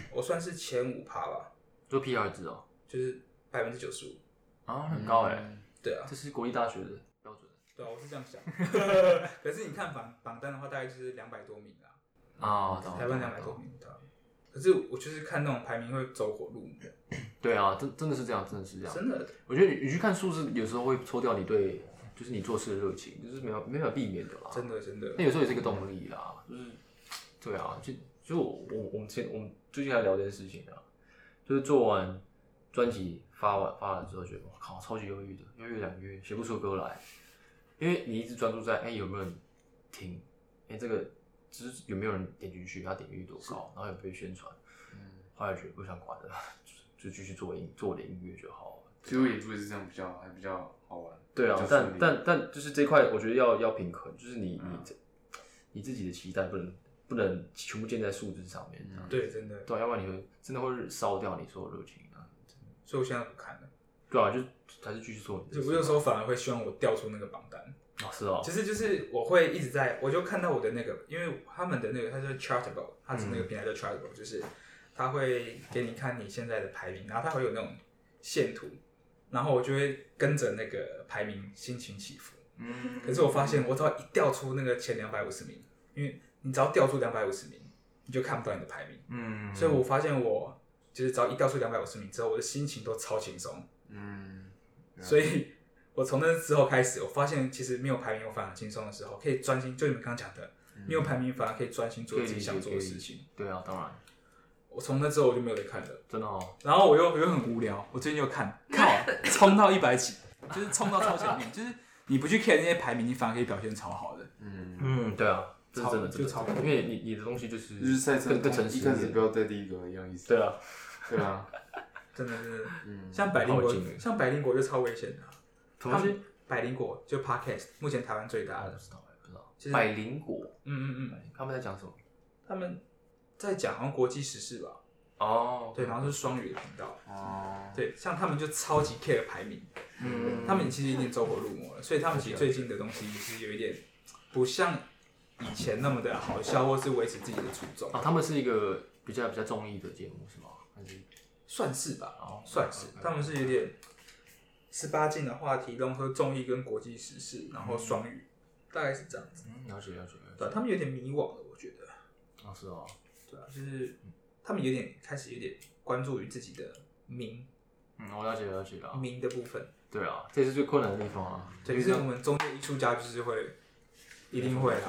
S4: 我算是前五趴吧，
S5: 做 PR 值哦，
S4: 就是百分之九十五。
S5: 啊很高哎，
S4: 对啊，
S5: 这是国立大学的标准
S4: 对啊，我是这样想。 可是你看榜榜单的话，大概就是两百多名啦，
S5: 啊，懂
S4: 台湾两百多，名对啊。可是我就是看那种排名会走火入魔，
S5: 对啊，真真的是这样，真的是这样，
S4: 真的。
S5: 我觉得你你去看数字，有时候会抽掉你对就是你做事的热情，就是没有没有避免的啦。
S4: 真的真的，
S5: 哦那有时候也是一个动力啦，就是对啊，就就我我我们前我们最近还聊这件事情啊，就是做完专辑发完发了之后，觉得我靠超级忧郁的，忧郁两个月写不出歌来，因为你一直专注在哎、有没有人听，哎、这个只是有没有人点进去，他点击率多高，然后有没有宣传，
S7: 嗯
S5: 后来觉得不想管了， 就就继续做音做我的音乐就好了。
S7: 最后演出也是这样，比较还比较好玩。
S5: 对
S7: 比
S5: 啊
S7: 较，
S5: 但
S7: 顺利
S5: 但但就是这块，我觉得要要平衡，就是你、
S7: 嗯
S5: 你这你自己的期待不能不能全部建在数字上
S7: 嗯
S5: 面，这样
S4: 对，真的。
S5: 对啊，要不然你会真的会烧掉你所有热情啊。
S4: 所以我现在不看了。
S5: 对啊，就还是继续做你
S4: 就
S5: 的事。
S4: 我有时候反而会希望我调出那个榜单。
S5: 啊，是哦
S4: 其，实就是我会一直在，我就看到我的那个，因为他们的那个它叫 Chartable，它是那
S5: 嗯
S4: 个平台叫 Chartable，、就是它会给你看你现在的排名，然后它会有那种线图，然后我就会跟着那个排名心情起伏。
S6: 嗯，
S4: 可是我发现，我只要一调出那个前两百五十名，因为你只要调出两百五十名，你就看不到你的排名。
S6: 嗯，
S4: 所以我发现我就是只要一调出两百五十名之后，我的心情都超轻松。
S7: 嗯，
S4: 所以我从那之后开始，我发现其实没有排名，我反而轻松的时候，可以专心，就你们刚刚讲的，没有排名反而可以专心做自己想做的事情。
S5: 对啊，当然，
S4: 我从那之后我就没有再看了，
S5: 真的哦，
S4: 然后我又我又很无聊，我最近又 看，靠，冲到一百几，就是冲到超前面，就是你不去 care 那些排名，你反而可以表现超好的。
S5: 嗯，对啊，这是
S4: 超
S5: 真的，
S4: 就超
S5: 真的因为你你的东西就是
S7: 就是赛车
S5: 更更诚实
S7: 一
S5: 一
S7: 开始
S5: 点
S7: 不。要在第一个一样意思。
S5: 对啊，
S7: 对啊，嗯
S4: 真的真的，像百灵
S5: 好
S4: 国
S5: 敬耶，
S4: 像百灵国就超危险的啊、
S5: 什么东
S4: 他
S5: 西
S4: 们？百灵国就 podcast 目前台湾最大
S5: 啊，
S4: 的
S5: 不，知道哎，不知道
S4: 其。实
S5: 百灵果，
S4: 嗯嗯嗯，
S5: 他们在讲什么？
S4: 他们在讲好像国际时事吧，
S5: 哦，
S4: 对，然后是双语的频道，
S7: 哦，
S4: 对，像他们就超级 care 排名，嗯，他们其实已经走火入魔了，所以他们其实最近的东西是有一点不像以前那么的好笑，或是维持自己的初衷，
S5: 啊，他们是一个比较比较综艺的节目是吗？还是
S4: 算是吧，
S5: 哦
S4: 算是，他们是有点十八禁的话题，融合综艺跟国际时事，然后双语，大概是这样子，
S5: 嗯，了解了解了解。
S4: 对，啊他们有点迷惘了，我觉得，
S5: 啊，是哦，
S4: 对啊，就是他们有点开始有点关注于自己的名
S5: 嗯，我了解了解了。
S4: 名的部分，
S5: 对啊，这也是最困难的地方啊。
S4: 对，就是我们中间艺术家就是会一
S7: 嗯
S4: 定会啦，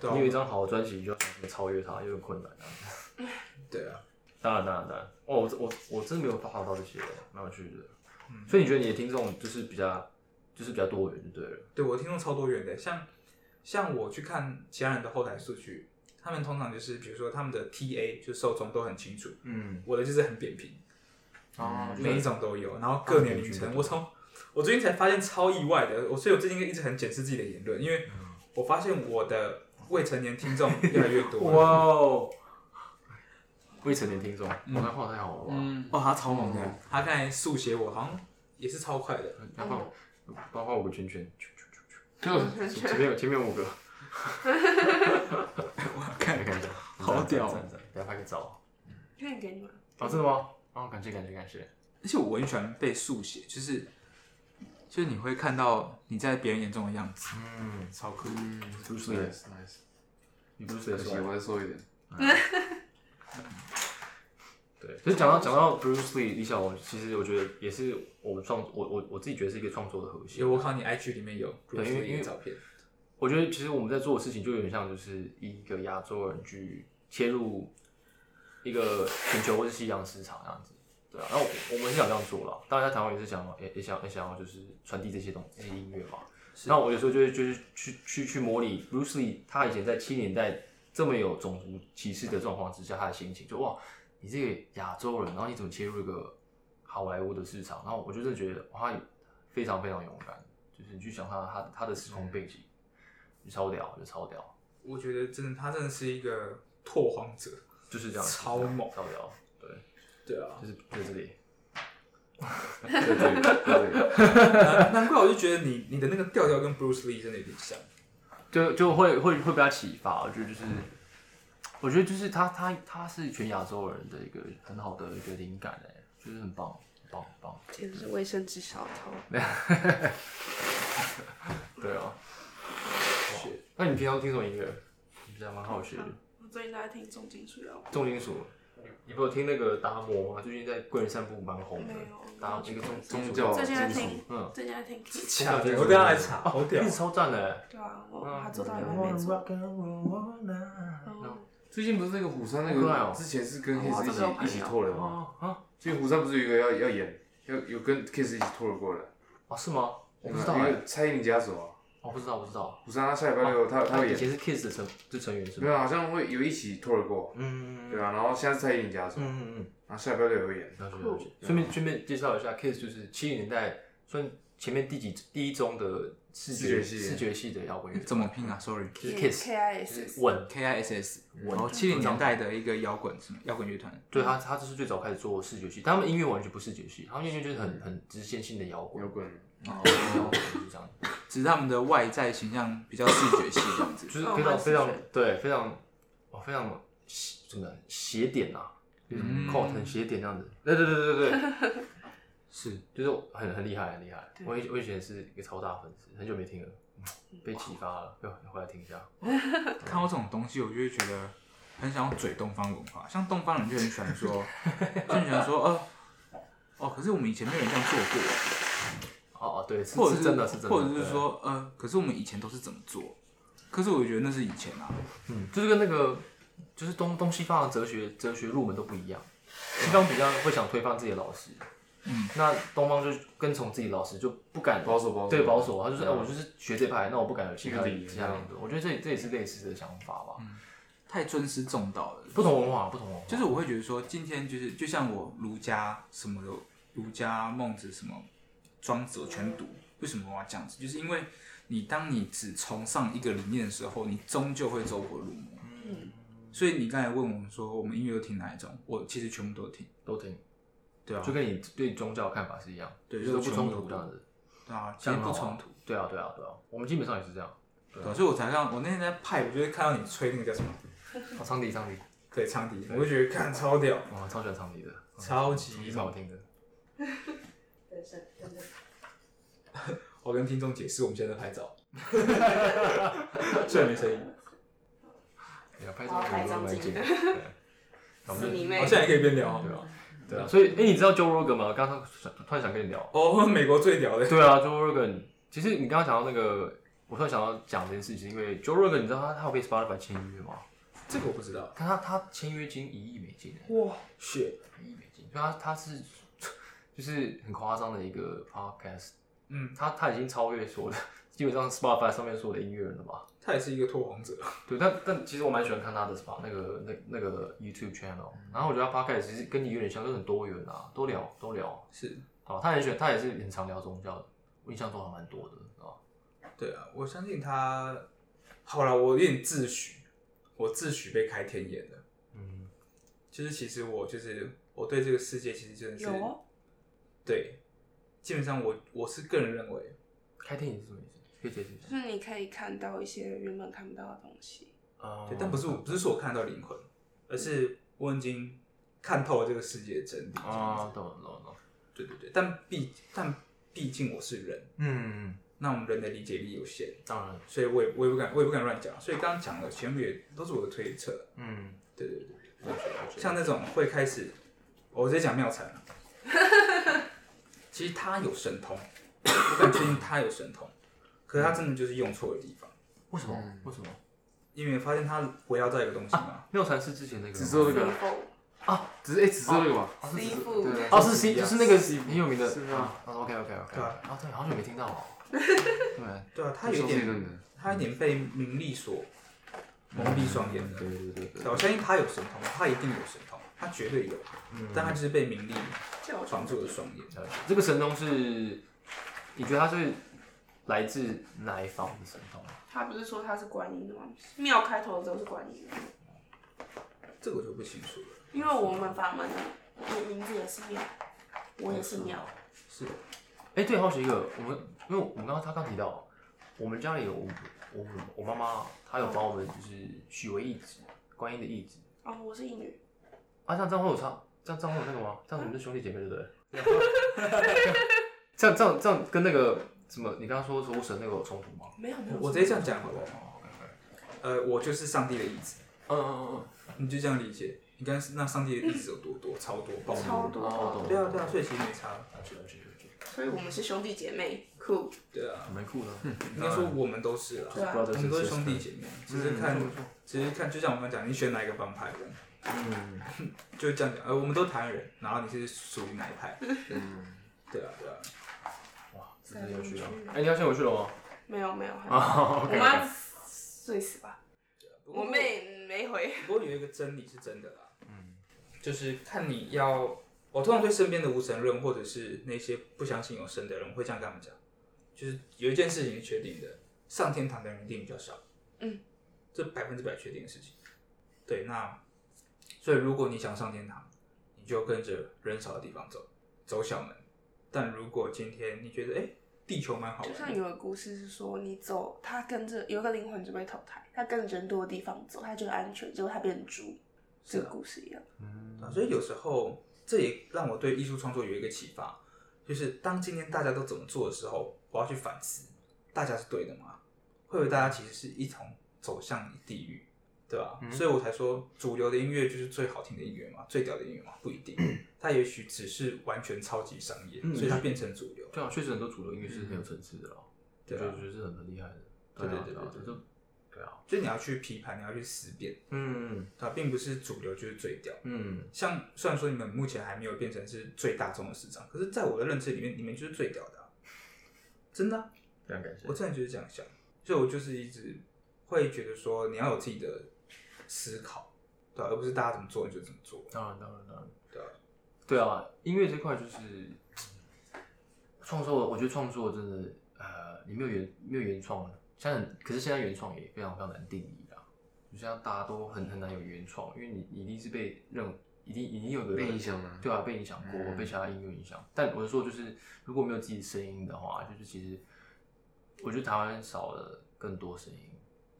S4: 对啊
S5: 你有一张好的专辑，你就要想怎么超越它，有点困难啊。
S4: 对啊。
S5: 当然，当然，当然。哦，我我我真的没有发到这些，蛮有趣的。所以你觉得你的听众就是比较，就是比较多元就对了。
S4: 对我听众超多元的，像像我去看其他人的后台数据，他们通常就是比如说他们的 TA 就受众都很清楚，
S5: 嗯，
S4: 我的就是很扁平，嗯
S5: 哦，
S4: 每一种都有，然后各年龄层，我从我最近才发现超意外的，我所以我最近一直很检视自己的言论，因为我 发现我的未成年听众越来越多，
S5: 哦，未成年听众，我那画得太好了吧？
S7: 嗯，
S4: 哇，他超猛的，他刚才速写我好像也是超快的，
S6: 哎
S5: 要画，帮我画五个圈圈，圈圈圈
S7: 就
S5: 圈前面有前面有五个，
S4: 我看
S5: 看一下，
S4: 好屌哦
S5: 赞赞赞等一下拍个照。
S6: 可以给你吗？
S5: 啊，真的吗？啊，感谢感谢感谢。
S4: 而且我很喜欢被速写，就是就是你会看到你在别人眼中的样子，
S5: 嗯，
S4: 超酷。
S5: 读书也，
S7: nice nice，
S5: 你读书
S7: 可
S5: 也
S7: 惜
S5: 帅。
S7: 我再说一 点，
S5: 对，可是讲到讲到 Bruce Lee 李小龙，其实我觉得也是我创我我我自己觉得是一个创作的核心。
S4: 有我靠，你 IG 里面有
S5: 对因为
S4: Bruce Lee
S5: 因为
S4: 的照片，
S5: 我觉得其实我们在做的事情就有点像，就是以一个亚洲人去切入一个全球或是西洋市场这样子，对啊。然后我我们是想这样做了，当然在台湾也是想也也想也想要就是传递这些东这些音乐嘛。那我有时候就会就是去去去模拟 Bruce Lee 他以前在七年代这么有种族歧视的状况之下他的心情，就哇，你这个亚洲人，然后你怎么切入一个好莱坞的市场？然后我就真的觉得哇，他非常非常勇敢，就是你去想他他他的时空背景。就超屌，就超屌，
S4: 我觉得真的他真的是一个拓荒者。
S5: 就是这样，
S4: 超
S5: 就是这样
S4: 猛
S5: 超屌，对，
S4: 对啊，
S5: 就是在这里，
S7: 对对对对，
S4: 难难怪我就觉得你你的那个调调跟 Bruce Lee 真的有点像。
S5: 就就会会会被他启发，我觉得就是，我觉得就是他他他是全亚洲人的一个很好的一个灵感哎、就是很棒，很棒，很棒，
S6: 简直是卫生纸小偷。
S5: 对啊，哇那你平常听什么音乐？你比较蛮好学的，
S6: 我最近都在听重金属摇滚，
S5: 重金属。你不有听那个达摩吗？最近在贵人散步蛮红的
S6: 没有，
S5: 达一个宗
S7: 宗
S5: 属
S7: 教
S6: 最近在
S7: 金属
S6: 听，
S5: 嗯，
S6: 最近在听 Kiss。
S4: 假的，我等一下来查，好屌
S5: 一！直超赞的、欸
S6: 对啊，我还做到一半 没做。然后
S7: 最近不是那个虎山那
S5: 好可爱哦
S7: 个，之前是跟 Kiss 一
S5: 这个
S7: 起一起透了吗？
S5: 啊啊
S7: 所以虎山不是有一个要要演，要有跟 Kiss 一起透了过来，
S5: 啊！是吗？我
S7: 那
S5: 不知道
S7: 个
S5: 哎、
S7: 一个蔡依林家属啊，
S5: 我不知道，我不知道。
S7: 虎山他下礼拜六他他会
S5: 以
S7: 演，
S5: 前是 Kiss 的成就成员是
S7: 没
S5: 吗？
S7: 有好像会有一起透了过，
S5: 嗯
S7: 对啊，然后现在是蔡依林家属，
S5: 嗯嗯嗯，
S7: 然后下礼拜六也会演，
S5: 了解了解。顺便顺便介绍一下，Kiss 就是七零年代算前面第几第一宗的视觉
S7: 视觉系
S5: 视觉系的摇滚乐，
S4: 怎么拼啊？Sorry。
S5: 就是 Kiss，
S6: K I
S5: 就
S6: S
S5: 是稳。
S4: K I S S，然后七零年代的一个摇滚什么摇滚乐团，
S5: 对他，他就是最早开始做视觉系，但他们音乐完全不视觉系，他们音乐就是很很直线性的摇滚，
S7: 摇滚，哦
S5: 摇滚就是这样，
S4: 只是他们的外在形象比较视觉系这样子。
S5: 就是
S6: 哦
S5: 非常
S6: 蛮视
S5: 非
S6: 觉
S5: 常对非常哦非常斜怎么讲斜点啊，就是
S4: 嗯
S5: 靠很斜点这样子，对对对对对对，
S4: 是，
S5: 就是很很厉害，很厉害。
S6: 对
S5: 我以我以前是一个超大粉丝，很久没听了，被启发了，又回来听一下。
S4: 看到这种东西，我就会觉得很想要嘴东方文化。像东方人就很喜欢 说，就很喜欢说，哦哦，可是我们以前没有人这样做 过，
S5: 哦哦，对，是
S4: 或者
S5: 是真的是真的，
S4: 或者是
S5: 对，
S4: 说，呃，可是我们以前都是怎么做？可是我觉得那是以前啊，
S5: 嗯，就是跟那个就是东东西方的哲学哲学入门都不一样，西方比较会想推翻自己的老师，
S4: 嗯，哦
S5: 那东方就是跟从自己的老师就不敢
S7: 保守保守，
S5: 对保，守，他就是哎、我就是学这派，那我不敢有其他
S7: 一个理由
S5: 其他言论。我觉得这这也是类似的想法吧，
S4: 太尊师重道了。
S5: 不同文化，不同文化，
S4: 就是我会觉得说，今天就是就像我儒家什么的，儒家、孟子什么、庄子我全读。为什么我要这样子？就是因为你当你只崇尚一个理念的时候，你终究会走火入魔。所以你刚才问我们说，我们音乐都听哪一种？我其实全部都听。
S5: 都听，
S4: 对啊
S5: 就，跟你对宗教的看法是一样，
S4: 对
S5: 就是都
S4: 就
S5: 不
S4: 是
S5: 冲
S4: 全
S5: 突
S4: 部
S5: 这样子。
S4: 对啊，其实不冲突。
S5: 对啊，对啊，对啊，我们基本上也是这样。
S4: 对啊，所以我才让我那天在派，我就是看到你吹那个叫什么？
S5: 啊，昌迪，昌迪，
S4: 对，长笛，我就觉得看超屌。
S5: 我啊超喜欢昌迪的，
S4: 超级
S5: 超级好听的。
S6: 等等等等，
S4: 我哦跟听众解释，我们现在在拍 照， 虽然没声音，
S5: 对啊，拍
S6: 我要拍
S5: 照
S6: 张
S5: 蛮
S6: 自己
S5: 紧
S6: 的
S5: 的。对那我
S6: 是
S5: 们
S6: 你
S5: 就
S6: 妹
S4: 好，像也可以边聊哦。
S5: 对啊，对啊。所以，哎，你知道 Joe Rogan 吗？刚刚想突然想跟你聊。
S4: 哦，美国最屌的。
S5: 对啊，Joe Rogan。其实你刚刚讲到那个，我突然想到讲这件事情，因为 Joe Rogan，你知道他他有被 Spotify 签约吗？
S4: 这个我不知道。
S5: 看他他签约金一亿美金欸，
S4: 哇，血，
S5: 一亿美金，所以他他是 就是很夸张的一个 podcast，
S4: 嗯，
S5: 他他已经超越所有的 基本上 Spotify 上面所有的音乐人了吧？
S4: 他也是一个拓荒者。
S5: 对，但但其实我蛮喜欢看他的 SPA 那个那那个 YouTube channel，然后我觉得他 podcast 其实跟你有点像，就是很多元啊，都聊都聊。
S4: 是，
S5: 好，他很喜欢，他也是很常聊宗教的，我印象中还蛮多的啊。
S4: 对啊，我相信他。好了，我有点自诩，我自诩被开天眼了。
S5: 嗯，
S4: 就是其实我就是我对这个世界其实真的是
S6: 有哦，
S4: 对，基本上我我是个人认为，
S5: 开电影是什么意思？可以解释一下
S6: 就。是你可以看到一些原本看不到的东西。
S5: 哦
S4: 对，但不是我不是说我看到灵魂，而是我已经看透了这个世界的真理。
S5: 哦，
S4: 啊，
S5: 懂了懂了懂了。
S4: 对对对，但毕但毕竟我是人，
S5: 嗯，
S4: 那我们人的理解力有限，
S5: 当然，
S4: 所以我也我也不敢我也不敢乱讲。所以刚刚讲的全部也都是我的推测。
S5: 嗯，
S4: 对对对，像那种会开始，哦我直接讲妙禅了。 其实他有神通，我敢确定他有神通，可是他真的就是用错的地方，
S5: 为什么？
S4: 嗯
S5: 为什么？
S4: 因为发现他围绕在一个东西嘛，
S5: 妙禅是之前那个吗啊
S6: 是
S7: 紫色那个只是哎，紫色那个吧，
S5: 哦
S6: 衣
S5: 是
S6: 服，
S7: 对
S5: 哦是 C，就是那个很有名的。
S7: 是啊
S5: ，OK OK OK。
S4: 对啊
S5: 啊，对，好久没听到哦。对，
S4: 对啊，他有
S7: 这是
S4: 点
S7: 真的。
S4: 他有点被名利所蒙蔽双眼的。
S5: 对对对对。
S4: 对我相信他有神通，他一定有神通，他绝对有，
S5: 嗯
S4: 但他就是被名利
S6: 叫我
S4: 绑住了双眼。
S5: 了解这个神通是，你觉得它是来自哪一方的神通？
S6: 他不是说他是观音的吗？庙开头的都是观音的，
S4: 这个我就不清楚了。
S6: 因为我们法门的我名字也是庙，我也是庙，
S4: 是的，
S5: 哎，对，好奇一个，我们因为我们刚刚他刚提到，我们家里有我我我妈妈，她有帮我们就是许为义子，观音的义子。
S6: 哦，我是一女，
S5: 啊，像张会有差，这样张会有那个吗？这样我们是兄弟姐妹，对不 对？这样这样这样跟那个什么，你刚刚说守护神那个有冲突吗？
S6: 没有没有，
S4: 我我直接这样讲好了。呃，我就是上帝的意志，
S5: 嗯嗯嗯
S4: 你就这样理解。你刚那上帝的意志有多多，超多，爆多。
S6: 超多
S5: 哦
S6: 的，
S5: 懂
S4: 对啊，对啊，所以其实没差。
S6: 所以我们是兄弟姐妹，酷，
S4: 对啊，
S5: 蛮酷的，
S4: 应该说我们都是啦，
S6: 对啊，
S4: 我们都是兄弟姐妹，只是看
S5: 嗯嗯没错没错，
S4: 只是看，就像我们讲，你选哪一个帮派的，
S5: 嗯，
S4: 就这样讲。呃，我们都台湾人，然后你是属于哪一 派？对啊，对啊。
S5: 这是有趣啊。哎，你要先回去了吗？
S6: 没有没有，还没有
S5: 啊
S6: 我
S5: ，OK，
S6: 妈睡死吧，
S4: 不
S5: 哦
S4: 过
S6: 我妹没回，
S4: 不过有一个真理是真的啦，嗯，就是看你要，我通常对身边的无神论或者是那些不相信有神的人，我会这样跟他们讲，就是有一件事情是确定的，上天堂的人一定比较少，
S6: 嗯，
S4: 这百分之百确定的事情。对，那所以如果你想上天堂，你就跟着人少的地方走，走小门。但如果今天你觉得，哎、地球蛮好
S6: 就
S4: 玩
S6: 像
S4: 的，
S6: 有个故事是说，你走，他跟着有一个灵魂准备投胎，他跟着人多的地方走，他觉得安全，结果他变成猪，
S4: 是
S6: 这
S4: 啊
S6: 个故事一样。
S4: 啊，所以有时候这也让我对艺术创作有一个启发，就是当今天大家都怎么做的时候，我要去反思，大家是对的吗？会不会大家其实是一同走向地狱，对吧？所以我才说主流的音乐就是最好听的音乐嘛，最屌的音乐嘛，不一定，它也许只是完全超级商业，所以它变成主流。
S5: 对啊，确实很多主流音乐是很有层次的啦，
S4: 对啊
S5: 我觉得是很很厉害的。
S4: 对
S5: 啊
S4: 对对
S5: 啊
S4: 对对
S5: 这就对啊，
S4: 所以你要去批判，你要去思辨，
S5: 嗯
S4: 它并不是主流就是最屌。
S5: 嗯
S4: 像虽然说你们目前还没有变成是最大众的市场，可是在我的认知里面，你们就是最屌的啊、真的啊、
S5: 非常感谢
S4: 我。真的就是这样想，所以我就是一直会觉得说，你要有自己的思考，对啊、而不是大家怎么做你就怎么做。
S5: 当然当然当然，
S4: 对啊
S5: 对啊，音乐这块就是创作，我觉得创作真的呃，你没有原没有原创，现在很可是现在原创也非常非常难定义啦。就像大家都很很难有原创，因为你你一定是被认，一定一定有个
S7: 被影响了
S5: 对啊，被影响过，被其他音乐影响。但我是说，就是如果没有自己声音的话，就是其实我觉得台湾少了更多声音，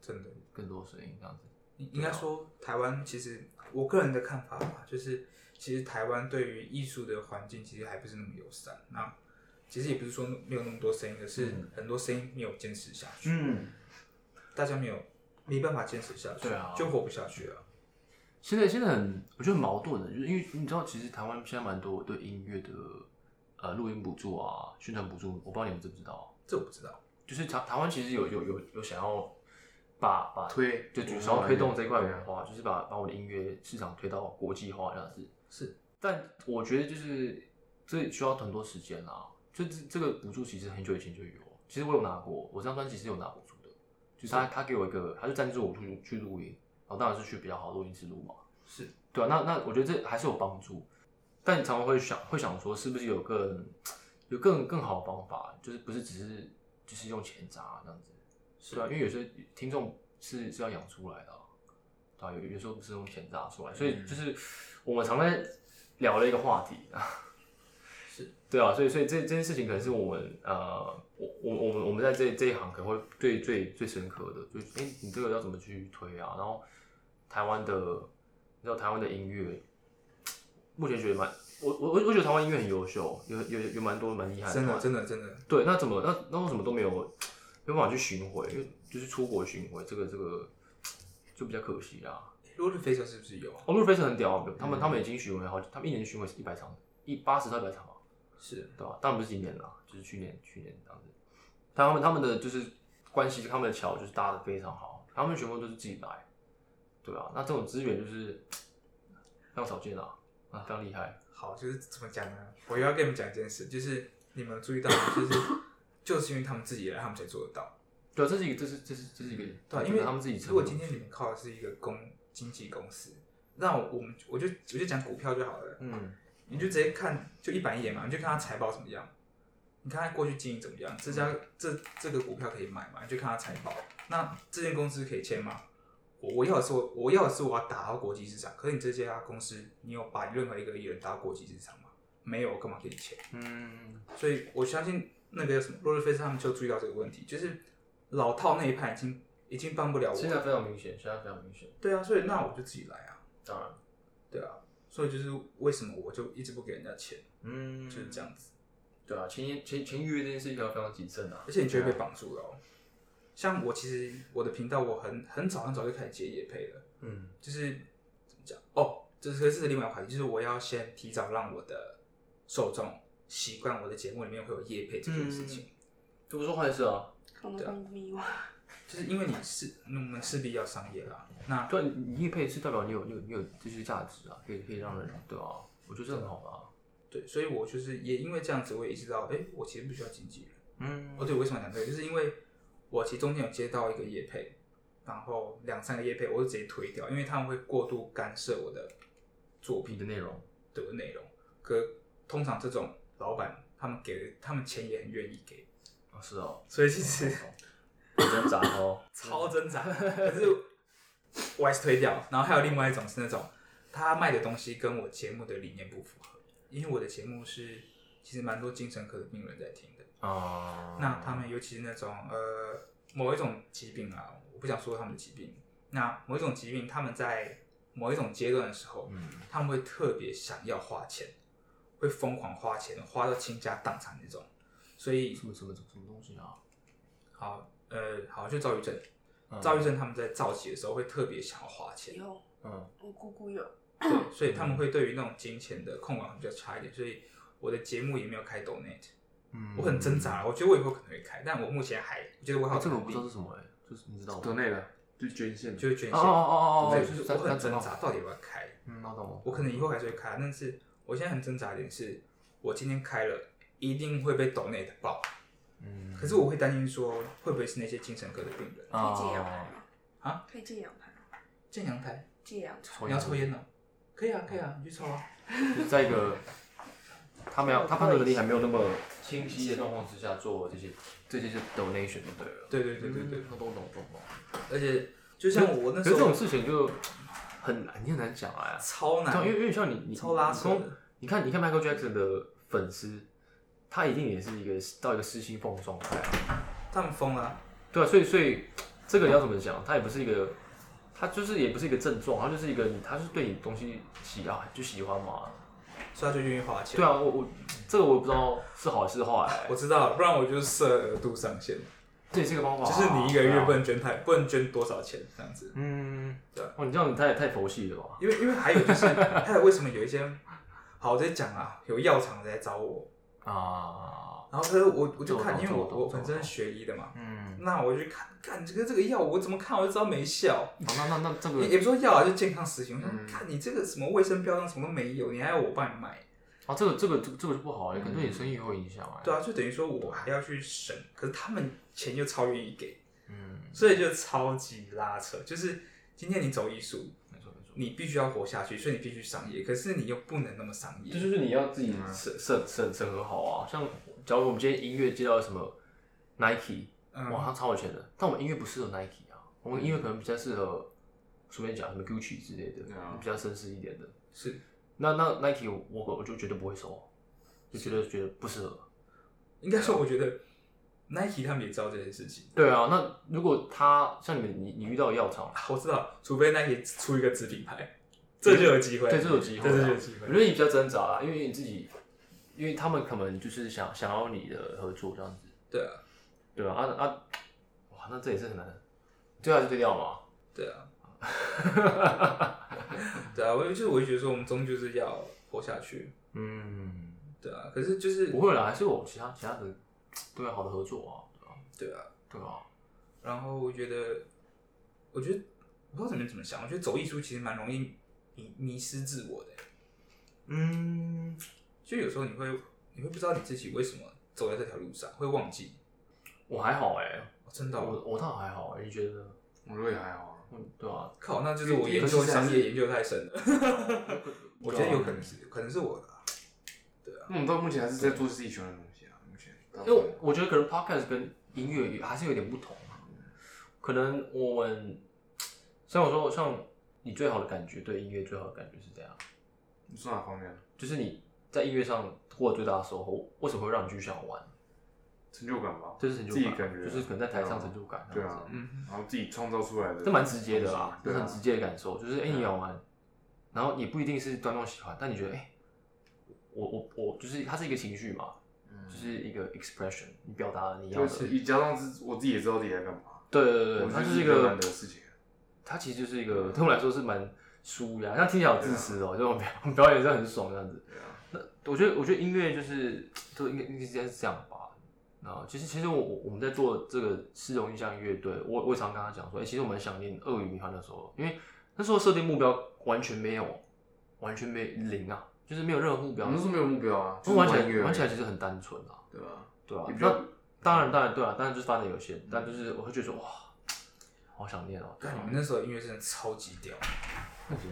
S4: 真的，
S5: 更多声音这样子。
S4: 应应该
S5: 啊
S4: 说台湾其实我个人的看法吧，就是其实台湾对于艺术的环境其实还不是那么友善。那其实也不是说没有那么多声音，而是很多声音没有坚持下去。
S5: 嗯，
S4: 大家没有没办法坚持下去，
S5: 对啊
S4: 就活不下去了。
S5: 现在现在很，我觉得很矛盾的，就是因为你知道，其实台湾现在蛮多对音乐的呃录音补助啊、宣传补助，我不知道你们知不知道，
S4: 这我不知道，
S5: 就是台台湾其实有有有有想要把把
S7: 推
S5: 就就是想
S4: 哦
S5: 要推动这一块文化，就是把把我的音乐市场推到国际化这样子。
S4: 是，
S5: 但我觉得就是这需要很多时间啦。就这这个补助其实很久以前就有，其实我有拿过，我这张专辑是有拿补助的，就是他他给我一个，他就赞助我去去录音，然后当然是去比较好的录音室录嘛。
S4: 是
S5: 对啊，那那我觉得这还是有帮助，但你常常会想会想说，是不是有更有更更好的方法，就是不是只是就是用钱砸这样子？是啊，因为有些听众是是要养出来的啊、对吧、有有时候不是用钱砸出来，所以就是我们常在聊的一个话题啊。是， 对啊，所以所以这这件事情可能是我们呃，我我我们我们在这这一行可能会最最最深刻的，就是哎、诶你这个要怎么去推啊？然后台湾的，你知道台湾的音乐，目前觉得蛮，我我我我觉得台湾音乐很优秀，有有有蛮多蛮厉害的
S4: 真
S5: 团
S4: 的真的真的，
S5: 啊对，那怎么那那为什么都没有没有办法去巡回？因为就是出国巡回，这个这个就比较可惜啊。
S4: 落日飞车是不是有？
S5: 哦，路飞是很屌啊，他
S4: 嗯
S5: 们、他们已经巡回好几，他们一年巡回是一百场，一八十到一百场啊，
S4: 是
S5: 对吧、当然不是今年啦，就是去年去年这样子。但他们他们的就是关系，他们的桥就是搭的非常好，他们巡回都是自己来，对啊，那这种资源就是非常少见啊，啊非常厉害。
S4: 好，就是怎么讲呢？我又要跟你们讲一件事，就是你们有注意到吗？就是 就是因为他们自己来，他们才做得到。
S5: 对、啊，这是一个，这是这是这是一个，
S4: 对，啊因为
S5: 他们自己成
S4: 如果
S5: 本。
S4: 今天你们靠的是一个公经纪公司，那我们我就我就讲股票就好了。
S5: 嗯，
S4: 你就直接看，就一板一眼嘛，你就看它财报怎么样，你看它过去经营怎么样，这家
S5: 嗯
S4: 这这个股票可以买嘛，你就看它财报。那这间公司可以签吗？我我要的是我我要的是我要打到国际市场，可是你这家公司，你有把任何一个艺人打到国际市场吗？没有，我干嘛给你签？
S5: 嗯，
S4: 所以我相信那个什么洛日菲斯他们就注意到这个问题，就是老套那一派已经已经帮不了
S5: 现在
S4: 啊我。
S5: 非常明显，现在非常明显，
S4: 对啊，所以那我就自己来啊，
S5: 当然。
S4: 对啊，所以就是为什么我就一直不给人家签，
S5: 嗯，
S4: 就是这。样子。
S5: 对啊，签签签约这件事情要非常谨慎啊。
S4: 而且你就会被绑住了、哦。像我其实我的频道我很很早很早就开始接业配了，
S5: 嗯，
S4: 就是怎么讲哦，这是这是另外一个话题，就是我要先提早让我的受众习惯我的节目里面会有业配这件事情，
S5: 这不是坏事啊。
S6: 可能很迷惘。
S4: 就是因为你是我们势必要商业啦。那
S5: 对啊，你你业配是代表你有你有你有这些价值啊，可以可以让人对啊，我觉得这很好的啊。
S4: 对，所以我就是也因为这样子，我也意识到，哎、我其实不需要经纪人。
S5: 嗯
S4: 哦，对，为什么讲这个？就是因为我其实中间有接到一个业配，然后两三个业配，我就直接推掉，因为他们会过度干涉我的作品
S5: 你的内容，
S4: 的内容。可通常这种老板，他们给的，他们钱也很愿意给，
S5: 啊是哦，
S4: 所以其实
S5: 挣扎哦。
S4: 超挣扎。可是我还是推掉。然后还有另外一种是那种他卖的东西跟我节目的理念不符合，因为我的节目是其实蛮多精神科的病人在听的。
S5: 啊
S4: 那他们尤其是那种呃某一种疾病啊，我不想说他们的疾病。那某一种疾病，他们在某一种阶段的时候，
S5: 嗯
S4: 他们会特别想要花钱，会疯狂花钱，花到倾家荡产那种。所以
S5: 什么什么什么什么东西啊？
S4: 好，呃，好，就躁郁症，
S5: 嗯
S4: 躁郁症他们在躁起的时候会特别想要花钱，
S6: 有，
S5: 嗯
S6: 我姑姑有，
S4: 对，所以他们会对于那种金钱的控管会比较差一点。所以我的节目也没有开 donate，
S5: 嗯
S4: 我很挣扎，我觉得我以后可能会开，但我目前还，我觉得我还
S5: 啊
S4: 有
S5: 这个我不
S4: 能力
S5: 知道是什么哎，就是你知道吗？
S7: 得内了，就捐献，
S4: 就是捐
S5: 哦
S4: 献。
S5: 哦哦哦哦，
S4: 对，
S5: 就是
S4: 我很挣扎，到
S5: 底
S4: 底要不要开？
S5: 嗯，那懂了。
S4: 我可能以后还是会开，但是我现在很挣扎一点是，我今天开了，一定会被 donate 爆。
S5: 嗯，哦
S4: 可是我会担心说，会不会是那些精神科的病人
S6: 可以借羊排吗？
S4: 啊？
S6: 可以借羊排吗？
S4: 建阳台？
S6: 借羊排。
S5: 抽
S4: 你要抽烟呢？可以啊，可以
S5: 哦
S4: 啊，你去抽啊。
S5: 就是在一个他没有他判断能力还没有那么清晰的状况之下做这些这些是 donation 就对了。嗯
S4: 对对对对对，
S5: 那懂懂懂懂。
S4: 嗯而且就像我那
S5: 可
S4: 时
S5: 是这
S4: 候
S5: 种事情就很难，你很难讲哎、
S4: 超
S5: 对啊
S4: 难，
S5: 因为因为像你你
S4: 超拉扯
S5: 你
S4: 的
S5: 光你看你看 Michael Jackson 的粉丝，他一定也是一个到一个失心疯的状态啊。
S4: 他们疯了啊，
S5: 对啊，所以所以这个你要怎么讲？它也不是一个，它就是也不是一个症状，它就是一个你，它是对你东西喜爱就喜欢嘛。
S4: 所以他就愿意花钱。
S5: 对啊，我我这个我也不知道是好还是坏、欸
S4: 我，知道了，不然我就设额度上限，
S5: 这也是一个方法、啊。
S4: 就是你一个月不
S5: 对啊
S4: 能捐太，不能捐多少钱这样子。
S5: 嗯，
S4: 对
S5: 哦，你这样你太太佛系了吧？
S4: 因为因为还有就是，还有为什么有一些，好，我在讲啊，有药厂来找我，
S5: 啊，
S4: 然后他说我我就看，
S5: 懂
S4: 因为我
S5: 懂懂
S4: 我
S5: 懂
S4: 本身学医的嘛，
S5: 嗯，
S4: 那我就看看这个这个药，我怎么看我就知道没效，
S5: 好，哦那那那这个
S4: 也也不说药啊，就健康食品。我想
S7: 嗯
S4: 看你这个什么卫生标章什么都没有，你还要我帮你买，
S5: 啊，这个这个这个这个就不好、欸，可能对你生意也会有影响哎、
S4: 对啊，就等于说我还要去审，可是他们钱又超愿意给，
S5: 嗯，
S4: 所以就超级拉扯。就是今天你走艺术，
S5: 没错没错，
S4: 你必须要活下去，所以你必须商业，可是你又不能那么商业
S5: 这。就是你要自己审审审审核好啊。像假如我们今天音乐接到什么 Nike，
S4: 嗯
S5: 哇，他超有钱的，但我们音乐不适合 Nike 啊，我们音乐可能比较适合随便讲什么 Gucci 之类的
S7: 对啊
S5: 比较绅士一点的，
S7: 是
S5: 那那 Nike 我我我就绝对不会收，就觉得觉得不适合。
S4: 应该说，我觉得 Nike 他们也知道这件事情。
S5: 对啊，那如果他像你们你你遇到药厂，
S4: 啊我知道，除非 Nike 出一个子品牌，这就有机会。
S5: 对，这有机会啊，
S4: 这就有机会。
S5: 我觉得你比较挣扎啦，因为你自己，因为他们可能就是想想要你的合作这样子，
S4: 对啊，
S5: 对吧、啊？啊啊，哇，那这也是很难，对啊，就对调嘛。
S4: 对啊，对啊，我就是我就觉得说，我们终究是要活下去。
S5: 嗯，
S4: 对啊，可是就是
S5: 不会啦，还是有其他其他的对啊好的合作啊，
S4: 对啊，
S5: 对啊，
S4: 然后我觉得，我觉得我不知道你们怎么想，我觉得走艺术其实蛮容易迷迷失自我的，欸
S5: 嗯，
S4: 就有时候你会你会不知道你自己为什么走在这条路上，会忘记。
S5: 我还好哎、
S4: 哦真的哦、
S5: 我我倒还好、欸，你觉得呢？
S7: 我觉得也还好啊。
S5: 嗯，对啊，
S4: 靠，那就是我研究商业研究太 深了。我
S5: 啊
S4: 觉得有可能是，可能是我的啊。
S7: 那我们到目前还是在做自己喜欢的东西啊，目前。因
S5: 因为我我觉得可能 podcast 跟音乐也还是有点不同啊，可能我们像我说，像你最好的感觉对音乐最好的感觉是怎样？
S7: 你说哪方面？
S5: 就是你在音乐上获得最大的收获，为什么会让你去想玩？
S7: 成就感吧，
S5: 这是成就
S7: 自己
S5: 感
S7: 感觉啊，
S5: 就是可能在台上成就感
S7: 对
S5: 这样
S7: 啊
S5: 子，
S4: 嗯，
S7: 然后自己创造出来的，
S5: 这蛮直接的啦
S7: 啊，，
S5: 这
S7: 对
S5: 是
S7: 啊
S5: 很直接的感受，就是哎、你想玩，然后也不一定是观众喜欢，但你觉得哎、我我我就是它是一个情绪嘛，就是一个 expression，你表达了你要
S7: 就
S5: 的，
S7: 是嗯你加上自我自己也知道自己在干嘛，
S5: 对对对
S7: 我
S5: 对，
S7: 觉
S5: 它
S7: 得
S5: 就是一
S7: 个
S5: 个
S7: 难得的事情。
S5: 它其实就是一个对我来说是蛮舒压，像听起来好自私哦、就
S7: 啊
S5: 我们表我们表演是很爽这样子。那我觉得，我觉得音乐就是就应该应该是这样吧。啊，其实其实我我我们在做这个市容印象乐队，我我也常跟他讲说，哎、其实我蛮想念鳄鱼迷幻的时候，因为那时候设定目标完全没有，完全没零啊，就是没有任何目标。
S7: 我们那时候没有目标啊，就是
S5: 玩起来
S7: 音乐而已
S5: 玩起来其实很单纯啊，
S7: 对吧？
S5: 对啊
S7: 也。比较
S5: 那当然当然对啊，当然就是发展有限，
S4: 嗯
S5: 但就是我会觉得说哇，好想念哦、
S4: 看你们那时候的音乐真的超级屌。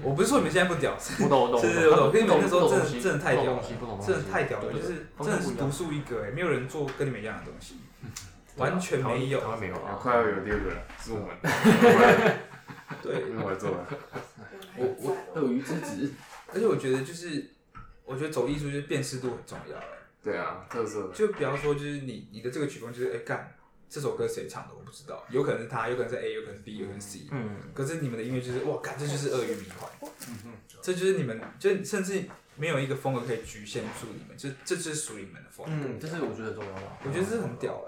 S4: 我不是说你们现在不屌，
S5: 我懂我懂，
S4: 是是，我懂。跟你们那时候真
S5: 不懂东
S4: 的
S5: 西
S4: 真的太屌
S5: 不
S4: 了
S5: 懂东西不懂，东西
S4: 真的太屌了，
S5: 对
S4: 就
S5: 对
S4: 是
S5: 对
S4: 真的
S5: 方向
S4: 是
S5: 不一样
S4: 独树一格哎，没有人做跟你们一样的东西，
S5: 啊
S4: 完全没有
S5: 台。湾没有
S7: 然后
S5: 啊，
S7: 快要有第二个了，是我们， 我来
S4: 对，
S7: 因为我来做了，
S5: 我我鳄鱼之子，
S4: 而且我觉得就是，我觉得走艺术就是辨识度很重要哎，
S7: 对啊，特色
S4: 就比方说就是你你的这个曲风就是哎干。这首歌谁唱的我不知道，有可能是他，有可能是 A，有可能是 B，有可能是 C。
S5: 嗯，
S4: 可是你们的音乐就是哇，感这就是鳄鱼迷幻，这就是你们，就甚至没有一个风格可以局限住你们，这这就是属于你们的风格。
S5: 嗯，这是我觉得很重要的，
S4: 我觉得这很，屌哎、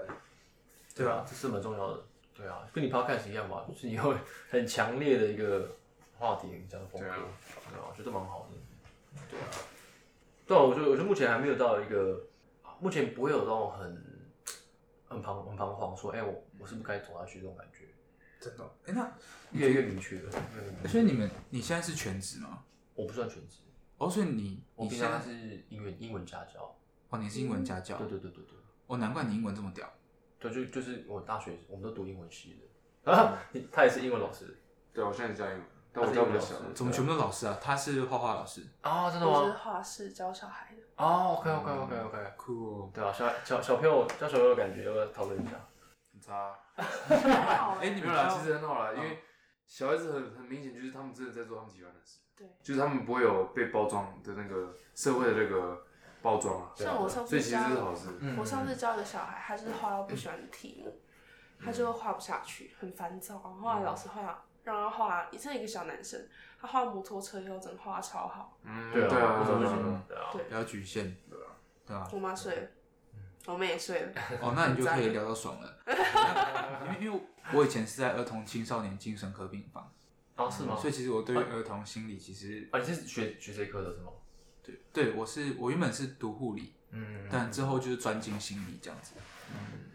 S4: 对
S5: 对
S4: 吧？
S5: 啊，这是蛮重要的，对啊，跟你 podcast 一样吧，就是你会很强烈的一个话题，你这样的风格，
S7: 对啊
S5: 对啊，我觉得蛮好的，对啊，对啊，我觉得我觉得目前还没有到一个，目前不会有那种很很彷很彷徨，说哎、我我是不是该走下去这种感觉，
S4: 真的哦。哎、那
S5: 越来越明确了，越来越明确
S4: 所以你们你现在是全职吗？
S5: 我不算全职，
S4: 哦，所以你
S5: 我
S4: 你
S5: 平
S4: 现
S5: 常
S4: 在
S5: 是英文英文家教，
S4: 哦，你是英文家教，
S5: 对对啊对对对。
S4: 哦，难怪你英文这么屌。
S5: 对，就就是我大学我们都读英文系的啊， 你他也是英文老师
S7: 对啊，我现在教英文，但
S5: 啊
S7: 我教比较小，
S5: 他是
S4: 怎么全部都老师啊？他是画画老师，
S5: 啊，真的
S6: 我是
S5: 吗？
S6: 画室教小孩的，
S5: 哦，OK OK OK OK，
S4: 酷哦。
S5: 对啊，小小小朋友教小朋友的感觉要不要讨论一下？
S7: 很差。啊
S6: 还好
S4: 哎、
S6: 哎，
S4: 你
S7: 没
S4: 们
S7: 有啦，
S4: 知道
S7: 其实很好啦，因为小孩子很很明显就是他们真的在做他们喜欢的事，
S6: 对，
S7: 就是他们不会有被包装的那个社会的那个包装啊，
S6: 像我上
S7: 所
S6: 次
S7: 以其实
S6: 教
S7: 这是好事。
S5: 嗯
S6: 我上次教一个小孩，他就是画到不喜欢的题目，他就画不下去，很烦躁。然后后来老师画让他画，也是一个小男生，他画摩托车又整画超好，
S7: 嗯，
S5: 对
S7: 对
S5: 啊，
S7: 啊，
S5: 为什么不
S7: 对
S5: 行
S7: 啊
S5: 呢？对啊，
S6: 对
S4: 不要局限，对啊吧？
S6: 我妈睡了，我妹也睡了，
S4: 哦，那你就可以聊到爽了。 因为因为我以前是在儿童青少年精神科病房，
S5: 啊是吗？
S4: 所以其实我对于儿童心理其实
S5: 啊你是学学这一科的是吗？
S4: 对对我是我原本是读护理，
S5: 嗯
S4: 但之后就是专精心理这样子，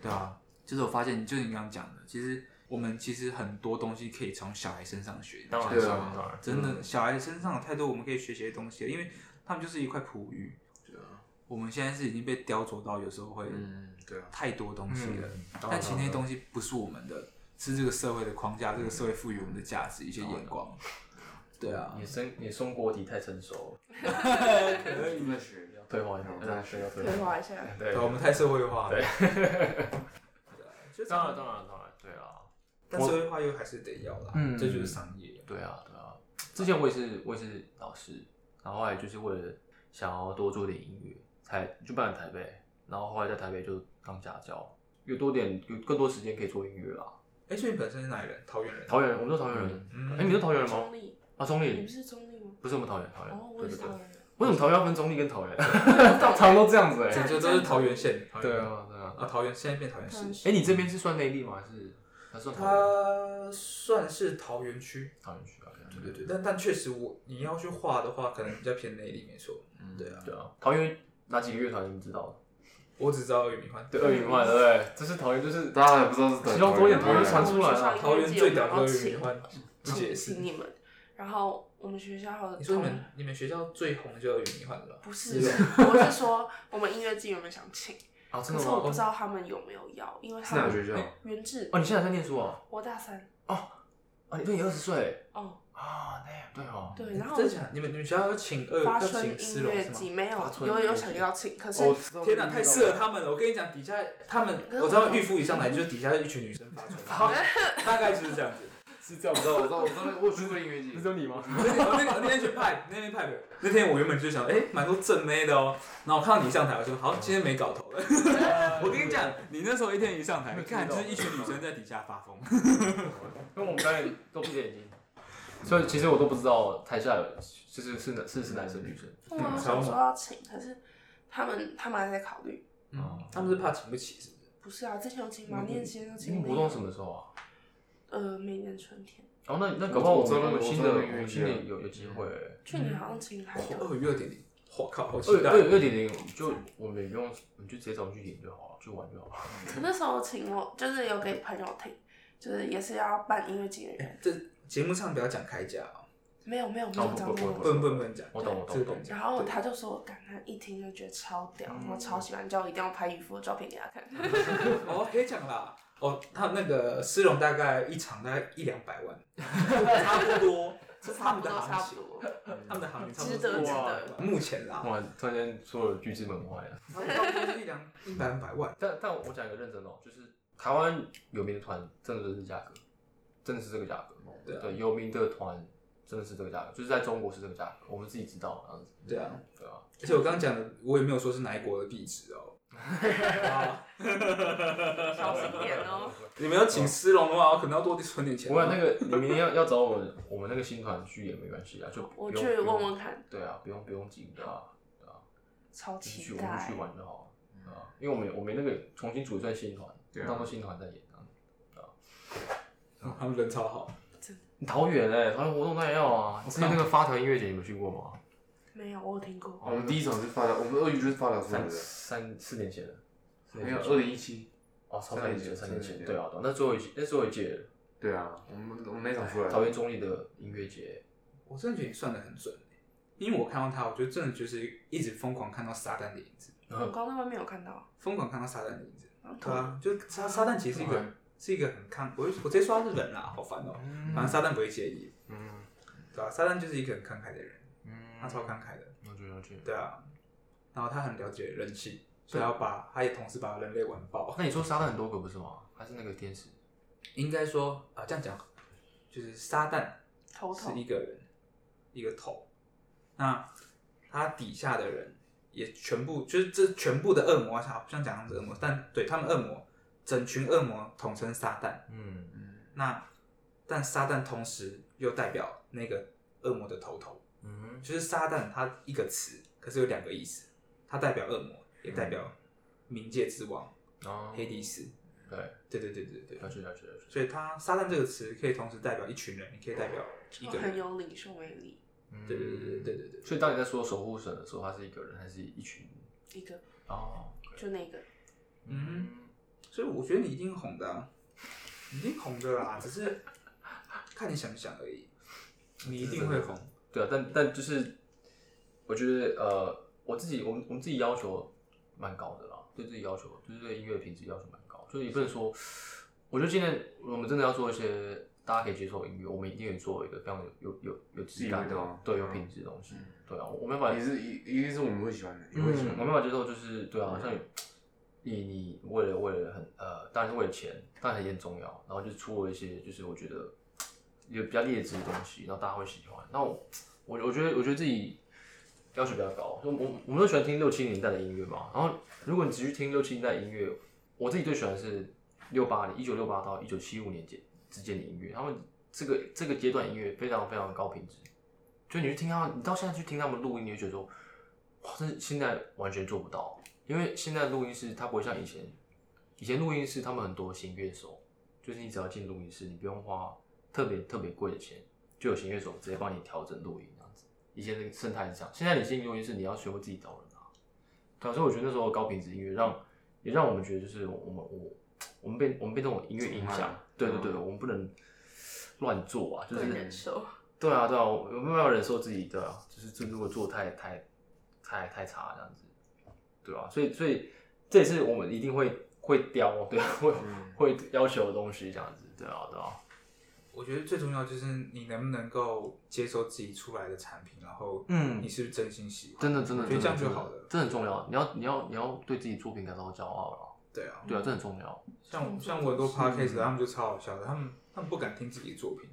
S4: 对啊，就是我发现，就是你刚刚讲的，其实我们其实很多东西可以从小孩身上学，
S5: 当然
S7: 对啊
S5: 是当然，嗯
S4: 真的小孩身上有太多我们可以学习的东西了，因为他们就是一块璞玉，
S5: 啊
S4: 我们现在是已经被雕琢到，有时候会
S7: 嗯，对啊，
S4: 太多东西了，
S5: 嗯
S4: 但
S5: 当然嗯
S4: 其实那些东西不是我们的，是这个社会的框架，这个社会赋予我们的价值一些眼光，对啊，
S5: 你生你松果体太成熟了，
S7: 可以在学，
S5: 退化一下，
S7: 嗯
S5: 对需要退
S6: 退
S5: 化。
S6: 化一下。
S5: 对
S4: 对，我们太社会化了，对啊，就
S5: 当然当然当然，对啊，
S4: 但社会化又还是得要啦，
S7: 嗯
S4: 这就是商业。
S5: 对啊，对啊。之前我也是，我也是老师，然后后来就是为了想要多做点音乐，才就搬来台北，然后后来在台北就当家教，有多点有更多时间可以做音乐啦。
S4: 哎，所以你本身是哪里人？桃园人。
S5: 桃园，我们都桃园人，哎、
S4: 嗯，
S5: 你们都桃园人吗
S6: 中？立，
S5: 啊，中
S6: 你
S5: 立
S6: 不，是中立吗？
S5: 不是我们桃园，桃园，
S6: 哦，我
S5: 对
S6: 也是
S5: 对
S6: 桃
S5: 对。
S6: 园人。
S5: 为什么桃园要分中立跟桃 园？常常都这样子哎、
S4: 这这都是桃园县。桃园
S5: 对。啊，对啊。
S4: 啊，桃园现在变桃园市。
S5: 哎、你这边是算内地吗？还是还是算桃园？
S4: 它算是桃园区，
S5: 桃园区啊，
S4: 对对对，但但确实我你要去画的话，可能比较偏内地，没错。
S5: 嗯
S4: 对啊
S5: 对啊。桃园哪几个乐团你们知道？
S4: 我只知道玉米花，
S5: 对，二云幻，对不对？哎这是桃园，就是
S7: 大家也不知道是
S5: 希望多点桃园传
S6: 我
S5: 出
S6: 们
S5: 来
S6: 学校
S5: 啊。
S6: 音
S4: 桃
S6: 乐
S4: 园
S6: 季
S4: 最
S6: 有
S4: 屌
S6: 然后
S4: 的玉米
S6: 请
S4: 花，不解释
S6: 请。你们，然后我们学校的
S4: 你说你
S6: 同
S4: 们你们学校最红就有玉米花了吧？
S6: 不是，我是说我们音乐季原本想请，
S5: 啊，真
S6: 可
S5: 的
S6: 是
S5: 吗
S6: 我？不知道他们有没有要，因为
S7: 是
S6: 他
S7: 哪
S6: 们
S7: 个学校？
S6: 原制
S5: 哦，你现在在念书啊？
S6: 我大三，
S5: 啊，你对你二十岁
S6: 哦，
S5: 啊？damn，对哦，
S6: 对，然后
S4: 真的假的？你们你们学校要请二
S6: 发
S4: 要
S6: 春
S4: 请丝
S6: 音
S4: 绒
S6: 乐
S4: 是吗
S6: 季？没有
S5: 发，
S6: 啊
S5: 春
S6: 有
S5: 音乐
S6: 有
S5: 季
S6: 想要请，可是
S7: 哦，知道
S4: 天哪，太适合他们了！我跟你讲，底下他们，我知道御夫以上来，就是底下一群女生发 出来，大概就是这样子。
S5: 是这样
S7: 我知道，我知道，我知道，我有去过音乐
S5: 不
S7: 季
S5: 是。只有你吗？
S4: 我那天我那天去派，那天派的，那天我原本就想，哎，蛮多正妹的哦。然后我看到你上台，我就说好，今天没搞 头了。我跟你讲，你那时候一天一上台，看就是一群女生在底下发疯。
S5: 因为我们表演都闭着眼睛，所以其实我都不知道台下有就是是男是是男生女生。
S6: 我们想说要请，可是他们他们还在考虑，
S5: 哦
S4: 嗯，他们是怕请不起，是不是？
S6: 不是啊，之前有请马念先，有
S5: 你
S6: 请
S5: 们
S6: 那
S5: 活
S6: 个
S5: 动什么时候啊？
S6: 呃，每年春天，
S5: 哦，那那搞不好我
S7: 我知道
S5: 们我们
S7: 我知道
S5: 新的
S7: 那
S5: 我
S7: 个音乐
S5: 们
S7: 季
S5: 新
S7: 啊
S5: 的有有机会欸。
S6: 去年好像请海德，
S4: 二月二点零，我靠，好期
S5: 二
S4: 待！
S5: 哦二二点零就我们也不用，我们就直接找我们去点就好了，去玩就好了。
S6: 那时候请我就是有给朋友听，就是也是要办音乐节的人，
S4: 这节目上不要讲开价哦，
S6: 没有没有没
S5: 哎哦
S6: 有
S5: 不
S6: 讲
S5: 不
S6: 那
S5: 不
S6: 个
S5: 不
S4: 不能不能不能讲。
S5: 我懂我懂
S4: 这个
S5: 我哦懂
S4: 不能。讲
S6: 然后他就说，感他一听就觉得超屌，然
S5: 嗯
S6: 后超喜欢，叫我一定要拍渔夫的照片给他看。
S4: 哦，可以讲啦。哦，他那个丝绒大概一场大概一两百万，差不多，这是他们的行情，
S6: 多。
S4: 他们的行情差不多
S6: 值得
S4: 是
S6: 值
S4: 哇
S6: 得
S4: 目前啦，
S5: 哇，突然间所有的巨资门外了。
S4: 差不多就是一两一百两百万。
S5: 但但我讲一个认真的哦，就是台湾有名的团，真的就是价格，真的是这个价格。
S4: 对啊
S5: 有名的团真的是这个价格，就是在中国是这个价格，我们自己知道这样子。
S4: 对啊，
S5: 对啊，
S4: 而且我刚刚讲的，我也没有说是哪一国的地址哦。啊
S6: 小心点 哦。
S4: 你们要请丝绒的话，我可能要多存点钱。
S5: 我想那个你明天要 要找我们我们那个新团去也没关系啊，就不
S6: 我
S5: 用
S6: 去问。问看，
S5: 不用对啊，不用不用紧的啊，对啊，
S6: 超
S5: 就是去我
S6: 期
S5: 们就
S6: 待
S5: 去。玩就好了，对啊，因为我们我们那个重新组一段新团，当做新团在演啊。
S4: 哦他们人超好，
S5: 桃园哎、桃园活动当然要啊！之前那个发条音乐节你们去过吗？
S6: 没有，我有听
S5: 哦
S6: 过。
S7: 我们第一场是发表，我们鳄鱼就是发表出来
S5: 三
S7: 的，
S5: 三四年前了，四
S7: 没
S5: 年
S7: 有
S5: 前
S7: 二零一七。
S5: 哦，超三年前，三年
S7: 三
S5: 前，
S7: 年前
S5: 对啊，对啊那最后一届，那最后一届
S7: 对啊，我们我们那场出来
S5: 桃
S7: 的，
S5: 园中立的音乐节，
S4: 我真的觉得你算的很准，欸因为我看到他，我觉得真的就是一直疯狂看到撒旦的影子，
S6: 我
S5: 嗯
S6: 刚在外面有看到。
S4: 疯狂看到撒旦的影子。
S6: 然后
S4: 对啊，就撒撒旦其实是一个是一个很抗，我我直接说他是人啦，好烦哦、反正撒旦不会介意，
S5: 嗯
S4: 对啊，撒旦就是一个很慷慨的人，
S5: 嗯
S4: 他超慷慨的，
S5: 了解了解。
S4: 对啊，然后他很了解人性，所以他要把他也同时把人类玩爆。
S5: 哦那你说撒旦很多个不是吗？还是那个天使？
S4: 应该说啊、这样讲，就是撒旦
S6: 头头
S4: 是一个人一个头，那他底下的人也全部就是这全部的恶魔，好像讲他们是恶魔，但对他们恶魔，整群恶魔统称撒旦。
S5: 嗯
S4: 那但撒旦同时又代表那个恶魔的头头，
S5: 嗯
S4: 就是撒旦它一个词，可是有两个意思，它代表恶魔，也代表冥界之王、
S5: 哦
S4: 黑迪斯。
S5: 对，
S4: 对对对对对
S5: 了解了解了解。
S4: 所以它撒旦这个词可以同时代表一群人，也可以代表一
S6: 就
S4: 个
S6: 很
S4: 人。
S6: 有领袖魅力，
S5: 嗯
S4: 对对对对对对对。
S5: 所以当你在说守护神的时候，他是一个人还是一群？
S6: 一个
S5: 哦，
S6: 就那个
S4: 嗯，所以我觉得你一定红的、啊，你一定红的啦，只是看你想不想而已。你一定会红，
S5: 对啊，但但就是我觉得呃，我自己我们我们自己要求蛮高的啦，对自己要求就是对音乐品质要求蛮高，所以也不能说，我觉得今天我们真的要做一些大家可以接受的音乐，我们一定得做一个非常有有有有质感
S7: 自己味
S5: 的
S7: 道啊，
S5: 对，有
S7: 嗯
S5: 品质的东西，对啊，我没办法
S7: 也是一一定是我们会喜欢的，也
S5: 嗯，
S7: 会喜
S5: 我没
S7: 欢。
S5: 办法接受，就是对啊，好像有你你为了为了很呃，当然是为了钱，当然也很重要，然后就出了一些就是我觉得有比较劣质的东西，然后大家会喜欢。那我我我觉得我觉得自己要求比较高，就我我们都喜欢听六七年代的音乐嘛，然后如果你只去听六七年代的音乐，我自己最喜欢的是六八年一九六八到一九七五年间之间的音乐，他们这个这个阶段音乐非常非常高品质，就你去听他们，你到现在去听他们录音，你就觉得说，哇，这现在完全做不到，因为现在录音室它不会像以前，以前录音室他们很多新乐手，就是你只要进录音室，你不用花特别特别贵的钱，就有新乐手直接帮你调整录音这样子。以前那个生态是这样，现在你进录音室，你要学会自己找人啊。对啊，所以我觉得那时候高品质音乐让也让我们觉得就是我们我我们被我们被这种音乐影
S7: 宠爱
S5: 响，对对对，我们不能乱做啊，就
S6: 不
S5: 是
S6: 能忍受。
S5: 对啊，对啊，我我没办法忍受自己，对啊，就是这如果做太太太太差这样子，对啊，所以所以这也是我们一定会会雕，对、啊，会、
S4: 嗯
S5: 会要求的东西这样子，对啊，对啊，
S4: 我觉得最重要就是你能不能够接受自己出来的产品，然后
S5: 嗯
S4: 你是不是真心喜欢？
S5: 真的真
S4: 我
S5: 的
S4: 觉
S5: 真
S4: 得这样
S5: 的
S4: 就
S5: 真的
S4: 好了。
S5: 这很重要，你要你要你要对自己作品感到骄傲了，
S4: 对啊，
S5: 对啊，这很重要啊、
S4: 像我像我很多 podcast，他们就超好笑的，他们他们不敢听自己的作品，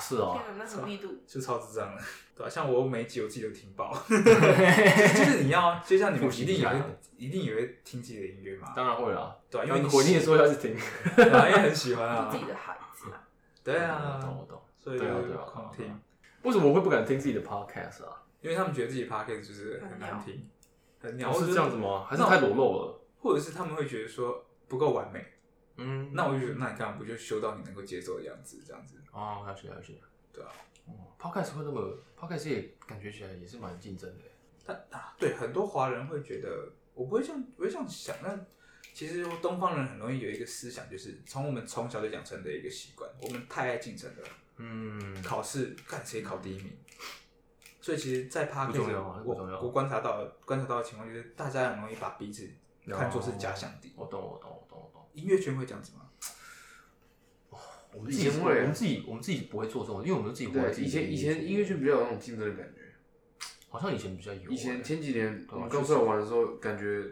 S5: 是啊
S6: 天，哪，那很 密度，
S4: 就超智障了，对啊，像我每一集我自己都听爆，就是你要就像你们
S5: 复习
S4: 一定
S5: 一
S4: 也
S5: 下啊
S4: 会一定也会听自己的音乐嘛，
S5: 当然会啦，
S4: 对啊，因
S5: 因为
S4: 为
S5: 你
S4: 你
S5: 回忆的时候要去听，
S4: 对啊因为很喜欢
S6: 就
S4: 啊
S6: 自，己的孩 子啊，
S4: 对
S5: 我嗯懂
S4: 啊
S5: 我，懂，
S4: 所以就
S5: 对啊
S4: 是
S5: 对啊
S4: 狂
S5: 对啊对
S4: 听
S5: 啊，为什么我会不敢听自己的 podcast 啊？
S4: 因为他们觉得自己 podcast 就是很难听，很鸟，
S5: 哦
S4: 或者
S5: 是这样子吗？还是太裸露了？
S4: 或者是他们会觉得说不够完美，
S5: 嗯
S4: 那我就觉得那你干嘛不就修到你能够接受的样子，这样子，
S5: 哦，了解了解。
S4: 对啊。
S5: 哦，Podcast 会那么，Podcast 也感觉起来也是蛮竞争的耶。
S4: 但啊，对很多华人会觉得，我不会这样，不会这样想。但其实东方人很容易有一个思想，就是从我们从小就养成的一个习惯，我们太爱竞争了。
S5: 嗯，
S4: 考试看谁考第一名。所以其实，在 p a r
S5: 不
S4: k
S5: 重要啊不重
S4: 我
S5: 要
S4: 我观察到观察到的情况就是，大家很容易把彼此看作是假想敌。
S5: 我懂，我懂，我懂，我懂。
S4: 音乐圈会这样子吗？
S5: 我们自己，
S7: 以前
S5: 我
S7: 会
S5: 们自己，我们自己不会做这种，因为我们自己活在
S7: 对，
S5: 自己的
S7: 以前以
S5: 世界
S7: 前音乐剧比较有那种竞争的感觉。
S5: 好像以前比较有。
S7: 以前
S5: 哎
S7: 前几年
S5: 对啊
S7: 我们
S5: 确
S7: 刚
S5: 实
S7: 出来玩的时候，感觉比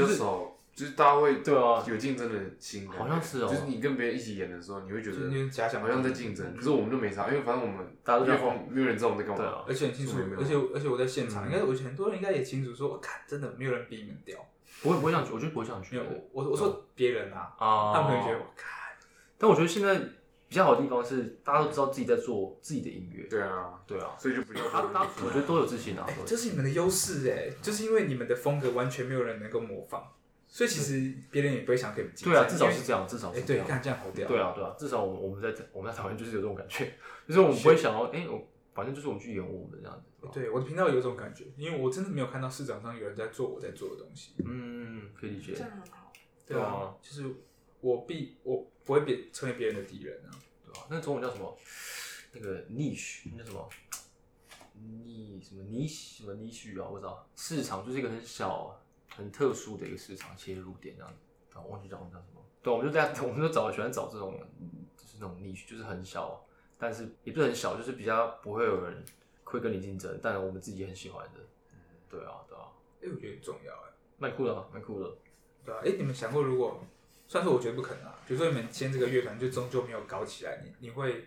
S7: 较
S5: 就是
S7: 少，就是大家会
S5: 对啊
S7: 有竞争的心感觉，
S5: 好像是哦
S7: 就是你跟别人一起演的时候，你会觉
S4: 就是有
S7: 得
S4: 点假想嗯
S7: 好像在竞争，可是我们就没啥，因为反正我们
S5: 大家都在
S7: 乐风没有人知道我们在干
S5: 对
S7: 嘛。
S5: 啊，
S4: 而且很清楚
S7: 是没有，
S4: 而且而且我在现
S5: 嗯
S4: 场，应该我觉得很多人应该也清楚说，我看真的没有人比你们屌。
S5: 不会不会这样觉得，我觉得不会这样
S4: 没
S5: 觉
S4: 有，
S5: 得。
S4: 我我我说别人啊，
S5: 啊，
S4: 他们会觉得我看。
S5: 但我觉得现在比较好的地方是，大家都知道自己在做自己的音乐。
S7: 对啊，
S5: 对啊，
S7: 所以就比较
S5: 大家大家我觉得都有自信啊
S4: 哎。
S5: 都有
S4: 这是你们的优势哎，就是因为你们的风格完全没有人能够模仿，所以其实别人也不会想跟你们竞争。
S5: 对啊，至少是这样，至少
S4: 因为。
S5: 是
S4: 哎，
S5: 这
S4: 对，
S5: 样。
S4: 看这样好屌。
S5: 对啊，对啊，至少我们我们在我们在台湾就是有这种感觉，就是我们不会想要，哎、我反正就是我们去演我们的这样子，对吧？
S4: 对，我的频道有一种感觉，因为我真的没有看到市场上有人在做我在做的东西。
S5: 嗯，可以理解
S6: 这。样很好。
S4: 对
S5: 对
S4: 啊
S5: 啊，
S4: 就是我必我不会别成为别人的敌人啊。
S5: 对吧？那中文叫什么？那个 niche 那叫什么？你什么你什么 niche 啊？我知道，市场就是一个很小、很特殊的一个市场切入点这样子。啊，我忘记叫我们叫什么。对，我们就在，我们就找喜欢找这种，嗯就是那种 niche，就是很小，但是也不是很小，就是比较不会有人会跟你竞争，但我们自己很喜欢的。对啊，对啊，
S4: 哎，我觉得很重要哎。
S5: 蛮酷的啊，蛮酷的。
S4: 对啊，哎，你们想过如果，虽然说我觉得不可能啊，比如说你们签这个乐团就终究没有搞起来，你你会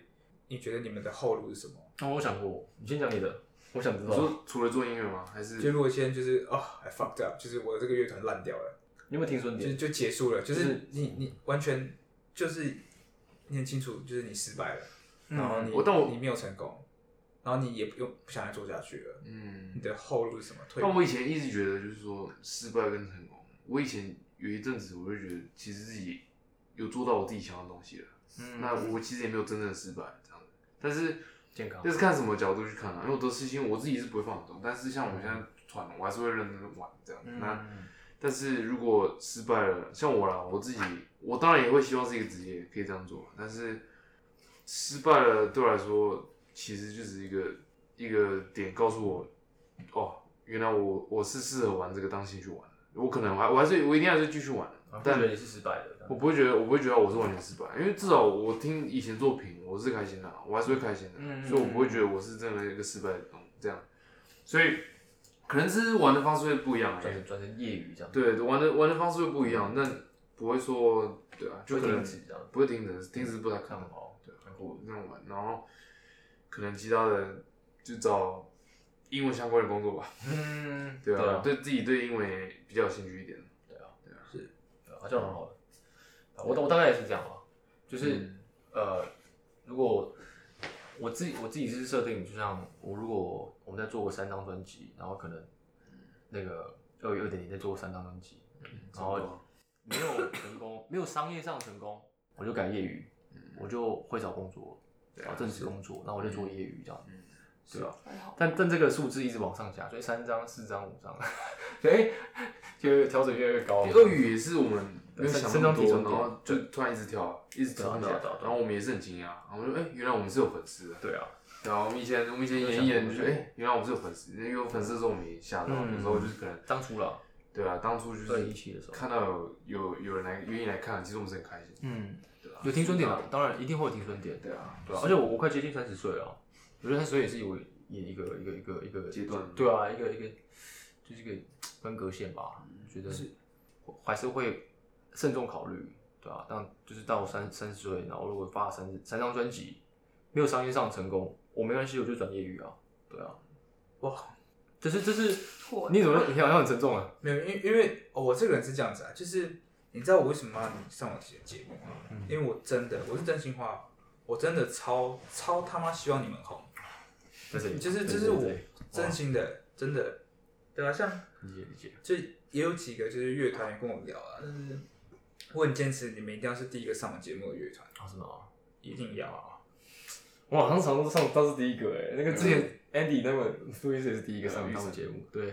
S4: 你觉得你们的后路是什么？
S5: 那、哦我想过，你先讲你的，我想知
S7: 你
S5: 道。
S7: 说除了做音乐吗？还是
S4: 就如果现在就是哦，I fucked up，就是我的这个乐团烂掉了。
S5: 你有没有听说
S4: 就
S5: 你？
S4: 就结束了，就
S5: 就是
S4: 是你你完全就是你很清楚，就是你失败了，
S5: 嗯
S4: 然后你
S7: 我但我
S4: 你没有成功，然后你也不用不想再做下去了，
S7: 嗯
S4: 你，的后路是什么？退
S7: 但
S4: 路
S7: 我以前一直觉得，就是说失败跟成功，我以前有一阵子，我就觉得其实自己有做到我自己想要的东西了。
S5: 嗯
S7: 那我其实也没有真正的失败这样子，但是
S5: 健康
S7: 这是看什么角度去看啊？因为我的事情我自己是不会放很重，但是像我现在团，我还是会认真地玩这样子。
S5: 嗯
S7: 那
S5: 啊
S7: 但是如果失败了，像我啦，我自己，我当然也会希望自己的职业可以这样做，但是失败了对我来说，其实就是一个一个点告诉我，哦，原来我我是适合玩这个当兴趣玩的，我可能还我还是我一定还是继续玩的，但
S5: 但觉得你是失败的，
S7: 我不会觉得，我不会觉得我是完全失败，因为至少我听以前作品，我是开心的啊、我还是会开心的啊、
S5: 嗯
S7: 所以我不会觉得我是真的一个失败的东这样。所以可能只是玩的方式会不一样而
S5: 转
S7: 已。
S5: 成转成业余这样，，
S7: 对，玩的玩的方式会不一样，但不会说对啊，就
S5: 就
S7: 可能
S5: 停止这哦样，
S7: 不会停止，停止不太可
S5: 看
S7: 能。
S5: 好，
S7: 对，很酷那种玩，然后可能其他的就找英文相关的工作吧。
S5: 嗯，
S7: 对
S5: 对
S7: 啊，
S5: 啊
S7: 对自己对英文也比较有兴趣一点。
S5: 对啊，这样很好的。啊我我大概也是这样啊，就是、呃，如果我自己我自己是设定，就像我如果我们在做过三张专辑，然后可能那个二月二点零再做三张专辑，然后没有成功， 没有商业上成功，我就改业余，
S7: 嗯
S5: 我就会找工作，
S7: 啊
S5: 找正式工作，然后我就做业余这样，
S7: 嗯
S5: 对啊。但但这个数字一直往上加，所以三张、四张、五张， 所以就调整越来越高。
S7: 鳄鱼也是我们没有想那么
S5: 身身高体
S7: 多，
S5: 重
S7: 然
S5: 多
S7: 后就突然一直跳，一直跳上去，
S5: 对啊对啊对啊
S7: 然后我们也是很惊讶，然后我们说哎，原来我们是有粉丝的。
S5: 对啊，
S7: 对啊，我们以前我们以前演一演，就哎、诶原来我们是有粉丝，因为有粉丝的时候我们也吓到，
S5: 嗯
S7: 有时候就是可能，
S5: 当初了，
S7: 对啊，当初就
S5: 二
S7: 是
S5: 零一七的时候。
S7: 看到有有有人来愿意来看，其实我们是很开心，
S5: 嗯，
S7: 对啊，
S5: 有停损点啊，当然一定会有停损点，
S7: 对啊，
S5: 对啊，而且我我快接近三十岁了啊，我觉得三十岁也是有也一个一个一个一个
S7: 阶段
S5: 对啊，一个一个就是一个分隔线吧，我觉得是还是会慎重考虑，对啊，但就是到三三十岁，然后如果发三三张专辑没有商业上成功，我没关系，我就转业余啊，对啊，
S4: 哇，
S5: 这是这是
S6: 火
S5: 你怎么你好像很沉重啊，
S4: 没有，因为因为、哦我这个人是这样子啊，就是你知道我为什么要你上我这个节目吗？
S5: 嗯
S4: 因为我真的，我是真心话，我真的超超他妈希望你们红，
S5: 在这 里
S4: 就是
S5: 对
S4: 这是
S5: 对
S4: 我
S5: 对
S4: 真心的，真的，对啊，像
S5: 理解理解，
S4: 就也有几个就是乐团也跟我聊啊，就是我很坚持你们一定要是第一个上我节目的乐团，
S5: 啊什么啊？
S4: 一定要啊，
S5: 我好像常常上当是第一个哎，那个之前 Andy 那个苏医师也是第一个上
S7: 嗯
S5: 当的节目，对，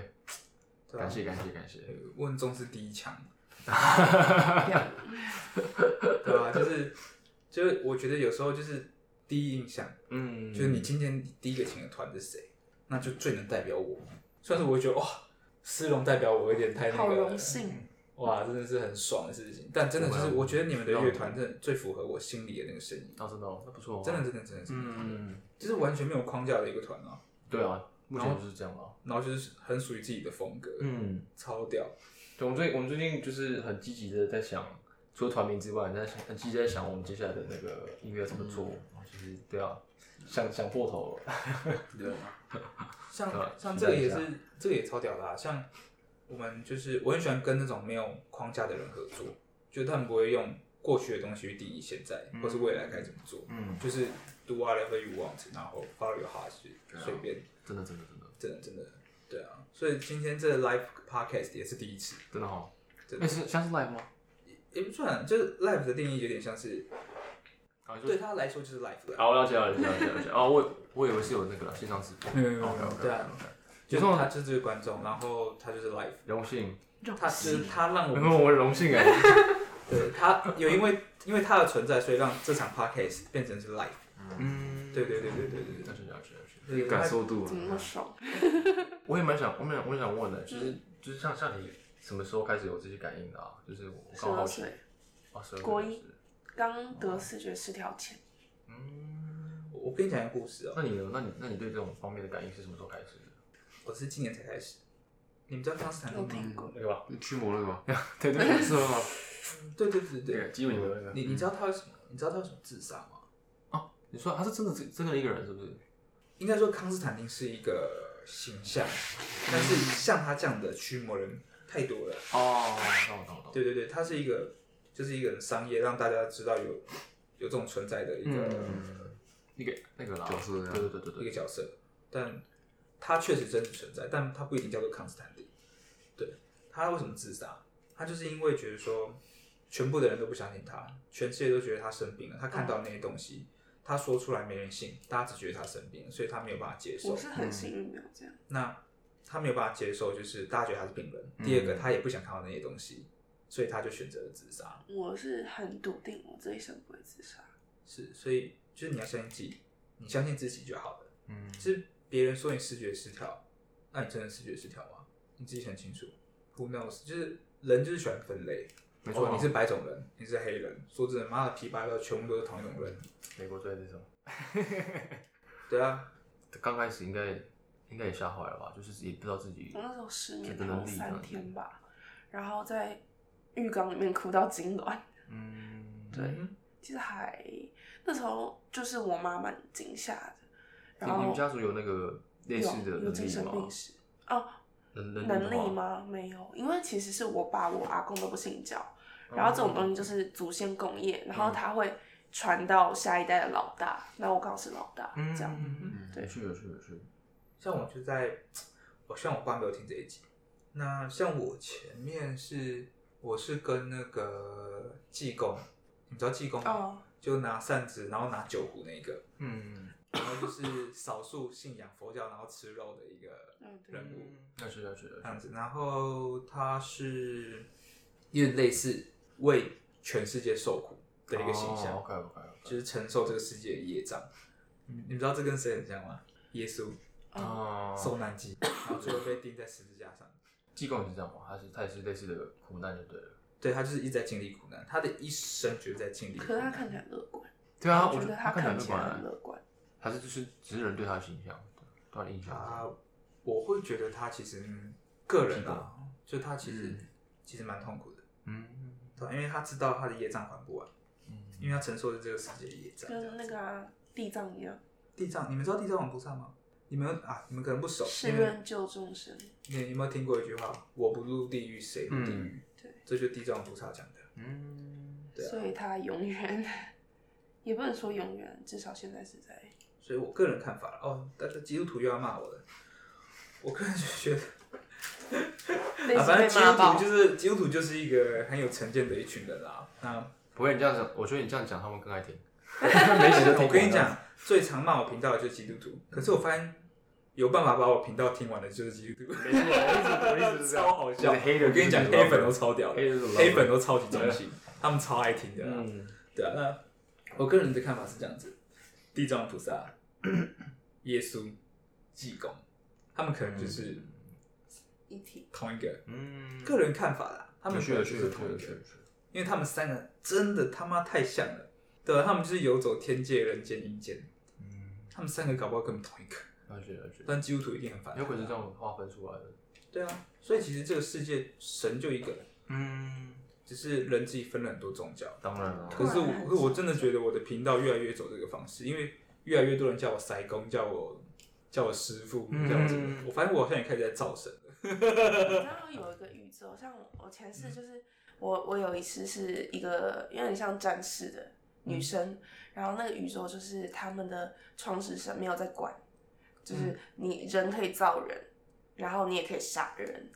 S4: 对啊
S5: 感谢感谢感谢，
S4: 问中是第一 枪，对啊，就是就是我觉得有时候就是第一印象。
S5: 嗯，
S4: 就是你今天第一个请的团是谁，那就最能代表我。虽然说我会觉得哇，斯隆代表我有点太那
S6: 好
S4: 个，
S6: 荣
S5: 嗯
S6: 幸，
S4: 哇，真的是很爽的事情。但真的就是，我觉得你们的乐团真的最符合我心里的那个声音，
S5: 啊真的哦那不错哦，
S4: 真的真的真的真的，
S5: 嗯，
S4: 就是完全没有框架的一个团啊。
S5: 对啊，目前就是这样啊，
S4: 然后就是很属于自己的风格，
S5: 嗯，
S4: 超屌。
S5: 对，我们最我们最近就是很积极的在想，除了团名之外，在想很积极地在想我们接下来的那个音乐要怎么做，就是对啊，想想破头了，
S4: 像
S5: 对啊
S4: 像
S5: 期
S4: 这
S5: 待
S4: 个
S5: 一
S4: 也
S5: 下
S4: 是，这个也超屌的、啊。像我们就是，我很喜欢跟那种没有框架的人合作，就是他们不会用过去的东西去定义现在、或是未来该怎么做。
S5: 嗯，
S4: 就是 do whatever you want，然后 follow your heart，就是随便，
S5: 真的真的真的
S4: 真的真的，对啊。所以今天这 live podcast 也是第一次，
S5: 真的好，
S4: 真
S5: 那
S4: 的
S5: 是像是 live 吗？
S4: 也不算，就是 live 的定义有点像是，
S5: 啊，就
S4: 对他来说就是 live 啊了。
S5: 好，了解了解了解了解，哦，我我以为是有那个线上直播，
S4: 没有没有没有
S5: 哦 OK，OK，OK，
S4: 对啊
S5: OK，
S4: 就是他就是观众，然后他就是 live，
S5: 荣幸，
S4: 他就是他让我
S5: 然
S4: 们
S5: 后我荣幸哎，
S4: 对他有因为因为他的存在，所以让这场 podcast 变成是 live。
S5: 嗯，
S4: 对对对对对对
S5: 了解了解了解。
S4: 对，对
S7: 感。受度啊
S6: 怎么那么爽？
S5: 嗯我也蛮想，我蛮想，我也想问的，
S6: 嗯
S5: 就是就是像像你什么时候开始有这些感应的啊？就是我
S6: 十
S5: 刚好
S6: 二
S5: 奇
S6: 岁
S5: 啊，十二
S6: 国
S5: 岁
S6: 一刚得视觉失调前，
S5: 嗯，
S4: 我我跟你讲一个故事哦、
S5: 那你呢？那你那你对这种方面的感应是什么时候开始的？
S4: 我是今年才开始。你们知道康斯坦
S6: 有
S4: 丁吗？
S6: 听过
S5: 那个吧，
S7: 驱魔那个吗？
S5: 对对对，是吗？
S4: 对对对
S5: 对，
S4: 对，
S5: 基本的那个。
S4: 你你知道他为什么？你知道他为什么自杀吗？
S5: 你说他是真的真真的一个人是不是？
S4: 应该说康斯坦丁是一个形象，但是像他这样的驱魔人太多了。
S5: 哦，懂我懂我懂。
S4: 对对对，他是一个就是一个商业，让大家知道有有这种存在的一个、
S5: 嗯，那个那个啦，
S7: 角色这样
S5: 对对对对
S4: 一个
S5: 对，
S4: 角色，但他确实真实存在，但他不一定叫做康斯坦丁。对他为什么自杀？他就是因为觉得说全部的人都不相信他，全世界都觉得他生病了，他看到那些东西。他说出来没人信，大家只觉得他生病了，所以他没有办法接受。
S6: 我是
S5: 嗯
S6: 很幸运没有这样。
S4: 那他没有办法接受，就是大家觉得他是病人。
S5: 嗯
S4: 第二个，他也不想看到那些东西，所以他就选择了自杀。
S6: 我是很笃定我这一生不会自杀。
S4: 是，所以就是你要相信自己，你相信自己就好了。
S5: 嗯，
S4: 就是别人说你视觉失调，那你真的视觉失调吗？你自己很清楚。Who knows？就是人就是喜欢分类。
S5: 没错
S4: 哦你是白种人，你是黑人。说真的，妈的，皮白了，全部都是同一种人。
S5: 美国最爱这种。
S4: 对啊，
S5: 刚开始应该应应该也吓坏了吧？就是也不知道自己
S6: 我那时候失
S5: 这
S6: 眠
S5: 个
S6: 好
S5: 能
S6: 像
S5: 力啊
S6: 三天吧，然后在浴缸里面哭到痉挛。
S5: 嗯，
S6: 对，其实还那时候就是我妈蛮惊吓的，
S5: 你
S6: 然后
S5: 你们家族有那个类似的
S6: 有有
S5: 能
S6: 精神
S5: 力
S6: 病
S5: 吗？
S6: 史哦，
S5: 能
S6: 能力
S5: 力？
S6: 吗？没有，因为其实是我爸、我阿公都不信教，然后这种东西就是祖先共业，然后他会传到下一代的老大，那我刚好是老大，这样。
S5: 嗯，
S6: 对
S4: 哎
S5: 有趣有趣有趣。
S4: 像我就在，我希望我爸没有听这一集。那像我前面是我是跟那个济公，你知道济公吗？
S6: 哦
S4: 就拿扇子，然后拿酒壶那个，
S5: 嗯，
S4: 然后就是少数信仰佛教然后吃肉的一个
S6: 嗯对
S4: 人物。
S5: 有趣有趣有
S4: 这样
S5: 趣。
S4: 子。然后他是有点类似为全世界受苦的一个形象，
S5: OK OK OK。
S4: 就是承受这个世界的业障。你你知道这跟谁很像吗？耶稣
S6: 哦，
S5: 啊，
S4: 受难记，然后最后被钉在十字架上。
S5: 济公也是这样吗？还是他也是类似的苦难就对了。
S4: 对他就是一直在经历苦难，他的一生就是在经历苦
S6: 可是他看
S4: 难。
S6: 起来乐观，
S5: 对啊，
S6: 我
S5: 我
S6: 觉得
S5: 他看起来
S6: 看
S5: 乐
S6: 起来很
S5: 观
S6: 乐，观。
S5: 还是就是只是人对他的形象，对他的印象。
S4: 他，我会觉得他其实嗯个人啊，就他其实、其实蛮痛苦的，
S5: 嗯
S4: 对，啊因为他知道他的业障还不完，因为
S5: 嗯，
S4: 他承受的这个世界的业障。这
S6: 跟
S4: 样
S6: 那
S4: 子
S6: 个啊地藏一样，
S4: 地藏，你们知道地藏王菩萨吗？你们啊，你们可能不熟。
S6: 誓
S4: 因为
S6: 愿救众生。
S4: 你你有没有听过一句话？我不入地狱，谁入地狱？
S6: 对，
S4: 这就是地藏王菩萨讲的。
S5: 嗯，
S4: 对啊
S6: 所以他永远 也不能说永远，至少现在是在
S4: 所以我个人看法哦，但是基督徒又要骂我了。我个人就觉得，
S6: 类
S4: 啊，
S6: 似
S4: 反正
S6: 被
S4: 基
S6: 妈
S4: 督
S6: 宝
S4: 徒，就是基督徒就是一个很有成见的一群人啦。那
S5: 不会你这样讲，我觉得你这样讲他们更 爱听。没几个听
S4: 我跟你讲，
S9: 啊
S4: 最常骂我频道的就是基督徒，可是我发现有办法把我频道听完的就是基督徒。
S9: 没错，我一直我一直这
S4: 超
S9: 样。
S4: 好笑。
S9: 就是黑的
S4: 我跟你讲，
S9: 就是
S4: 黑粉都超屌的，
S9: 黑的就是
S4: 黑粉都超级忠心，他们超爱听的啦。
S9: 嗯，
S4: 对啊，那我个人的看法是这样子：地藏菩萨、 耶稣、济公，他们可能就是
S9: 嗯
S6: 一体，
S4: 同一个
S5: 嗯，
S4: 个人看法啦。他
S5: 有
S4: 们
S5: 趣
S4: 可
S5: 有
S4: 能就
S5: 趣有
S4: 是
S5: 趣
S4: 同
S5: 有
S4: 一
S5: 趣
S4: 个
S5: 有，趣。
S4: 因为他们三个真的他妈太像了。对啊，他们就是游走天界、人间、阴间，
S5: 嗯，
S4: 他们三个搞不好根本同一个，
S5: 有趣有趣。
S4: 但基督徒一定很烦。
S5: 有鬼是这样划分出来的。
S4: 对啊，所以其实这个世界神就一个，
S5: 嗯，
S4: 只是人自己分了很多宗教。
S5: 当然了。
S4: 可是
S6: 啊
S4: 我，可是我真的觉得我的频道越来越走这个方式，因为越来越多人叫我塞工，叫我叫我师傅，
S5: 嗯
S4: 叫我什么。我发现我好像也开始在造神了。
S6: 然后有一个宇宙，像我我前世就是我，我有一次是一个有点像战士的女生，然后那个宇宙就是他们的创始神没有在管，
S4: 嗯
S6: 就是你人可以造人，然后你也可以杀人，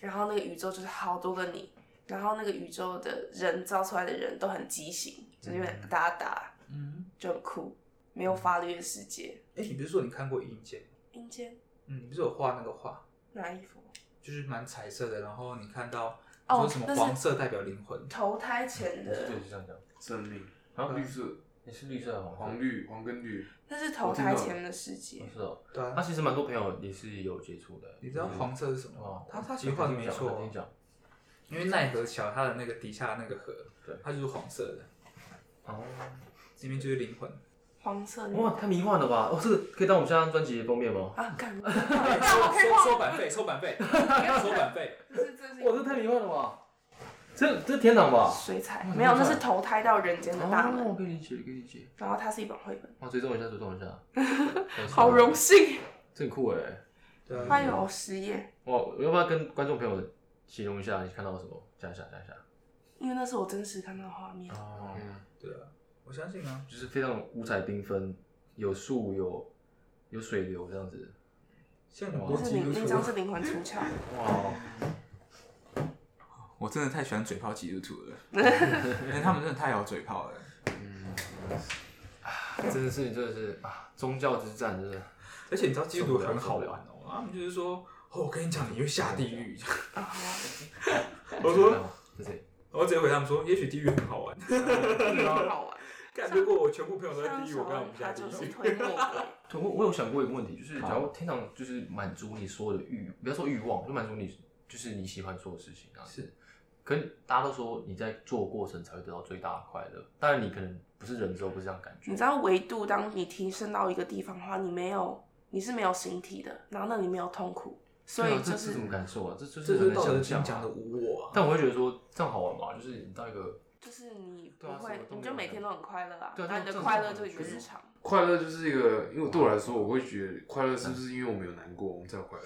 S6: 然后那个宇宙就是好多个你，然后那个宇宙的人造出来的人都很畸形，就是有点打打，
S4: 嗯，
S6: 就很酷，没有法律的世界，
S4: 哎、你不是说你看过阴间吗？
S6: 阴间
S4: 嗯，你不是有画那个画，
S6: 拿衣服。
S4: 就是蛮彩色的，然后你看到你
S6: 哦
S4: 说什么
S6: 那是
S4: 黄色代表灵魂，
S6: 投胎前的，
S5: 对，就这样讲。
S7: 胜利，
S5: 啊
S7: 绿色、
S5: 你是绿色的黄
S7: 黄嗯绿、黄跟绿，
S6: 那是投胎前的世界
S5: 不。是哦。
S4: 对
S5: 他
S4: 啊。
S5: 其实蛮多朋友也是有接触的。
S4: 你知道黄色是什么吗
S5: 哦？，
S4: 他他其实画的没错
S5: 我跟你
S4: 哦，
S5: 讲，
S4: 因为奈何桥它的那个底下那个河
S5: 对，
S4: 它就是黄色的，
S5: 哦，
S4: 里面就是灵魂。
S6: 黄色女
S5: 哇，太迷幻了吧！哦，这个可以当我们这张专辑的封面吗？
S6: 啊， 干嘛？
S4: 收收收版费， 收版费，收版费。
S6: 就是这是
S5: 哇，这太迷幻了吧！这这天堂吧？
S6: 水彩，
S5: 哇
S6: 没有，
S5: 水
S6: 那
S5: 彩
S6: 是投胎到人间的大
S5: 哦，
S6: 门。
S5: 我可以理解，可以理解。
S6: 然后它是一本绘本，
S5: 哇，追踪一下，追踪一下。
S6: 好荣，幸，
S5: 这很酷哎！
S4: 对啊，
S6: 它有十页，
S5: 哇，我要不要跟观众朋友形容一下你看到了什么？加一下，加一下。
S6: 因为那是我真实看到的画面。
S5: 哦，
S4: 对啊，我相信啊。
S5: 就是非常五彩缤纷，有树有有水流这样子。
S4: 像很
S6: 那
S4: 多
S6: 是
S4: 基
S6: 灵，
S4: 督
S6: 那张
S4: 徒啊
S6: 是，灵魂出窍。
S5: 哇，
S4: 我真的太喜欢嘴炮基督徒 了，因为他们真的太有嘴炮了。
S5: 真的是真的是啊，宗教之战真的。
S4: 而且你知道基督徒很好玩哦，他们就是说，哦，我跟你讲，你会下地狱。
S6: 啊
S4: 我说，
S5: 是谁？
S4: 我直接回他们说，也许地狱很好 玩。
S6: 很好 玩。
S4: 干，如果我全部朋友都在
S6: 像
S4: 地狱，我
S6: 小
S4: 干嘛
S6: 恩
S4: 不
S6: 他
S4: 下地
S6: 就是
S4: 狱？
S6: 推内鬼，
S5: 对，我我有想过一个问题，就是假如天堂就是满足你所有的欲，不要说欲望，就满足你就是你喜欢做的事情啊。
S4: 是，
S5: 可是大家都说你在做过程才会得到最大的快乐，当然你可能不是人之后不是这样感觉
S6: 你知。道维度，当你提升到一个地方的话，你没有。你是没有形体的，然后那你没有痛苦，所
S5: 对
S6: 以
S5: 啊
S6: 就
S5: 这
S6: 是
S5: 什么感受啊？这这
S4: 这
S5: 这
S4: 就是
S5: 很
S4: 道德
S5: 想
S4: 经
S5: 讲
S4: 讲的无我啊。
S5: 但我会觉得说这样好玩嘛，就是你到一个
S6: 就是你不
S5: 对啊
S6: 会
S5: 什么，都
S6: 你
S5: 没
S6: 就
S5: 有
S6: 每
S5: 的
S6: 天都很快乐啊，
S5: 对啊
S6: 那你
S5: 这
S6: 的
S5: 种
S6: 快
S5: 这
S6: 乐
S5: 种
S6: 就
S5: 很
S6: 你的日
S5: 虚
S6: 常。
S7: 快乐就是一个，因为对我来说，我会觉得快乐是不是因为我们有难过，我们才有快乐，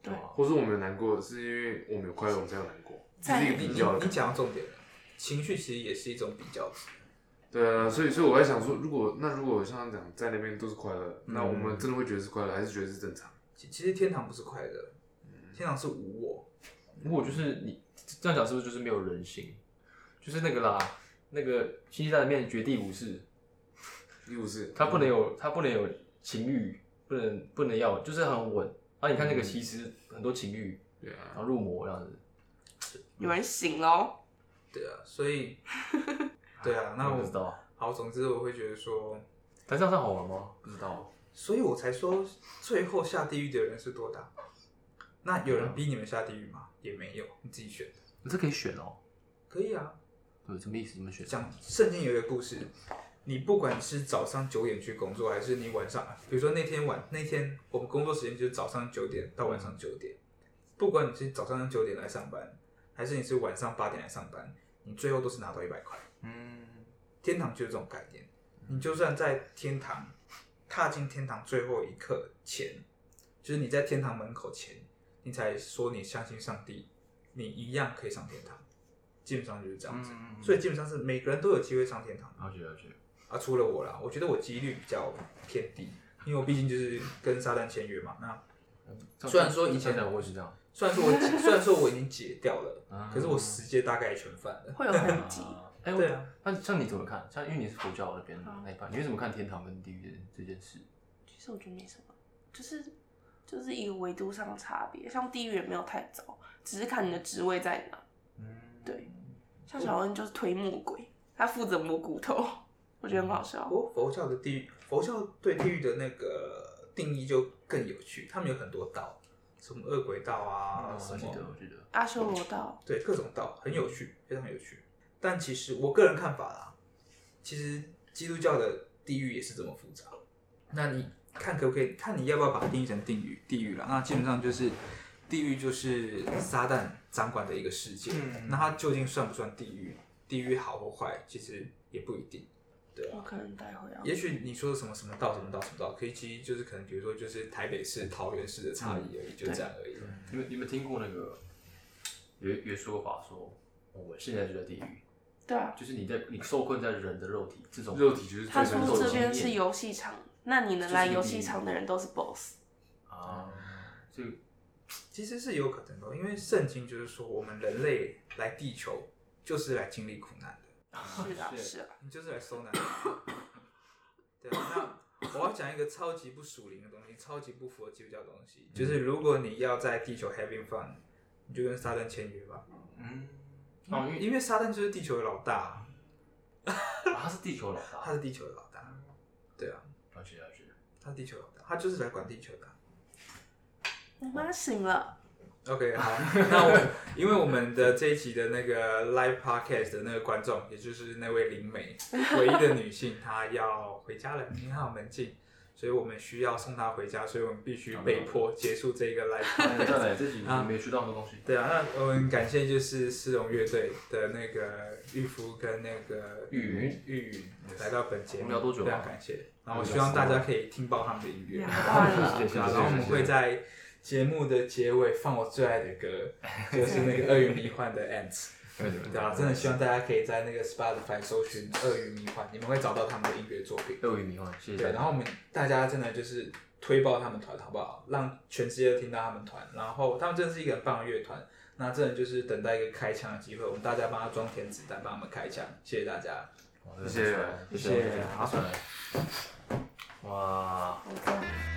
S6: 对
S5: 啊
S7: 或是我们有难过是因为我们有快乐，我们才有难过，这是一个
S4: 你
S7: 比
S4: 你
S7: 较
S4: 你
S7: 的。
S4: 讲到重点了，情绪其实也是一种比较值。
S7: 对啊，所以所以我在想说，如果那如果像讲在那边都是快乐，那我们真的会觉得是快乐，还是觉得是正常？
S4: 其其实天堂不是快乐，天堂是无我。
S5: 如果就是你这样讲，是不是就是没有人性？就是那个啦，那个《星际大战》里面绝地武士，
S7: 又是
S5: 他不能有他不能有情欲，不能不能要，就是很稳。啊，你看那个西施，很多情欲，
S7: 对
S5: 然
S7: 啊，
S5: 后入魔这样子。
S6: 有人醒喽，
S4: 对啊，所以对啊，那
S5: 不知
S4: 我
S5: 道，
S4: 好，总之我会觉得说，
S5: 但这样算好玩吗？不知道，
S4: 所以我才说最后下地狱的人是多大。那有
S1: 嗯
S4: 人逼你们下地狱吗？也没有，你自己选的。
S5: 这可以选哦。
S4: 可以啊，
S5: 对，什么意思？你们选？
S4: 讲圣经有一个故事，你不管是早上九点去工作，还是你晚上，比如说那天晚那天我们工作时间就是早上九点到晚上九点，不管你是早上九点来上班，还是你是晚上八点来上班，你最后都是拿到一百块。
S5: 嗯，
S4: 天堂就是这种概念，你就算在天堂踏进天堂最后一刻前，就是你在天堂门口前，你才说你相信上帝，你一样可以上天堂。基本上就是这
S5: 嗯
S4: 样子，所以基本上是每个人都有机会上天堂。
S5: 了解了解。
S4: 啊，除了我啦，我觉得我几率比较偏低， 因为我毕竟就是跟撒旦签约嘛。那虽然说以前
S5: 讲我也是这样，
S4: 虽然说我解虽然说我已经解掉了
S5: 嗯，
S4: 可是我十戒大概全犯了。
S6: 会有痕迹。
S5: 哎，
S4: 对啊，
S5: 那像你怎么看？像因为你是佛教那边的
S6: 嗯
S5: 那一派，你会怎么看天堂跟地狱这件事？
S6: 其实我觉得没什么，就是就是一个维度上的差别，像地狱也没有太糟，只是看你的职位在哪。
S5: 嗯，
S6: 对，像小恩就是推木鬼，他负责摸骨头，我觉得很好笑
S5: 嗯
S4: 不。过佛教的地狱，佛教对地狱的那个定义就更有趣，他们有很多道，什么恶鬼道啊，
S5: 我
S4: 什
S5: 记得
S4: 么
S5: 我记得，
S6: 阿修罗道，
S4: 对各种道，很有趣，非常有趣。但其实我个人看法啦，其实基督教的地狱也是这么复杂。那你看可不可以看你要不要把它定义成地狱地狱啦？那基本上就是地狱就是撒旦掌管的一个世界，那它究竟算不算地狱？地狱好或坏，其实也不一定，对啊。
S6: 我可能待会要。
S4: 也许你说的什么什么道什么道什么道，可以其实就是可能比如说就是台北市、桃园市的差异而已，就这样而已。
S5: 你们你们听过那个有一有一说法说，我现在就在地狱，
S6: 对啊，
S5: 就是你在你受困在人的肉体这种
S7: 肉体就是
S6: 他
S7: 最
S6: 说
S7: 难
S5: 走
S7: 受
S6: 这
S7: 的。
S6: 边
S5: 经
S6: 是
S5: 验
S6: 游戏场，那你能来游戏场的人都是 BOSS。
S5: 啊，这个
S4: 其实是有可能的，因为圣经就是说我们人类来地球就是来经历苦难的，
S6: 是啊，
S5: 是
S6: 是啊。
S4: 你就是来受难的。对啊，那我要讲一个超级不属灵的东西，超级不符合基督教的东西，就是如果你要在地球 having fun，你就跟撒旦签约吧，
S5: 嗯，哦，因为
S4: 因为撒旦就是地球的老大，
S5: 啊他是地球老
S4: 他
S5: 大，
S4: 是地球的老大，对啊，
S5: 了解了 解，
S4: 他是地球的老大，他就是来管地球的啊。
S6: 我妈醒了，
S4: OK，好，那我因为我们的这一期的那个 live podcast 的那个观众，也就是那位灵媒，唯一的女性，她要回家了，你好门禁，所以我们需要送她回家，所以我们必须被迫结束这个 live
S5: 哎
S4: podcast。
S5: 再来这集你没学到很多东西，
S4: 对啊，那我们感谢就是丝绒乐队的那个玉夫跟那个
S5: 玉云
S4: 玉云来到本节目，
S5: 我们聊多久啊啊
S4: 非常感谢，然后我希望大家可以听爆他们的音乐。
S6: 完了，
S5: 谢 谢
S4: 然后我们会在节目的结尾放我最爱的歌，就是那个《鳄鱼迷幻》的 Ants。对啊，真的希望大家可以在那个 Spotify 搜寻《鳄鱼迷幻》，你们会找到他们的音乐作品。
S5: 六鱼迷幻，谢谢
S4: 对，
S5: 大
S4: 然后我们大家真的就是推爆他们团，好不好？让全世界都听到他们团，然后他们真的是一个很棒的乐团。那真的就是等待一个开枪的机会，我们大家帮他装填子弹，帮他们开枪，谢谢大家。
S5: 家，
S7: 谢谢
S5: 谢
S4: 谢谢好
S5: 哇。
S6: 我这样